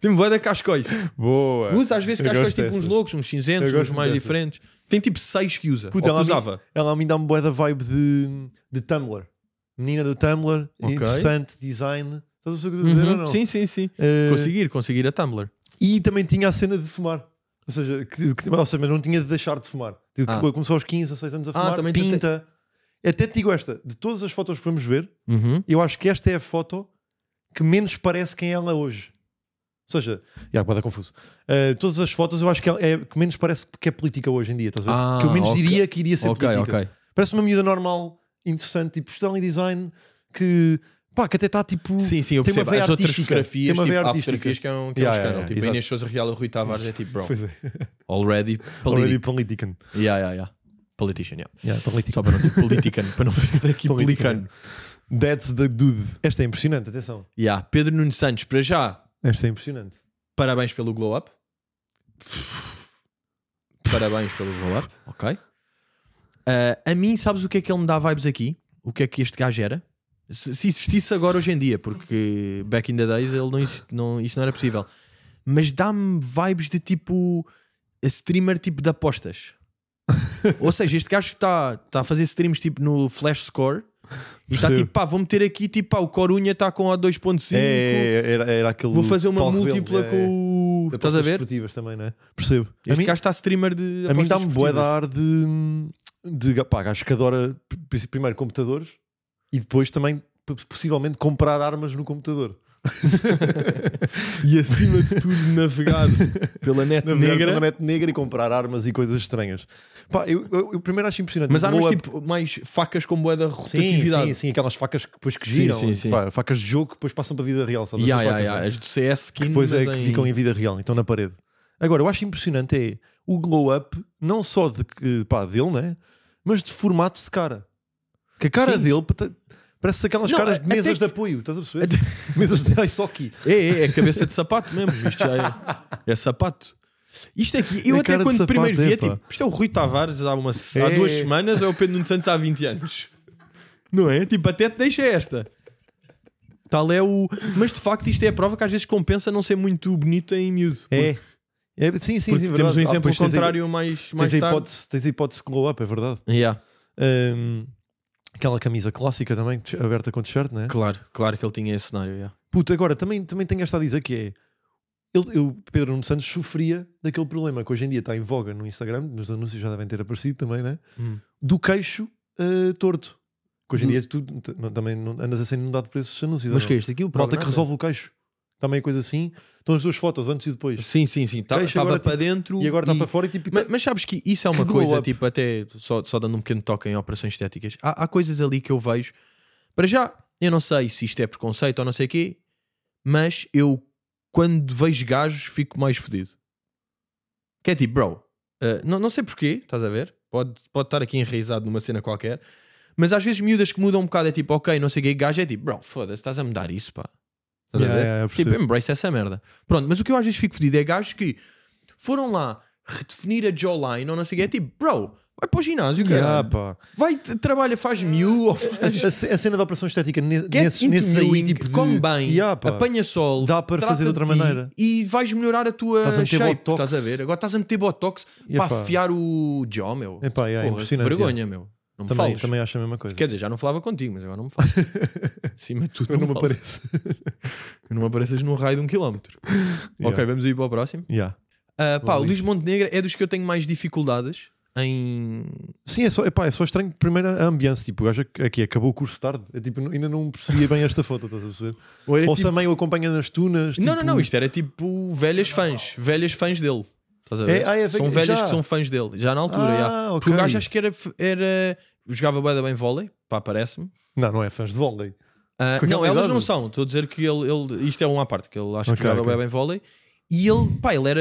S1: tem boa de cascóis.
S2: Boa.
S1: Usa às vezes
S2: Eu
S1: cascóis
S2: gosto
S1: tipo uns
S2: dessas.
S1: loucos, uns cinzentos,
S2: Eu
S1: uns
S2: gosto
S1: mais
S2: dessas.
S1: diferentes. Tem tipo seis que usa.
S2: Puta,
S1: ou que
S2: ela-
S1: usava.
S2: Ela a mim dá-me boa da vibe de, de Tumblr. Menina do Tumblr,
S1: Ok.
S2: interessante, design. Estás a perceber o que eu estou a dizer ou
S1: Uhum.
S2: não?
S1: Sim, sim, sim.
S2: Eh,
S1: Conseguir, conseguir a Tumblr.
S2: E também tinha a cena de fumar. Ou seja, que, que- ou seja, mas não tinha de deixar de fumar. De-
S1: Ah.
S2: que Começou aos 15 ou 6 anos a fumar,
S1: também tu
S2: pinta. Até Ah, te digo esta: de todas as fotos que vamos ver,
S1: Uhum.
S2: eu acho que esta é a foto que menos parece quem ela é hoje. Ou seja, já pode dar confuso. Uh, todas as fotos eu acho que ela é que menos parece que é política hoje em dia, estás a ver?
S1: Ah,
S2: que eu menos
S1: ok.
S2: diria que iria ser
S1: Ok,
S2: política.
S1: ok.
S2: Parece uma miúda normal, interessante, tipo styling design, que pá, que até está tipo.
S1: Sim, sim, eu
S2: tem uma
S1: percebo.
S2: veia
S1: As outras
S2: artística.
S1: fotografias,
S2: Tem uma
S1: tipo,
S2: veia
S1: há
S2: artística.
S1: fotografias que é um,
S2: Yeah,
S1: que é um
S2: yeah,
S1: escândalo.
S2: yeah,
S1: tipo,
S2: exato.
S1: Inês Sousa Real e Rui Tavares é tipo, bro,
S2: Pois é.
S1: already
S2: Already
S1: politician.
S2: politican.
S1: Yeah, yeah, yeah. Politician, yeah.
S2: Yeah, politican.
S1: Só para
S2: (laughs)
S1: não ter politican, para não ficar aqui
S2: Politican.
S1: pelicano.
S2: That's the dude. Esta é impressionante, atenção.
S1: Yeah, Pedro Nunes Santos, para já,
S2: Esta é impressionante.
S1: parabéns pelo glow up. Parabéns pelo
S2: (laughs)
S1: glow up, ok. Ah, a mim, sabes o que é que ele me dá vibes aqui? O que é que este gajo era? Se, se existisse agora hoje em dia, porque back in the days ele não, exist- não, isto não era possível. Mas dá-me vibes de tipo a streamer tipo
S2: (laughs)
S1: de apostas. Ou seja, este gajo está tá a fazer streams tipo no Flash Score e
S2: (laughs)
S1: está
S2: Percebo.
S1: tipo, pá, vou meter aqui tipo, pá, o Corunha está com a 2.5.
S2: É, era, era aquele.
S1: Vou fazer uma
S2: Paulo Rebelo,
S1: múltipla
S2: é, é.
S1: com o.
S2: De
S1: Estás a
S2: apostas
S1: ver?
S2: Esportivas também, né? Percebo. A
S1: Este
S2: mim-
S1: gajo está streamer de.
S2: A mim
S1: apostas
S2: dá-me boa da
S1: esportivas.
S2: ar de, de pá, gajo que adora pri- primeiro computadores e depois também p- possivelmente comprar armas no computador. (laughs)
S1: E acima de tudo,
S2: (laughs)
S1: navegado pela net
S2: Na verdade,
S1: negra.
S2: pela net negra e comprar armas e coisas estranhas. Pá, eu, eu- eu primeiro acho impressionante.
S1: Mas armas
S2: Boa-
S1: tipo mais facas com boa da
S2: Sim,
S1: rotatividade.
S2: sim, sim, aquelas facas que depois que
S1: Sim,
S2: giram,
S1: sim, sim.
S2: pá, facas de jogo que depois passam para a vida real, sabes?
S1: Yeah,
S2: Essas
S1: yeah,
S2: facas,
S1: yeah.
S2: né?
S1: As do CS skin,
S2: depois é
S1: mas
S2: que
S1: em-
S2: ficam em vida real, então na parede. Agora, eu acho impressionante é o glow up, não só de, que- pá, dele, né? Mas de formato de cara. Que a cara
S1: Sim.
S2: dele pata- parece aquelas
S1: Não,
S2: caras
S1: a-
S2: de mesas
S1: até
S2: de apoio, estás a perceber? (laughs) mesas de ai, só
S1: (laughs)
S2: aqui.
S1: É, é, é cabeça de sapato mesmo. Isto já é, é sapato. Isto aqui, eu
S2: É
S1: até
S2: cara de
S1: quando
S2: sapato,
S1: primeiro vi, é
S2: é, pá.
S1: tipo, isto é o Rui Tavares há, uma, há
S2: É.
S1: duas semanas, é o Pedro Nuno Santos há 20 anos. Não é? Tipo, até te deixa esta. Tal é o. Mas de facto, isto é a prova que às vezes compensa não ser muito bonito em miúdo.
S2: É. É, sim, sim,
S1: Porque
S2: sim,
S1: temos
S2: verdade.
S1: um
S2: Ah,
S1: exemplo
S2: pois tens a-
S1: contrário mais, mais
S2: Tens a,
S1: tarde.
S2: hipótese, tens a hipótese de glow up, é verdade.
S1: Yeah.
S2: Ahm, aquela camisa clássica também, aberta com t-shirt, né?
S1: Claro, claro que ele tinha esse cenário. yeah.
S2: Puta, agora também, também tenho esta a dizer que é. Ele, eu, Pedro Nuno Santos sofria daquele problema que hoje em dia está em voga no Instagram, nos anúncios já devem ter aparecido também, né?
S1: Hum.
S2: Do queixo ah, torto. Que hoje em
S1: Do-
S2: dia tu t- não- também não, andas a ser inundado por esses anúncios.
S1: Mas
S2: ou
S1: que é
S2: não?
S1: isto aqui? O
S2: Malta que
S1: programa?
S2: resolve o queixo. Também coisa assim. Estão as duas fotos, antes e depois.
S1: Sim, sim, sim. Tá-
S2: Queixa
S1: Estava
S2: agora, tipo,
S1: para dentro.
S2: E agora está para fora e tipo.
S1: Mas, mas sabes que isso é uma
S2: Que
S1: coisa,
S2: glow up.
S1: tipo, até só, só dando um pequeno toque em operações estéticas. Há, há coisas ali que eu vejo. Para já, eu não sei se isto é preconceito ou não sei o quê, mas eu, quando vejo gajos, fico mais fodido. Que é tipo, bro, eh, não, não sei porquê, estás a ver? Pode, pode estar aqui enraizado numa cena qualquer, mas às vezes miúdas que mudam um bocado é tipo, ok, não sei o quê, gajo é tipo, bro, foda-se, estás a mudar isso, pá. Estás
S2: Yeah,
S1: a ver?
S2: yeah, eu
S1: tipo,
S2: percebo.
S1: embrace essa merda. Pronto, mas o que eu às vezes fico fodido é gajos que foram lá redefinir a jawline ou não sei o quê, é tipo, bro, vai para o ginásio, cara.
S2: "Ya, tá, pá."
S1: Vai, t- trabalha, faz mil ou
S2: A,
S1: faz.
S2: a- a cena da operação estética ne-
S1: Get
S2: nesses,
S1: into
S2: nesse aí,
S1: mewing,
S2: tipo de,
S1: come bem,
S2: "Ya, pá."
S1: apanha sol,
S2: Dá para
S1: trata
S2: fazer de outra
S1: ti
S2: maneira.
S1: e vais melhorar a tua
S2: Estás a meter
S1: shape.
S2: botox.
S1: Estás a ver? Agora estás a meter botox
S2: Ya,
S1: para
S2: pá.
S1: afiar o jaw, meu.
S2: Epá, ya,
S1: Porra, que
S2: impressionante. ya.
S1: vergonha, meu. Não me
S2: Também,
S1: fales.
S2: também acho a mesma coisa.
S1: Quer dizer, já não falava contigo, mas agora não me
S2: (laughs)
S1: falas. Acima de tudo,
S2: Eu não me
S1: fales.
S2: apareço.
S1: (laughs) Não me apareças num raio de
S2: (laughs)
S1: um quilómetro. Ok, vamos aí para o próximo.
S2: Ya.
S1: Ah, pá, o
S2: Luís.
S1: Luís Montenegro é dos que eu tenho mais dificuldades em.
S2: Sim, é só, epá, é só estranho primeiro a ambiance. Tipo, eu acho que aqui acabou o curso tarde. É, tipo, não- ainda não percebia bem esta foto, estás a perceber?
S1: Ou era
S2: Ou
S1: tipo-
S2: também o acompanha nas tunas.
S1: Não, não,
S2: tipo-
S1: não, isto era tipo velhas fãs, velhas fãs dele. Estás a ver?
S2: É, ah, é,
S1: são
S2: já.
S1: velhas que são fãs dele, já na é altura.
S2: Ah,
S1: já. Porque
S2: ok.
S1: o gajo acho que era, era jogava bué da bem vôlei, pá, parece-me.
S2: Não, não é fãs de vôlei.
S1: Ah,
S2: Com
S1: não,
S2: aquela
S1: elas
S2: idade?
S1: não são. Estou a dizer que ele, ele- isto é um à parte, que ele acho que
S2: Ok,
S1: jogava
S2: ok.
S1: bué bem vôlei. E ele, pá, ele era,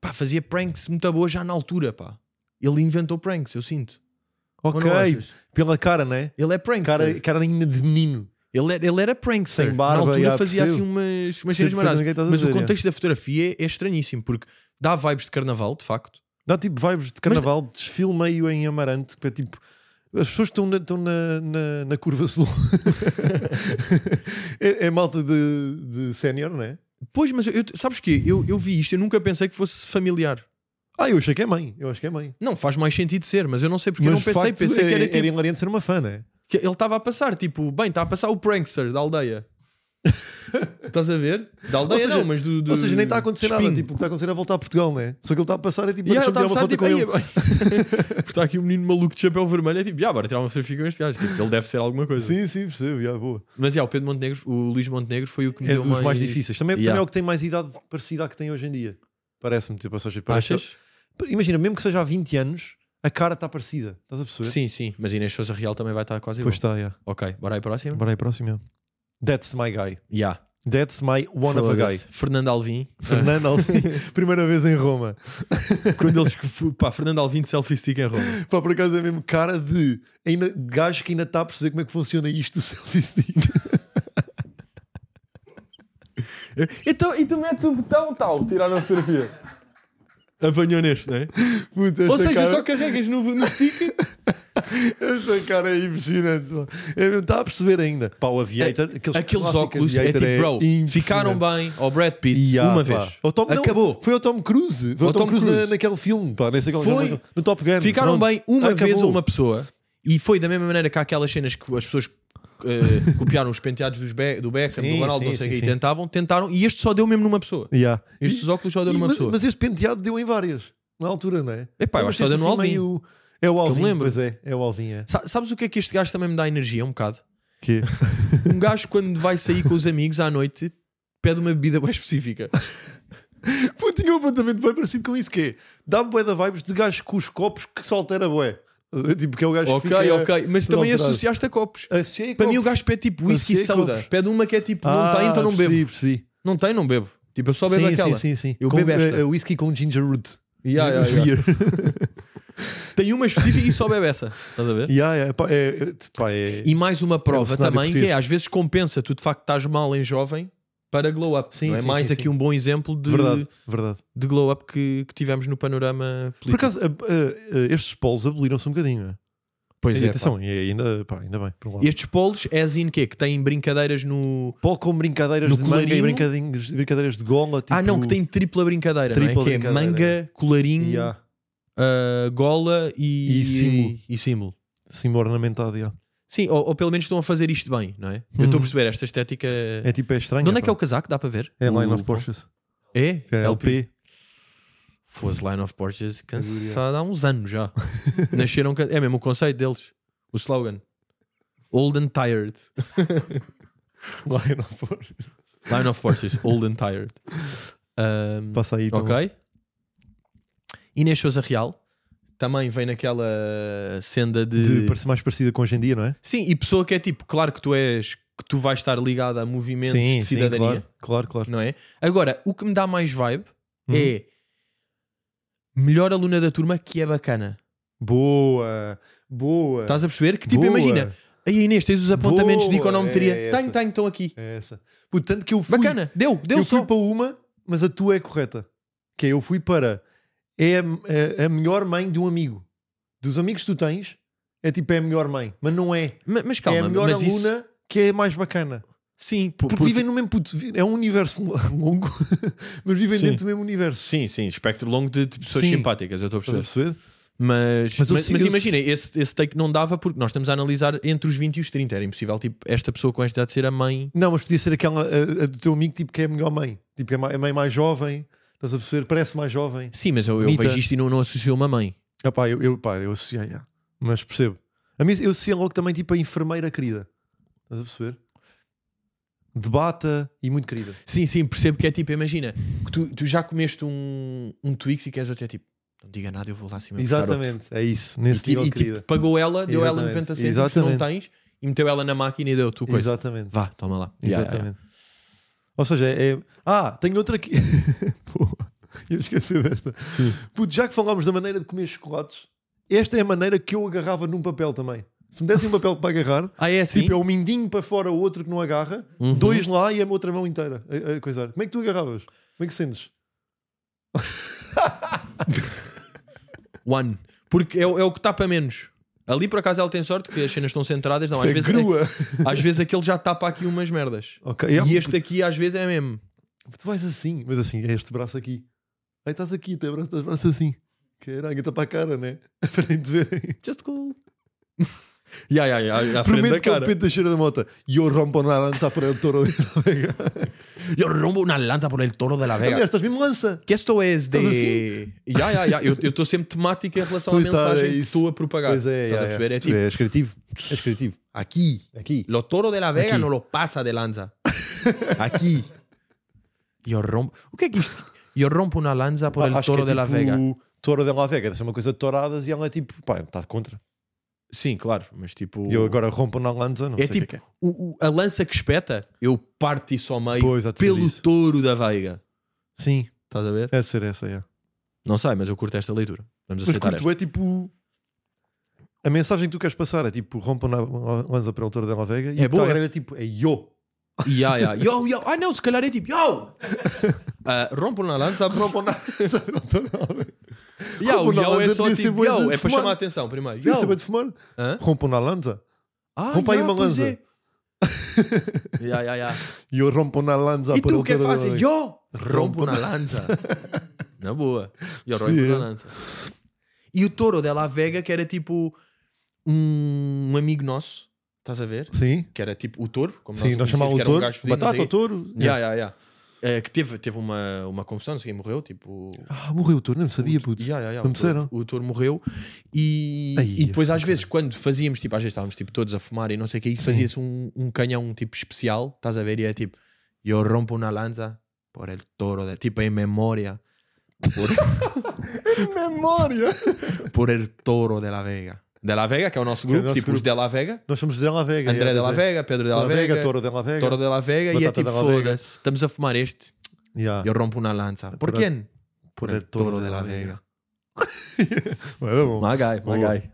S1: pá, fazia pranks muito boa já na altura, pá. Ele inventou pranks, eu sinto. Ou
S2: Ok,
S1: não achas?
S2: pela cara, né?
S1: Ele é
S2: Cara,
S1: prankster.
S2: carinha de menino.
S1: Ele era, ele era prankster.
S2: Tem barba,
S1: Na altura
S2: já,
S1: fazia assim
S2: percebo.
S1: umas, umas
S2: Percebo
S1: cenas maradas.
S2: perfeitamente o que estás a
S1: Mas o
S2: dizer,
S1: contexto da fotografia é estranhíssimo, porque dá vibes de carnaval, de facto.
S2: Dá tipo vibes de carnaval, desfile meio em amarante, que é tipo. As pessoas que estão na, estão na, na, na curva sul. (laughs) é, é malta de, de sénior, não é?
S1: Pois, mas eu, eu- sabes que eu, eu vi isto, eu nunca pensei que fosse familiar.
S2: Ah, eu achei que é mãe. Eu acho que é mãe.
S1: Não, faz mais sentido ser, mas eu não sei porque eu não
S2: Mas
S1: pensei.
S2: de facto,
S1: pensei que
S2: é-
S1: era tipo.
S2: hilariante ser uma fã, não é?
S1: que ele estava a passar, tipo, bem, está a passar o prankster da
S2: (laughs)
S1: aldeia. Estás a ver? Da aldeia
S2: seja-
S1: não, mas do. do
S2: Ou seja, nem está a acontecer
S1: Espinho.
S2: nada. Tipo, o que está a acontecer é voltar a Portugal, não é? Só que ele está a passar é tipo.
S1: E aí ele
S2: deixa-me
S1: está a
S2: tirar uma foto
S1: passar tipo.
S2: com
S1: "Ai,
S2: ele.
S1: é bem."
S2: (laughs)
S1: Porque está aqui um menino maluco de chapéu vermelho, é tipo, já, bora tirar uma fotografia com este gajo. Tipo, ele deve ser alguma coisa.
S2: Sim, sim, percebo. Yeah, boa.
S1: Mas já, o Pedro Montenegro, o Luís Montenegro foi o que me
S2: É
S1: deu
S2: dos mais, difíceis. Também,
S1: Yeah.
S2: também é o que tem mais idade parecida à que tem hoje em dia. Parece-me. Tipo, ou seja, parece-
S1: Achas?
S2: Imagina, mesmo que seja há 20 anos, a cara está parecida. Estás a perceber?
S1: Sim, sim. Mas Inês Souza Real também vai estar quase igual.
S2: Pois está, yeah.
S1: Ok, bora aí próximo.
S2: Bora aí, próximo. yeah. That's my guy.
S1: Já.
S2: That's my one of a guy.
S1: Foda-se. Fernando Alvim.
S2: Fernando
S1: (laughs)
S2: Alvim, (laughs) primeira vez em Roma.
S1: Quando eles. Pá, Fernando Alvim de selfie stick em Roma.
S2: (laughs) Pá, por acaso é mesmo cara de, ainda, de gajo que ainda está a perceber como é que funciona isto do (laughs) selfie stick.
S1: (laughs) Então, e tu metes o botão tal, tirar a fotografia. Apanhou neste, não é?
S2: Puta, esta
S1: Ou seja,
S2: cara,
S1: só carregas no, no stick.
S2: esta cara é impressionante. pá. É mesmo, está a perceber ainda. Pá, o Aviator, então, aqueles,
S1: Aqueles
S2: clássicos
S1: óculos é
S2: Aviator
S1: tipo, bro,
S2: impressionante.
S1: ficaram bem ao Brad Pitt
S2: Ya,
S1: uma
S2: pá.
S1: vez.
S2: Ao Tom- não,
S1: Acabou.
S2: foi o Tom Cruise. Foi o Tom, Cruise, na- naquele filme. Pá, nem sei é como
S1: Foi.
S2: chama- No Top Gun.
S1: Ficaram
S2: Pronto.
S1: bem uma
S2: Acabou.
S1: vez a uma pessoa e foi da mesma maneira que há aquelas cenas que as pessoas eh, (laughs) copiaram os penteados dos Be- do Beckham,
S2: Sim,
S1: do Ronaldo, não
S2: sim,
S1: sei o
S2: sim,
S1: que, e
S2: sim.
S1: tentavam, tentaram, e este só deu mesmo numa pessoa.
S2: Ya.
S1: Estes óculos só deu
S2: E-
S1: numa
S2: mas,
S1: pessoa.
S2: mas este penteado deu em várias, na altura, não é?
S1: Epá, eu
S2: Mas
S1: acho que só
S2: este
S1: deu no Alvin.
S2: meio- É o Alvin,
S1: lembro.
S2: pois é, é o Alvin, é.
S1: Sa- Sabes o que é que este gajo também me dá energia um bocado?
S2: Que?
S1: Um gajo quando vai sair com os amigos à noite pede uma bebida
S2: (laughs)
S1: bem específica.
S2: (laughs) Pô, tinha um apontamento bem parecido com isso, que é, dá-me bué da vibes de gajo com os copos que se altera bué. (laughs) Tipo, que é o gajo
S1: ok,
S2: que fica...
S1: ok. Mas também
S2: desalterado.
S1: associaste a copos.
S2: Associei
S1: Para mim o
S2: copos.
S1: gajo pede tipo whisky e
S2: Associei
S1: soda.
S2: copos.
S1: Pede uma que é tipo, não
S2: Ah,
S1: tem, então não bebo.
S2: percebi, percebi.
S1: Não tem, não bebo. Tipo, eu só bebo
S2: sim,
S1: aquela.
S2: sim, sim, sim.
S1: Eu
S2: com,
S1: bebo esta.
S2: eh, whisky com ginger root.
S1: Ya, ya, ya.
S2: Beer.
S1: (laughs) Tem uma específica e só
S2: (laughs)
S1: bebe essa. Estás a ver?
S2: Ya, ya, pá, é- é- pá, é-
S1: E mais uma prova
S2: cenário
S1: também, que
S2: português.
S1: é às vezes compensa tu de facto estás mal em jovem para glow up.
S2: Sim,
S1: não é
S2: sim,
S1: mais
S2: sim,
S1: aqui
S2: sim.
S1: um bom exemplo de,
S2: Verdade, verdade.
S1: de glow up que, que tivemos no panorama
S2: Por
S1: político.
S2: acaso, eh, eh, estes polos aboliram-se um bocadinho, não é?
S1: pois
S2: E
S1: é,
S2: atenção, e ainda, pá, ainda bem. Por um lado.
S1: pá. Estes polos é zin quê? Que têm brincadeiras no.
S2: Pó com brincadeiras
S1: No
S2: de manga e
S1: colarinho?
S2: brincadeiras, brincadeiras de gola. Tipo...
S1: Ah, não, que tem tripla brincadeira, não é?
S2: Tripla
S1: Que é
S2: brincadeira.
S1: manga, colarinho,
S2: Yeah.
S1: ah, gola e,
S2: E símbolo.
S1: e símbolo.
S2: Sim, ornamentado. Yeah.
S1: Sim, ou, ou pelo menos estão a fazer isto bem, não é? Eu estou a perceber esta estética.
S2: Uhum. É tipo, é estranho.
S1: De onde é
S2: pá.
S1: que é o casaco? Dá para ver?
S2: É Line
S1: O-
S2: of Porsches.
S1: É?
S2: É LP.
S1: Foz Line of Porsches cansado há uns anos já.
S2: (laughs)
S1: Nasceram. can- É mesmo o conceito deles. O slogan. Old and tired.
S2: (laughs) Line of Porsches.
S1: Line of Porsches. Old and tired. Ahm,
S2: Passa aí. então.
S1: ok. Inês Souza Real. Também vem naquela senda de.
S2: De parecer mais parecida com hoje em dia, não é?
S1: Sim, e pessoa que é tipo, claro que tu és. Que tu vais estar ligado a movimentos de cidadania.
S2: claro, claro, claro. Uhum.
S1: não é? Agora, o que me dá mais vibe é. Melhor aluna da turma que é bacana.
S2: Boa, boa.
S1: Estás a perceber? Que tipo, imagina, Aí Inês, tens os apontamentos de
S2: Boa,
S1: econometria.
S2: é essa.
S1: tenho, tenho, estão aqui.
S2: É essa. Pô, tanto que eu fui.
S1: Bacana, deu, deu
S2: eu
S1: só.
S2: fui para uma, mas a tua é correta. Que é, eu fui para. É a, é a melhor mãe de um amigo. Dos amigos que tu tens, é tipo, é a melhor mãe. Mas não é.
S1: Ma- Mas, calma,
S2: é a melhor
S1: mas
S2: aluna
S1: isso...
S2: que é mais bacana.
S1: Sim, por-
S2: Porque, vivem no mesmo puto. vi- É um universo longo, (laughs) mas vivem
S1: Sim.
S2: dentro do mesmo universo.
S1: Sim, sim, espectro longo de, de pessoas
S2: Sim.
S1: simpáticas, eu estou a
S2: Estás a
S1: perceber.
S2: perceber?
S1: Mas,
S2: Mas
S1: mas,
S2: eu
S1: mas,
S2: sei- eu-
S1: imagina, esse, esse take não dava porque nós estamos a analisar entre os 20 e os 30. Era impossível, tipo, esta pessoa com esta idade ser a mãe.
S2: Não, mas podia ser aquela a, a do teu amigo tipo, que é a melhor mãe. Tipo, que é ma- a mãe mais jovem. Estás a perceber? Parece mais jovem.
S1: Sim, mas eu, eu
S2: Bonita.
S1: vejo isto e não, não associo uma mãe.
S2: Ah, pá, eu, eu, pá, eu associei, ah, mas percebo. A mim, eu associei logo também tipo a enfermeira querida. Estás a perceber? Debata e muito querida.
S1: Sim, sim, percebo que é tipo, imagina, que tu, tu já comeste um, um Twix e queres até tipo, não diga nada, eu vou lá acima. buscar outro.
S2: Exatamente, é isso.
S1: E,
S2: Nesse
S1: ti-
S2: nível
S1: e,
S2: de
S1: tipo,
S2: querida.
S1: pagou ela, deu ela
S2: Exatamente,
S1: 90 cêntimos que não
S2: exatamente.
S1: tens e meteu ela na máquina e deu tu coisa.
S2: Exatamente.
S1: Vá, toma lá. Yeah,
S2: Exatamente. Ou seja, é. é- Ah, tenho outra aqui. (laughs) Pô, eu esqueci desta. Puto, já que falámos da maneira de comer chocolates, esta é a maneira que eu agarrava num papel também. Se me dessem um papel para
S1: (laughs)
S2: agarrar,
S1: yeah. Ah, é assim?
S2: tipo, é um mindinho para fora, o outro que não agarra,
S1: Uhum.
S2: dois lá e a outra mão inteira a, a coisar. Como é que tu agarravas? Como é que sentes?
S1: One. Porque é, o- é o que tapa menos. Ali por acaso ela tem sorte que as cenas estão centradas. Não, às
S2: Isso é
S1: vezes,
S2: grua.
S1: (laughs)
S2: Oh, um
S1: às vezes aquele já tapa aqui umas merdas.
S2: (laughs) Ok,
S1: E
S2: yeah,
S1: este aqui às vezes é mesmo.
S2: Tu vais assim, mas assim, é este braço aqui. Aí estás aqui, teu braço, teu braço assim. Caralho, está para a cara, né? (laughs) Para nem te verem.
S1: Just cool. (laughs) Ya, ya, ya, à frente da
S2: Prometo que é o
S1: cara.
S2: Pedro da Cheira da Mota. E eu rompo na lança para o toro.
S1: (laughs) Eu rombo uma lança por el toro de la
S2: Aliás,
S1: Vega.
S2: estás mesmo lança.
S1: Que esto es
S2: Estás
S1: de. Ya, ya, ya. Eu estou sempre temático em relação à
S2: Pois está,
S1: mensagem
S2: é
S1: que
S2: isso.
S1: estou a propagar.
S2: Pois é,
S1: Estás
S2: é,
S1: a perceber?
S2: é.
S1: É tipo.
S2: És criativo. És criativo. Aqui, aqui.
S1: Lo toro de la Vega
S2: Aqui.
S1: não lo passa de
S2: (laughs)
S1: lanza. Aqui. Eu rompo. O que é que isto? Eu rompo uma lança por el
S2: Acho que
S1: toro
S2: é
S1: de la
S2: tipo
S1: Vega.
S2: Toro de la Vega. Deve ser uma coisa de toradas e ela é tipo, pá, está contra.
S1: Sim, claro, mas tipo.
S2: E eu agora rompo na lança, não sei
S1: É
S2: o que
S1: tipo,
S2: que é.
S1: o- o- a lança que espeta, eu parto isso ao meio
S2: Pois, há de ser
S1: pelo
S2: isso.
S1: touro da veiga.
S2: Sim,
S1: Estás a ver?
S2: é de ser essa, é.
S1: Não sei, mas eu curto esta leitura. Vamos
S2: Mas
S1: aceitar
S2: curto é tipo. A mensagem que tu queres passar é tipo, rompo na lança para o Toro de la Vega. e
S1: É boa.
S2: a galera É tipo, é yo.
S1: esta. Ya,
S2: (laughs)
S1: ya. Yo, yo. Ah, não, se calhar é tipo, yo! Ah, rompo na lança.
S2: Rompo na lança para o Toro de la Vega.
S1: Ya, o
S2: rompo na
S1: yo é
S2: lança,
S1: só
S2: devia ser
S1: tipo,
S2: bué
S1: yo.
S2: de
S1: É para
S2: fumar.
S1: chamar a atenção primeiro.
S2: Viu, acabou
S1: Yo.
S2: de fumar?
S1: Hã?
S2: Rompo na lança.
S1: Ah,
S2: Rompa aí
S1: ya,
S2: uma
S1: pois
S2: lança.
S1: é.
S2: (laughs)
S1: Ya, ya, ya.
S2: E eu rompo na lança
S1: E
S2: para
S1: tu
S2: o
S1: o que é
S2: Toro de la
S1: fazes?
S2: Vega.
S1: Yo! Rompo na lança. Na boa. Eu rompo
S2: Sim, é.
S1: na lança. E o touro de La Vega, que era tipo um, um amigo nosso, estás a ver?
S2: Sim,
S1: Que era tipo o touro, como
S2: sim, nós
S1: nós o
S2: chamávamos o
S1: conhecíamos, que era um
S2: touro.
S1: gajo fedido, não
S2: Batata,
S1: sei
S2: o
S1: o quê.
S2: touro.
S1: Yeah, yeah, yeah. Eh, que teve, teve uma, uma confusão, não sei quem morreu, tipo...
S2: Ah, morreu o touro, não sabia,
S1: o,
S2: puto.
S1: yeah, yeah, yeah,
S2: Não
S1: o
S2: me disseram.
S1: touro- o touro morreu e,
S2: Ai,
S1: e depois às
S2: ok.
S1: vezes quando fazíamos, tipo, às vezes estávamos tipo, todos a fumar e não sei o que, e fazia-se um, um canhão tipo especial, estás a ver, e é tipo eu rompo uma lança por el toro, de, tipo em memória por,
S2: Memória!
S1: por el toro de la Vega de la Vega, que é o nosso
S2: é o
S1: grupo,
S2: nosso
S1: tipo os
S2: grupo.
S1: de la Vega
S2: Nós somos de La Vega.
S1: André
S2: é,
S1: de la
S2: pois é.
S1: Vega, Pedro de la,
S2: La
S1: Vega,
S2: Vega, Toro de La Vega.
S1: Toro de la Vega e é
S2: Batata
S1: tipo
S2: de la Vega.
S1: foda-se, estamos a fumar este
S2: Yeah.
S1: eu rompo uma lança, por,
S2: Por el-
S1: quem? por el toro de
S2: la
S1: la Vega
S2: Era bom.
S1: My guy, my
S2: Boa.
S1: guy.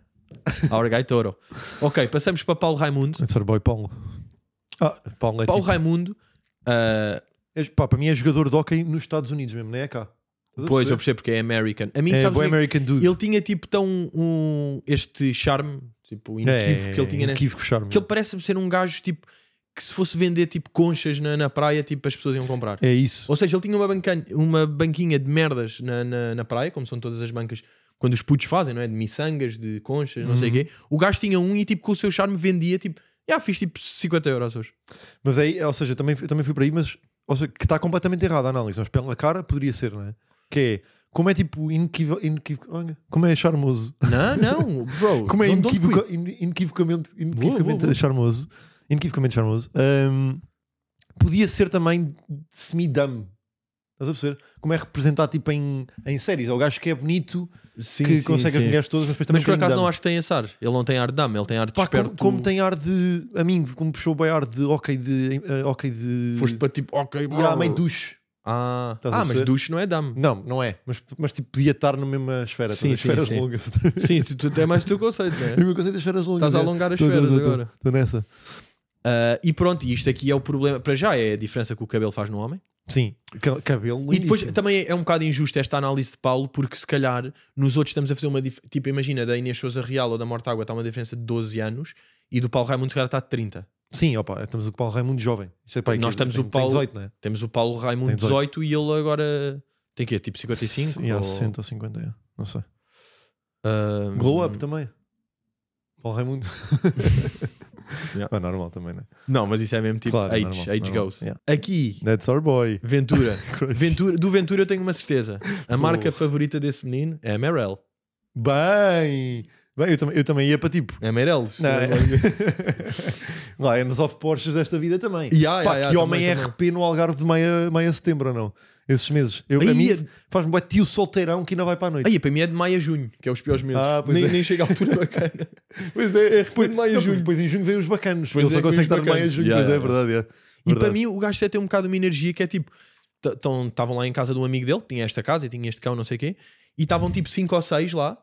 S1: Our guy Toro. Ok, passamos para Paulo Raimundo.
S2: Answer boy Paulo. Ah, Paulo é
S1: Paulo
S2: tipo...
S1: Raimundo, ah,
S2: é- pá, para mim é jogador de hóquei nos Estados Unidos mesmo, não é cá. Estás a
S1: pois
S2: perceber?
S1: eu percebo porque é American. A mim,
S2: É
S1: sabes, o
S2: boy
S1: que é
S2: American
S1: que-
S2: Dude.
S1: ele tinha tipo tão um, este charme, tipo, inequívoco
S2: é,
S1: que ele tinha, né?
S2: Equívoco charme.
S1: Que ele parece-me ser um gajo tipo que se fosse vender tipo conchas na, na praia, tipo, as pessoas iam comprar.
S2: É isso.
S1: Ou seja, ele tinha uma, banca- uma banquinha de merdas na, na, na praia, como são todas as bancas quando os putos fazem, não é? De miçangas, de conchas, não
S2: Uhum.
S1: sei o quê. O gajo tinha um e tipo com o seu charme vendia tipo, já fiz tipo 50 euros hoje.
S2: Mas aí, ou seja, também, eu também fui para aí, mas ou seja, que está completamente errada a análise, mas pela cara poderia ser, não é? Que é como é tipo inequivo- inequivo- olha, como é charmoso,
S1: Não, não, bro.
S2: (laughs) como é
S1: don't- don't
S2: inequivoca-
S1: quit.
S2: ine- inequivocamente,
S1: boa,
S2: inequivocamente
S1: boa.
S2: charmoso, inequivocamente charmoso, hum, podia ser também semi-dumb. Estás a perceber? Como é representado tipo em, em séries. É o gajo que é bonito,
S1: Sim,
S2: que
S1: sim,
S2: consegue as
S1: sim.
S2: mulheres todas, mas depois também
S1: Mas por
S2: tem
S1: acaso não
S2: dumb.
S1: acho que tem esse ar. Ele não tem ar de dama, ele tem ar de
S2: Pá,
S1: esperto.
S2: como, como tem ar de. A mim, como puxou bem ar de ok de. eh, ok de.
S1: Foste para tipo, ok, bro.
S2: e a mãe duche.
S1: Ah,
S2: Estás a
S1: ah mas
S2: perceber?
S1: duche não é dama.
S2: Não, não é. Mas, mas tipo, podia estar na mesma esfera.
S1: Sim,
S2: Sim,
S1: sim,
S2: esferas
S1: sim.
S2: longas. (laughs)
S1: Sim, tu, tu, é mais o teu conceito, não é?
S2: Eu me conceito das esferas longas.
S1: Estás a
S2: é.
S1: alongar as
S2: Tô, tô,
S1: esferas
S2: tô, tô.
S1: agora.
S2: Estou nessa.
S1: Ah, e pronto, e isto aqui é o problema. Para já é a diferença que o cabelo faz no homem.
S2: Sim. Ca- Cabelo
S1: E depois
S2: lindíssimo.
S1: também é um bocado injusto esta análise de Paulo, porque se calhar nos outros estamos a fazer uma dif- tipo, imagina, da Inês Souza Real ou da Mortágua está uma diferença de 12 anos e do Paulo Raimundo se calhar está de 30.
S2: Sim, opa, estamos o Paulo Raimundo jovem. Isto é, pá,
S1: Nós
S2: aqui,
S1: estamos
S2: tem-
S1: o
S2: tem
S1: Paulo-
S2: 18, não é?
S1: Temos o Paulo Raimundo
S2: Tem
S1: 18 e ele agora tem que tipo 55
S2: Sim, há
S1: ou...
S2: 60 ou 50, é. não sei.
S1: Ah,
S2: Glow Up então. também. Paulo Raimundo.
S1: (laughs) Yeah.
S2: É normal também, né?
S1: Não, mas isso é mesmo tipo
S2: Claro,
S1: age,
S2: normal,
S1: age
S2: normal,
S1: goes.
S2: yeah.
S1: Aqui,
S2: That's our boy. (laughs)
S1: Ventura.
S2: Crazy.
S1: Ventura. Do Ventura eu tenho uma certeza. A marca favorita desse menino é a Merrell.
S2: Bem, bem eu, também, eu também ia para tipo.
S1: Amarelos.
S2: Não, é- Lions of Porsches desta vida também.
S1: Ya,
S2: Pá,
S1: ya, ya,
S2: que
S1: também,
S2: homem é
S1: também.
S2: RP no Algarve de meia, meia setembro ou não? Esses meses. Eu,
S1: Ai,
S2: a mim
S1: é-
S2: faz-me bué tio solteirão que ainda vai para a noite.
S1: Aí, para mim é de maio a junho, que é os piores meses.
S2: Ah, pois
S1: nem,
S2: é.
S1: nem
S2: (laughs)
S1: chega à altura bacana.
S2: pois é, RP
S1: de maio a junho.
S2: Depois em junho vem os bacanos.
S1: Pois
S2: Ele só
S1: é, que vem
S2: consegue estar
S1: os
S2: de maio a
S1: bacanos.
S2: junho.
S1: Ya,
S2: pois
S1: ya,
S2: é,
S1: ya.
S2: verdade. é.
S1: E para
S2: Verdade.
S1: mim o gajo até tem um bocado de uma energia que é tipo. Estavam lá em casa de um amigo dele, que tinha esta casa e tinha este cão, não sei o quê, e estavam tipo 5 ou 6 lá,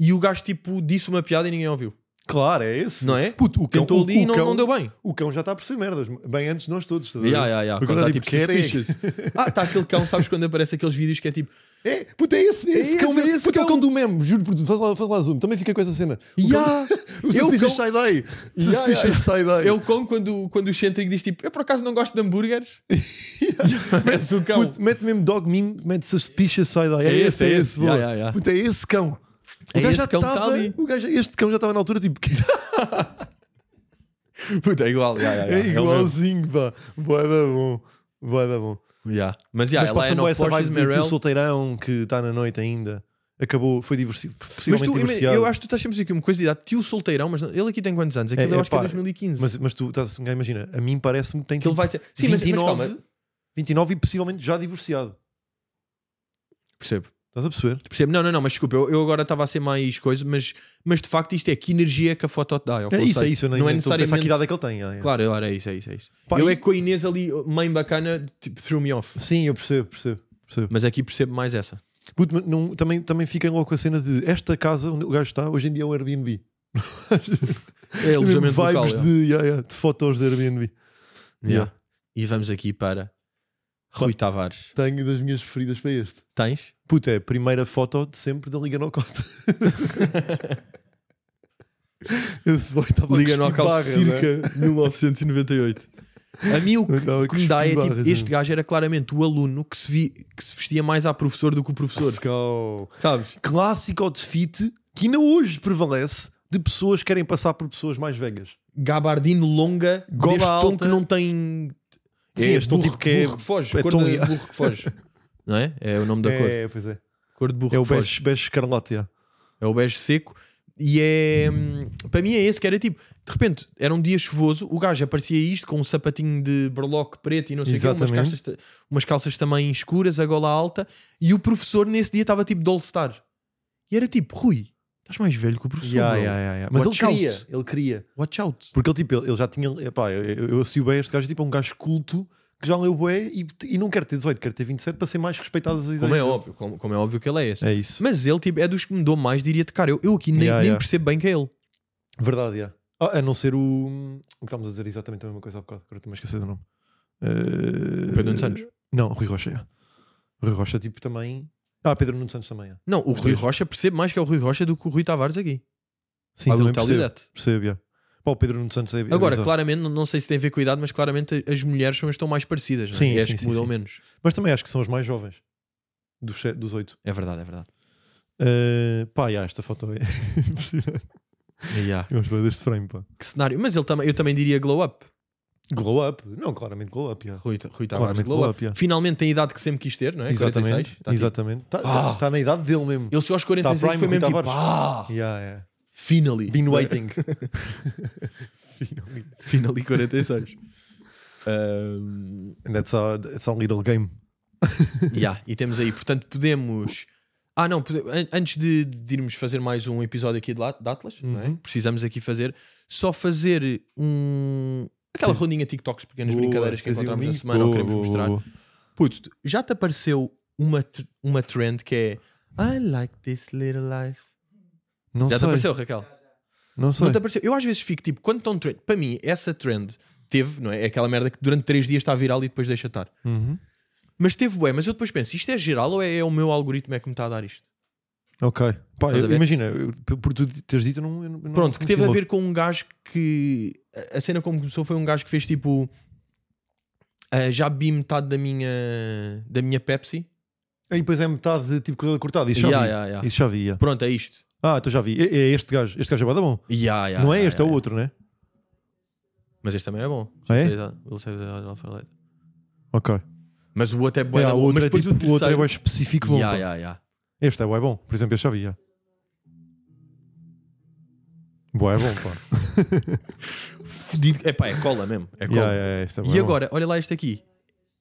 S1: e o gajo tipo disse uma piada e ninguém ouviu.
S2: Claro, é esse.
S1: Não é?
S2: Puto, o cão,
S1: Tentou
S2: o,
S1: ali e
S2: o
S1: não,
S2: cão,
S1: não deu bem.
S2: o cão já está a perceber merdas. Bem antes de nós todos. estás a ver?
S1: Ya, ya, ya,
S2: Porque
S1: quando
S2: eu
S1: tá,
S2: tipo,
S1: tipo,
S2: quero é-
S1: suspicious. Ah, está aquele cão, sabes quando aparece aqueles vídeos que é tipo.
S2: É, puto, é esse. É esse
S1: esse,
S2: cão mesmo.
S1: é esse
S2: Puto, é o
S1: cão.
S2: cão do meme. Juro, por tudo. faz lá, faz lá zoom. Também fica com essa cena. (laughs) O
S1: Ya!
S2: O
S1: É o
S2: Suspicious
S1: cão- (laughs)
S2: Side-Eye.
S1: Ya, ya.
S2: Suspicious Side-Eye.
S1: É o cão quando, quando o Centric diz tipo: Eu por acaso não gosto de
S2: (laughs)
S1: hambúrgueres. Parece o cão.
S2: Puto, mete mesmo dog meme, mete suspicious side-eye. É,
S1: É
S2: esse, é
S1: esse,
S2: esse.
S1: ya,
S2: boa.
S1: ya, ya.
S2: Puto, é esse cão. O
S1: É
S2: gajo
S1: esse
S2: já
S1: cão que tá
S2: tava-
S1: ali.
S2: o gajo- Este cão já estava na altura tipo. (laughs) que-
S1: Puta, é igual. ya, ya, ya,
S2: é
S1: o mesmo.
S2: igualzinho, pá. Boa da bom. Boa da bom.
S1: Ya. Mas já, ela é
S2: passa-me
S1: no
S2: bué essa
S1: Porsche
S2: vibe de tio solteirão que está na noite ainda. Acabou, foi divorciado.
S1: Mas
S2: Possivelmente
S1: tu, eu,
S2: divorciado.
S1: eu acho que tu estás sempre a dizer aqui uma coisa de idade, tio solteirão, mas não- ele aqui tem quantos anos? Aquilo
S2: É,
S1: eu acho que é
S2: pá,
S1: 2015.
S2: Mas, mas tu tá, estás, imagina, a mim parece-me que tem que
S1: Aquilo vai ser. Sim, mas- mas,
S2: 29,
S1: calma.
S2: 29 e possivelmente já divorciado.
S1: Percebo,
S2: Estás a perceber?
S1: percebo. Não, não, não, mas desculpa, eu, eu agora estava a ser mais coisa, mas, mas de facto isto é que energia que a foto te dá. o
S2: É isso, é
S1: conceito.
S2: isso. Eu nem,
S1: não é
S2: nem estou a pensar
S1: necessariamente.
S2: que idade é que ele tem. ah, é.
S1: Claro, claro, é isso, é isso. É isso.
S2: Pá,
S1: eu
S2: e-
S1: é com a Inês ali, mãe bacana, tipo, threw me off.
S2: Sim, eu percebo, percebo. percebo.
S1: Mas aqui percebo mais essa.
S2: Puto, mas não- também, também fiquem logo com a cena de esta casa onde o gajo está, hoje em dia é um Airbnb.
S1: É alojamento
S2: Vibes
S1: local. é.
S2: de, yeah, yeah, de fotos de Airbnb.
S1: Yeah.
S2: Yeah.
S1: E vamos aqui para Rui Tavares.
S2: Tenho das minhas preferidas para este.
S1: Tens?
S2: Puta, é a primeira foto de sempre da Liga
S1: (laughs)
S2: Knockout. Esse boy estava
S1: Liga
S2: a cuspir
S1: Knockout
S2: barras, né?
S1: circa 1998. A mim o que,
S2: Não, eu
S1: que me dá é
S2: cuspi
S1: tipo,
S2: barras, né?
S1: este
S2: não.
S1: gajo era claramente o aluno que se, vi- que se vestia mais a professor do que o professor.
S2: Let's go.
S1: Sabes?
S2: Clássico outfit que ainda hoje prevalece de pessoas que querem passar por pessoas mais velhas.
S1: Gabardino longa,
S2: Gola
S1: deste tom
S2: alta.
S1: que não tem.
S2: Sim, este tom
S1: burro,
S2: tipo que é-
S1: burro que foge.
S2: é
S1: cor
S2: tom-
S1: de burro que foge. Não é? É o nome da cor.
S2: (laughs) é, pois é.
S1: Cor de burro
S2: É o
S1: que foge.
S2: beijo, beijo escarlate. yeah.
S1: É o bege seco. E é. hum, Para mim é esse que era tipo. De repente, era um dia chuvoso, o gajo aparecia isto com um sapatinho de berloque preto e não sei o quê, umas
S2: Exatamente.
S1: calças, ta- umas calças também escuras, a gola alta. E o professor nesse dia estava tipo de All-Star. E era tipo, Rui, estás mais velho que o professor.
S2: Yeah,
S1: bro.
S2: yeah, yeah, yeah. Mas ele
S1: Watch out.
S2: queria, ele queria.
S1: Watch out.
S2: Porque ele, tipo, ele, ele já tinha. Epá, eu, eu, eu associo bem a este gajo tipo, a um gajo culto que já leu bué e, e não quer ter 18, quer ter 27 para ser mais respeitado as ideias.
S1: Como é
S2: dele.
S1: óbvio, como, como é óbvio que ele é esse.
S2: É isso.
S1: Mas ele tipo, é dos que me dou mais, diria-te, cara, eu, eu aqui nem,
S2: Yeah,
S1: nem
S2: yeah.
S1: percebo bem que é ele.
S2: Verdade, é. Ah, a não ser o. O que estávamos a dizer exatamente a mesma coisa há bocado, agora estou-me a esquecer do nome. Eh,
S1: Pedro Nuno Santos.
S2: Não, Rui Rocha, é. Rui Rocha, tipo, também. Ah, Pedro Nuno Santos também, é.
S1: Não, o
S2: Os
S1: Rui
S2: dois.
S1: Rocha percebe mais que é o Rui Rocha do que o Rui Tavares aqui.
S2: Sim,
S1: I
S2: também
S1: will tell
S2: percebo.
S1: you that.
S2: Percebo, é. Pá, o Pedro Nuno Santos é. é
S1: Agora,
S2: bizarro.
S1: claramente, não- não sei se tem a ver com a idade, mas claramente as mulheres são as que estão mais parecidas, não é?
S2: Sim,
S1: e as
S2: sim,
S1: que
S2: sim,
S1: mudam
S2: sim.
S1: menos.
S2: Mas também acho que são os mais jovens. Dos, se- dos oito.
S1: É verdade, é verdade.
S2: Eh, pá, yeah, esta foto é (laughs) impressionante.
S1: E há.
S2: Eu gosto deste frame, pá.
S1: Que cenário. Mas ele também, eu também diria glow up.
S2: Glow up. Não, claramente glow up, yeah.
S1: Rui, Ta- Rui Tavares,
S2: Claramente
S1: glow,
S2: glow
S1: up.
S2: up, yeah.
S1: Finalmente tem a idade que sempre quis ter, não é? 46,
S2: Exatamente.
S1: tá tipo-
S2: exatamente. Está
S1: Ah.
S2: na idade dele mesmo.
S1: Ele só aos 46
S2: Tá prime
S1: foi
S2: Rui
S1: mesmo tipo,
S2: Tavares.
S1: ah,
S2: Yeah, yeah.
S1: finally.
S2: Been (laughs) waiting.
S1: (laughs) Finally 46. (laughs) Ahm,
S2: And that's our, that's our little game.
S1: yeah, e temos aí, portanto, podemos... Ah, não, pode- an- antes de, de irmos fazer mais um episódio aqui de, Lat- de Atlas, não é?
S2: Uhum.
S1: precisamos aqui fazer, só fazer um... Aquela rondinha TikToks, pequenas
S2: Boa,
S1: brincadeiras que
S2: tens aí um
S1: encontramos na
S2: link?
S1: semana ou
S2: Boa,
S1: queremos
S2: boa,
S1: mostrar.
S2: boa.
S1: Puto, tu- já te apareceu uma, tr- uma trend que é I like this little life.
S2: Não
S1: já te
S2: sei.
S1: apareceu, Raquel?
S2: Não sei.
S1: Não te apareceu? Eu às vezes fico tipo, quando estão trend, para mim, essa trend teve, não é? É aquela merda que durante três dias está viral e depois deixa estar.
S2: Uhum.
S1: Mas teve, ué, mas eu depois penso, isto é geral ou é, é o meu algoritmo é que me está a dar isto?
S2: Ok. Pá,
S1: Estás a
S2: eu-
S1: ver?
S2: imagina, eu- por- por tu teres dito, eu não. eu não-
S1: Pronto, que
S2: não
S1: teve a
S2: conheci
S1: ver com um gajo que. a- A cena como começou foi um gajo que fez tipo. "Ah, já bebi metade da minha, da minha Pepsi.
S2: logo. E depois é metade de tipo cortada cortada. Isso já
S1: Yeah,
S2: vi.
S1: yeah, yeah.
S2: Isso já vi. yeah.
S1: Pronto, é isto.
S2: Ah, então já vi. É, é este gajo. Este gajo é bada bom.
S1: Yeah, yeah,
S2: não é
S1: yeah,
S2: este, é
S1: yeah,
S2: o outro, né?
S1: Mas este também é bom.
S2: Ah, é?
S1: Will save the Alpha for later.
S2: Ok.
S1: Mas o outro é bom.
S2: Yeah, o outro
S1: mas
S2: é
S1: depois
S2: tipo-
S1: o
S2: o outro é
S1: terceiro...
S2: bué específico bom.
S1: Yeah,
S2: pá.
S1: yeah, yeah.
S2: Este é bué bom. Por exemplo, este já vi. yeah. Boa, é bom, (laughs) pá.
S1: Fedido. Epá, é cola mesmo. É cola.
S2: Yeah, yeah, yeah, isto é bué
S1: E
S2: bom.
S1: agora, olha lá este aqui.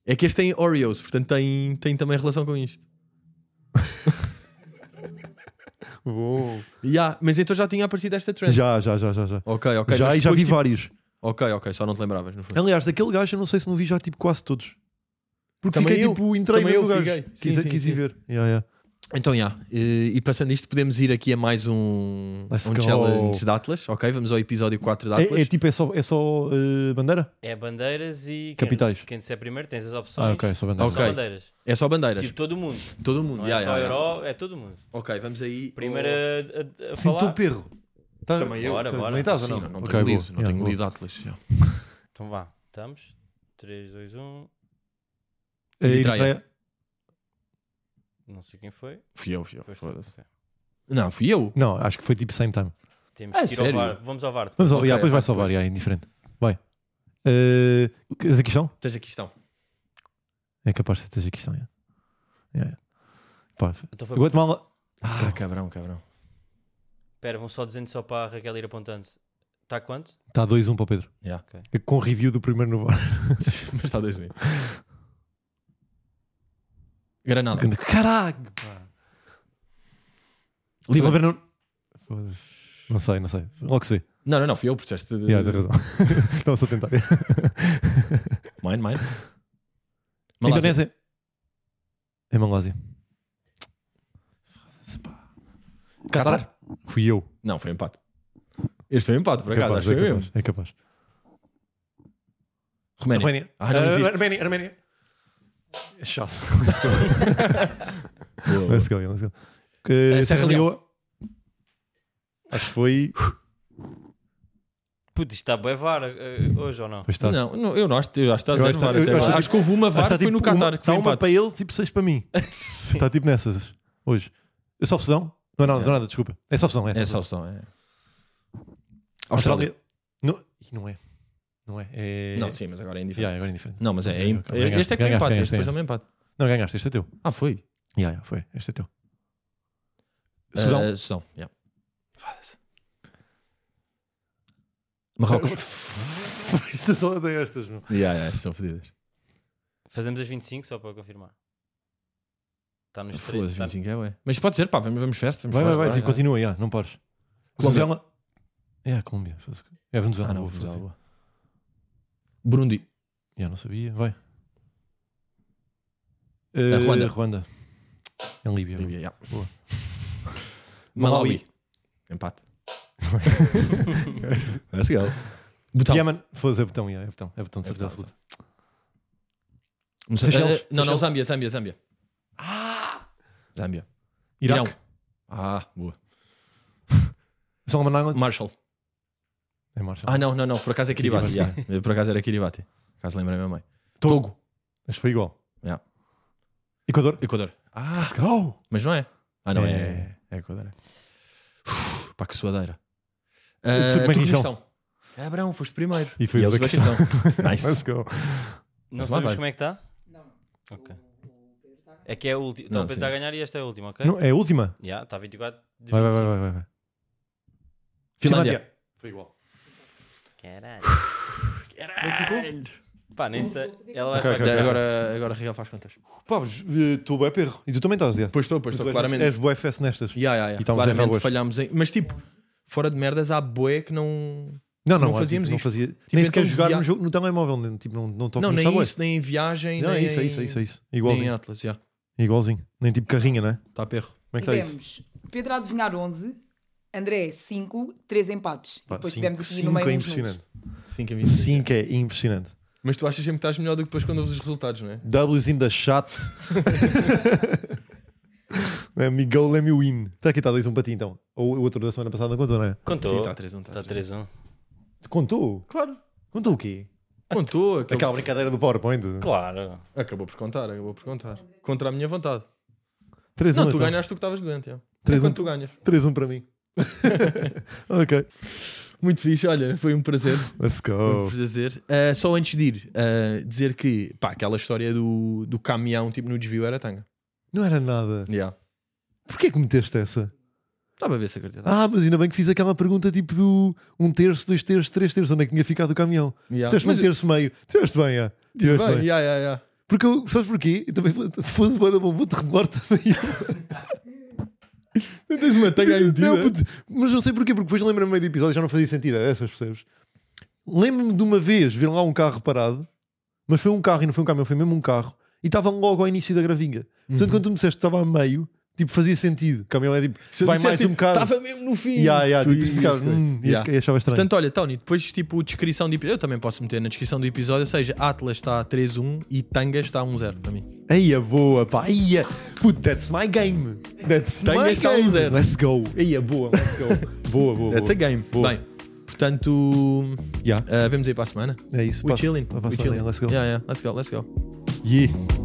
S1: É que este tem Oreos, portanto tem, tem também relação com
S2: (laughs)
S1: isto.
S2: Bom.
S1: Ya, mas então já tinha aparecido esta trend.
S2: Já, já, já, já. Já,
S1: Ok, ok.
S2: já
S1: mas
S2: e já
S1: depois,
S2: vi
S1: tipo-
S2: vários.
S1: Ok, ok, só não te lembravas, no fundo.
S2: Aliás, daquele gajo eu não sei se não vi já tipo quase todos. Porque
S1: Também
S2: fiquei
S1: eu.
S2: tipo, entrei
S1: Também
S2: no
S1: eu
S2: gajo.
S1: fiquei.
S2: Quis,
S1: Sim, sim,
S2: quis
S1: sim.
S2: ir ver. Yeah, yeah.
S1: Então, já. E, e passando isto, podemos ir aqui a mais um,
S2: Let's
S1: um
S2: go.
S1: challenge de Atlas. Ok, vamos ao episódio 4 de Atlas.
S2: É, é tipo, é só, é só eh, bandeira?
S7: É bandeiras e.
S2: Capitais.
S7: Quem, quem disser primeiro tens as opções.
S2: Ah, ok, só bandeira.
S7: Só
S1: Ok.
S7: bandeiras.
S1: É só bandeiras.
S7: Tipo todo mundo.
S1: Todo mundo.
S7: Não
S1: Ya,
S7: é
S1: ya,
S7: só
S1: ya.
S7: Euro, é todo mundo.
S1: Ok, vamos aí.
S7: Primeiro
S1: ao-
S7: a, a, a
S2: Sinto o
S7: falar.
S2: perro. Tá-
S1: Também eu.
S7: Bora,
S2: Também
S7: bora.
S2: estás ou
S1: Sim,
S2: não?
S1: não, não
S2: Ok,
S1: tenho
S2: boa.
S1: lido, não
S2: Yeah,
S1: tenho
S2: boa.
S1: lido Atlas. já.
S7: Então vá. Estamos? um. 3, 2, 1.
S2: É,
S1: Eritreia.
S2: Eritreia.
S7: Não sei quem foi.
S1: Fui eu, fui eu.
S7: Foste tu.
S1: Foda-se.
S7: Ok.
S1: Não, fui eu.
S2: Não, acho que foi tipo same time.
S7: Temos
S1: Ah,
S2: é
S7: que ir ao
S1: sério?
S7: VAR. Vamos ao VAR.
S2: Vamos ao,
S1: Ok,
S2: yeah, depois vai
S1: vai
S2: salvar, yeah, é indiferente. Vai. Eh, Cazaquistão?
S1: Tajiquistão.
S2: É capaz de ser Cazaquistão, yeah. Yeah, yeah. Pá,
S7: Então foi.
S2: Guatemala.
S1: Ah, cabrão, cabrão.
S7: Espera, vão só dizendo só para a Raquel ir apontando. Está quanto?
S2: Está 2-1 tá para o Pedro.
S1: Yeah.
S2: Com review do primeiro no VAR.
S1: (laughs) Mas tá está 2000. Granada.
S2: (laughs) Caralho!
S1: Líbano.
S2: Líbano. Foda-se. Não sei, não sei. Logo se vê.
S1: Não, não, não, fui eu, porque disseste. de-
S2: Yeah, tens razão. (laughs) Estava só a tentar.
S1: Mine,
S2: (laughs)
S1: mine. Malásia.
S2: Indonésia. É Malásia. Foda-se, pá. Qatar. Fui eu.
S1: Não, foi um empate. Este foi um empate, por acaso,
S2: Capaz,
S1: acho que
S2: é
S1: foi
S2: capaz,
S1: mesmo.
S2: é capaz.
S1: Roménia. Ah, não existe.
S2: Arménia, Arménia. É chato.
S1: (laughs) Boa, boa.
S2: Let's go, let's go. Eh,
S1: Eh,
S2: Serra
S1: Serra
S2: Leoa. Acho que foi.
S7: Putz, isto está bué VAR eh, hoje ou não?
S2: Pois está.
S1: Não, não, eu não acho, eu acho que
S2: tá-
S1: estás
S2: Eu
S1: a
S2: acho que tá está- eu
S1: errar. até
S2: acho que
S1: agora.
S2: está
S1: Acho que houve uma VAR
S2: Está
S1: que foi no
S2: tipo uma-
S1: Qatar, que
S2: está
S1: foi um
S2: uma para
S1: empate.
S2: ele, tipo seis para
S1: (laughs)
S2: mim.
S7: Sim.
S2: Está tipo nessas hoje. É só fusão? Não é nada, não é nada, desculpa. É só fusão, é.
S1: É
S2: só
S1: só
S2: fusão.
S1: o som, é.
S2: Austrália. Não, Ih, não é. Não é. é...
S1: Não, sim, mas agora é indiferente.
S2: Yeah, agora é indiferente.
S1: Não, mas é, é, imp-
S2: Ok, ganhaste,
S1: este é que foi
S2: ganhaste,
S1: empate,
S2: ganhaste,
S1: este depois é
S2: ganhaste.
S1: um empate.
S2: Não ganhaste, este é teu.
S1: Ah, foi.
S2: Yeah, yeah, foi, este é teu. Sudão.
S1: Ah, Sudão, yeah. Marrocos.
S2: (laughs) é Estas são destas, meu.
S1: Yeah, yeah, são fodidas.
S7: Fazemos as 25 só para confirmar. Tá Está nos três,
S1: Foda-se,
S7: está-
S1: 25 é, ué. Mas pode ser, pá, vamos, vamos festa. Vamos
S2: tá. Vai, vai,
S1: festa,
S2: vai, tipo, continua, yeah, não pares.
S1: Colômbia.
S2: Venezuela. É, a Colômbia. foda-se. É a Venezuela.
S1: Ah, não,
S2: boa,
S1: vamos
S2: foda-se.
S1: lá, boa. Burundi.
S2: Já não sabia, vai.
S1: A É Ruanda.
S2: Eh, Ruanda. É Em Líbia.
S1: Líbia, yeah.
S2: Boa.
S1: Malawi. Empate. (laughs) Let's go. Botão.
S2: Yemen. Foda-se, é botão, yeah, é botão, é botão, de
S1: É
S2: certeza
S1: botão,
S2: absoluta.
S1: Não, sei-
S2: Seychelles,
S1: eh, não, não,
S2: Seychelles.
S1: Zâmbia, Zâmbia, Zâmbia. Ah! Zâmbia.
S2: Iraque.
S1: Irão. Ah, boa.
S2: Solomon Islands.
S1: Marshall.
S2: é Marshall.
S1: Ah, não, não, não. Por acaso é Kiribati.
S2: Kiribati.
S1: yeah. Por acaso era Kiribati. Caso lembrei a minha mãe.
S2: Togo. Mas foi igual.
S1: Yeah.
S2: Equador.
S1: Equador. Ah,
S2: Let's go.
S1: mas não é. Ah, não é.
S2: É.
S1: É, é Equador. é. Uf, pá, que suadeira.
S2: Turcomenistão.
S1: Uh, Turcomenistão. Cabrão, foste primeiro.
S2: E foi o
S1: eles é
S2: Uzbequistão.
S1: Uzbequistão.
S2: Let's
S1: (laughs) nice.
S2: go.
S7: Não
S1: Mas lá
S7: sabemos
S1: vai.
S7: como é que está? Não. Ok. É que é a última. Então
S1: Não,
S7: o Pedro está a
S1: sim.
S7: ganhar e esta é a última, ok?
S2: Não, é a última.
S7: Já, tá está 24 de
S2: Vai,
S7: 25.
S2: vai, vai, vai, vai, vai.
S1: Finlândia.
S2: Foi igual.
S7: Caralho. Pá, nem sei. Ela vai
S2: Ok,
S7: ficar.
S2: ok, ok.
S1: Agora, agora Real faz contas.
S2: Pá, mas eh, tu é perro. E tu também estás, yeah.
S1: Pois estou, pois
S2: Tu
S1: estou,
S2: és-
S1: claramente.
S2: És bué fest nestas.
S1: Yeah, yeah,
S2: E
S1: yeah.
S2: estamos a errar
S1: Claramente
S2: hoje.
S1: falhámos em. Mas tipo, fora de merdas, há boé que não.
S2: Não, não,
S1: Não
S2: há,
S1: fazíamos
S2: tipo, não
S1: isto.
S2: fazia. nem sequer
S1: então
S2: jogar
S1: via-
S2: no, jogo, no telemóvel, nem- tipo, não, não toco
S1: não,
S2: no
S1: nem
S2: Subway.
S1: isso, nem em viagem.
S2: Não, é
S1: nem
S2: isso, é
S1: em-
S2: isso, é isso, é isso.
S1: Nem em
S2: Igualzinho.
S1: Atlas, já.
S2: Igualzinho. Nem tipo carrinha, né?
S1: Está perro.
S2: Como é que está isso?
S8: Tivemos Pedro a adivinhar 11, André 5, 3 empates.
S2: Pá,
S8: Depois
S2: cinco-
S8: tivemos aqui no
S2: cinco
S8: meio
S2: é
S8: uns números.
S2: impressionante.
S1: 5 a 25.
S2: 5 é impressionante.
S1: Mas tu achas sempre que estás melhor do que depois quando ouves os resultados, não é?
S2: W's in the shot. Let me go, Né, let me win. Está aqui, está 2 um para ti então. Ou o outro da semana passada não contou, não é?
S1: Sim, tá.
S7: Contou. Tá
S1: está 3 1
S7: Está
S1: está 3
S7: 3-1.
S2: Contou? Claro. Contou o quê?
S1: Contou, aquele-
S2: Aquela brincadeira do PowerPoint.
S7: Claro.
S1: acabou por contar, acabou por contar. Contra a minha vontade.
S2: 3
S1: Não,
S2: 1
S1: tu ganhaste tu que estavas doente, já.
S2: então. Três
S1: É
S2: um.
S1: quando tu ganhas.
S2: 3 1 para mim. ok.
S1: Muito fixe, olha, foi um prazer.
S2: Let's
S1: Foi
S2: go.
S1: um prazer. Ah, só antes de ir, ah, dizer que, pá, aquela história do, do caminhão, tipo, no desvio era tanga.
S2: Não era nada.
S1: Yeah.
S2: Porquê que meteste essa?
S1: Estava a ver se acreditava.
S2: Ah, mas ainda bem que fiz aquela pergunta tipo do um terço, dois terços, três terços, onde é que tinha ficado o caminhão?
S1: Yeah.
S2: Disseste
S1: Mas-
S2: um terço meio. Disseste bem, é. Disseste bem.
S1: Bem, yeah, yeah, yeah.
S2: Porque eu, sabes porquê? Eu também fosse boa da bom, vou-te regular também.
S1: (laughs) Não tens uma tanga aí metida?
S2: Não, puto, mas não sei porquê, porque depois lembro-me meio do episódio e já não fazia sentido. É dessas, percebes? Lembro-me de uma vez ver lá um carro parado, mas foi um carro e não foi um caminhão, foi mesmo um carro, e estava logo ao início da gravinha.
S1: Uhum.
S2: Portanto, quando tu me disseste que estava a meio, tipo, fazia sentido. O caminhão é tipo,
S1: Se eu
S2: vai
S1: dissesse,
S2: mais
S1: tipo,
S2: um bocado.
S1: Estava mesmo no fim.
S2: Yeah, yeah,
S1: Tu
S2: tipo,
S1: ias
S2: ficava,
S1: as coisas.
S2: hum, ia
S1: Yeah.
S2: ficar- achava estranho.
S1: Portanto, olha, Tony, depois, tipo, descrição de episódio. Eu também posso meter na descrição do episódio. Ou seja, Atlas está a 3-1 e Tanga está a 1-0 para mim.
S2: Eia, boa, pá. Eia. Puto, that's my game. That's
S1: Tenho
S2: my
S1: este a um
S2: game.
S1: zero.
S2: Let's go.
S1: é
S2: Eia, boa, let's
S1: (laughs)
S2: go. boa, boa.
S1: That's
S2: boa.
S1: a game.
S2: Boa.
S1: Bem, portanto,
S2: Yeah.
S1: ah, vemos aí para a semana.
S2: É isso.
S1: We
S2: passa-
S1: chilling.
S2: passa
S1: We
S2: ali,
S1: chilling.
S2: Let's go.
S1: Yeah, yeah. Let's go, let's go.
S2: Yeah.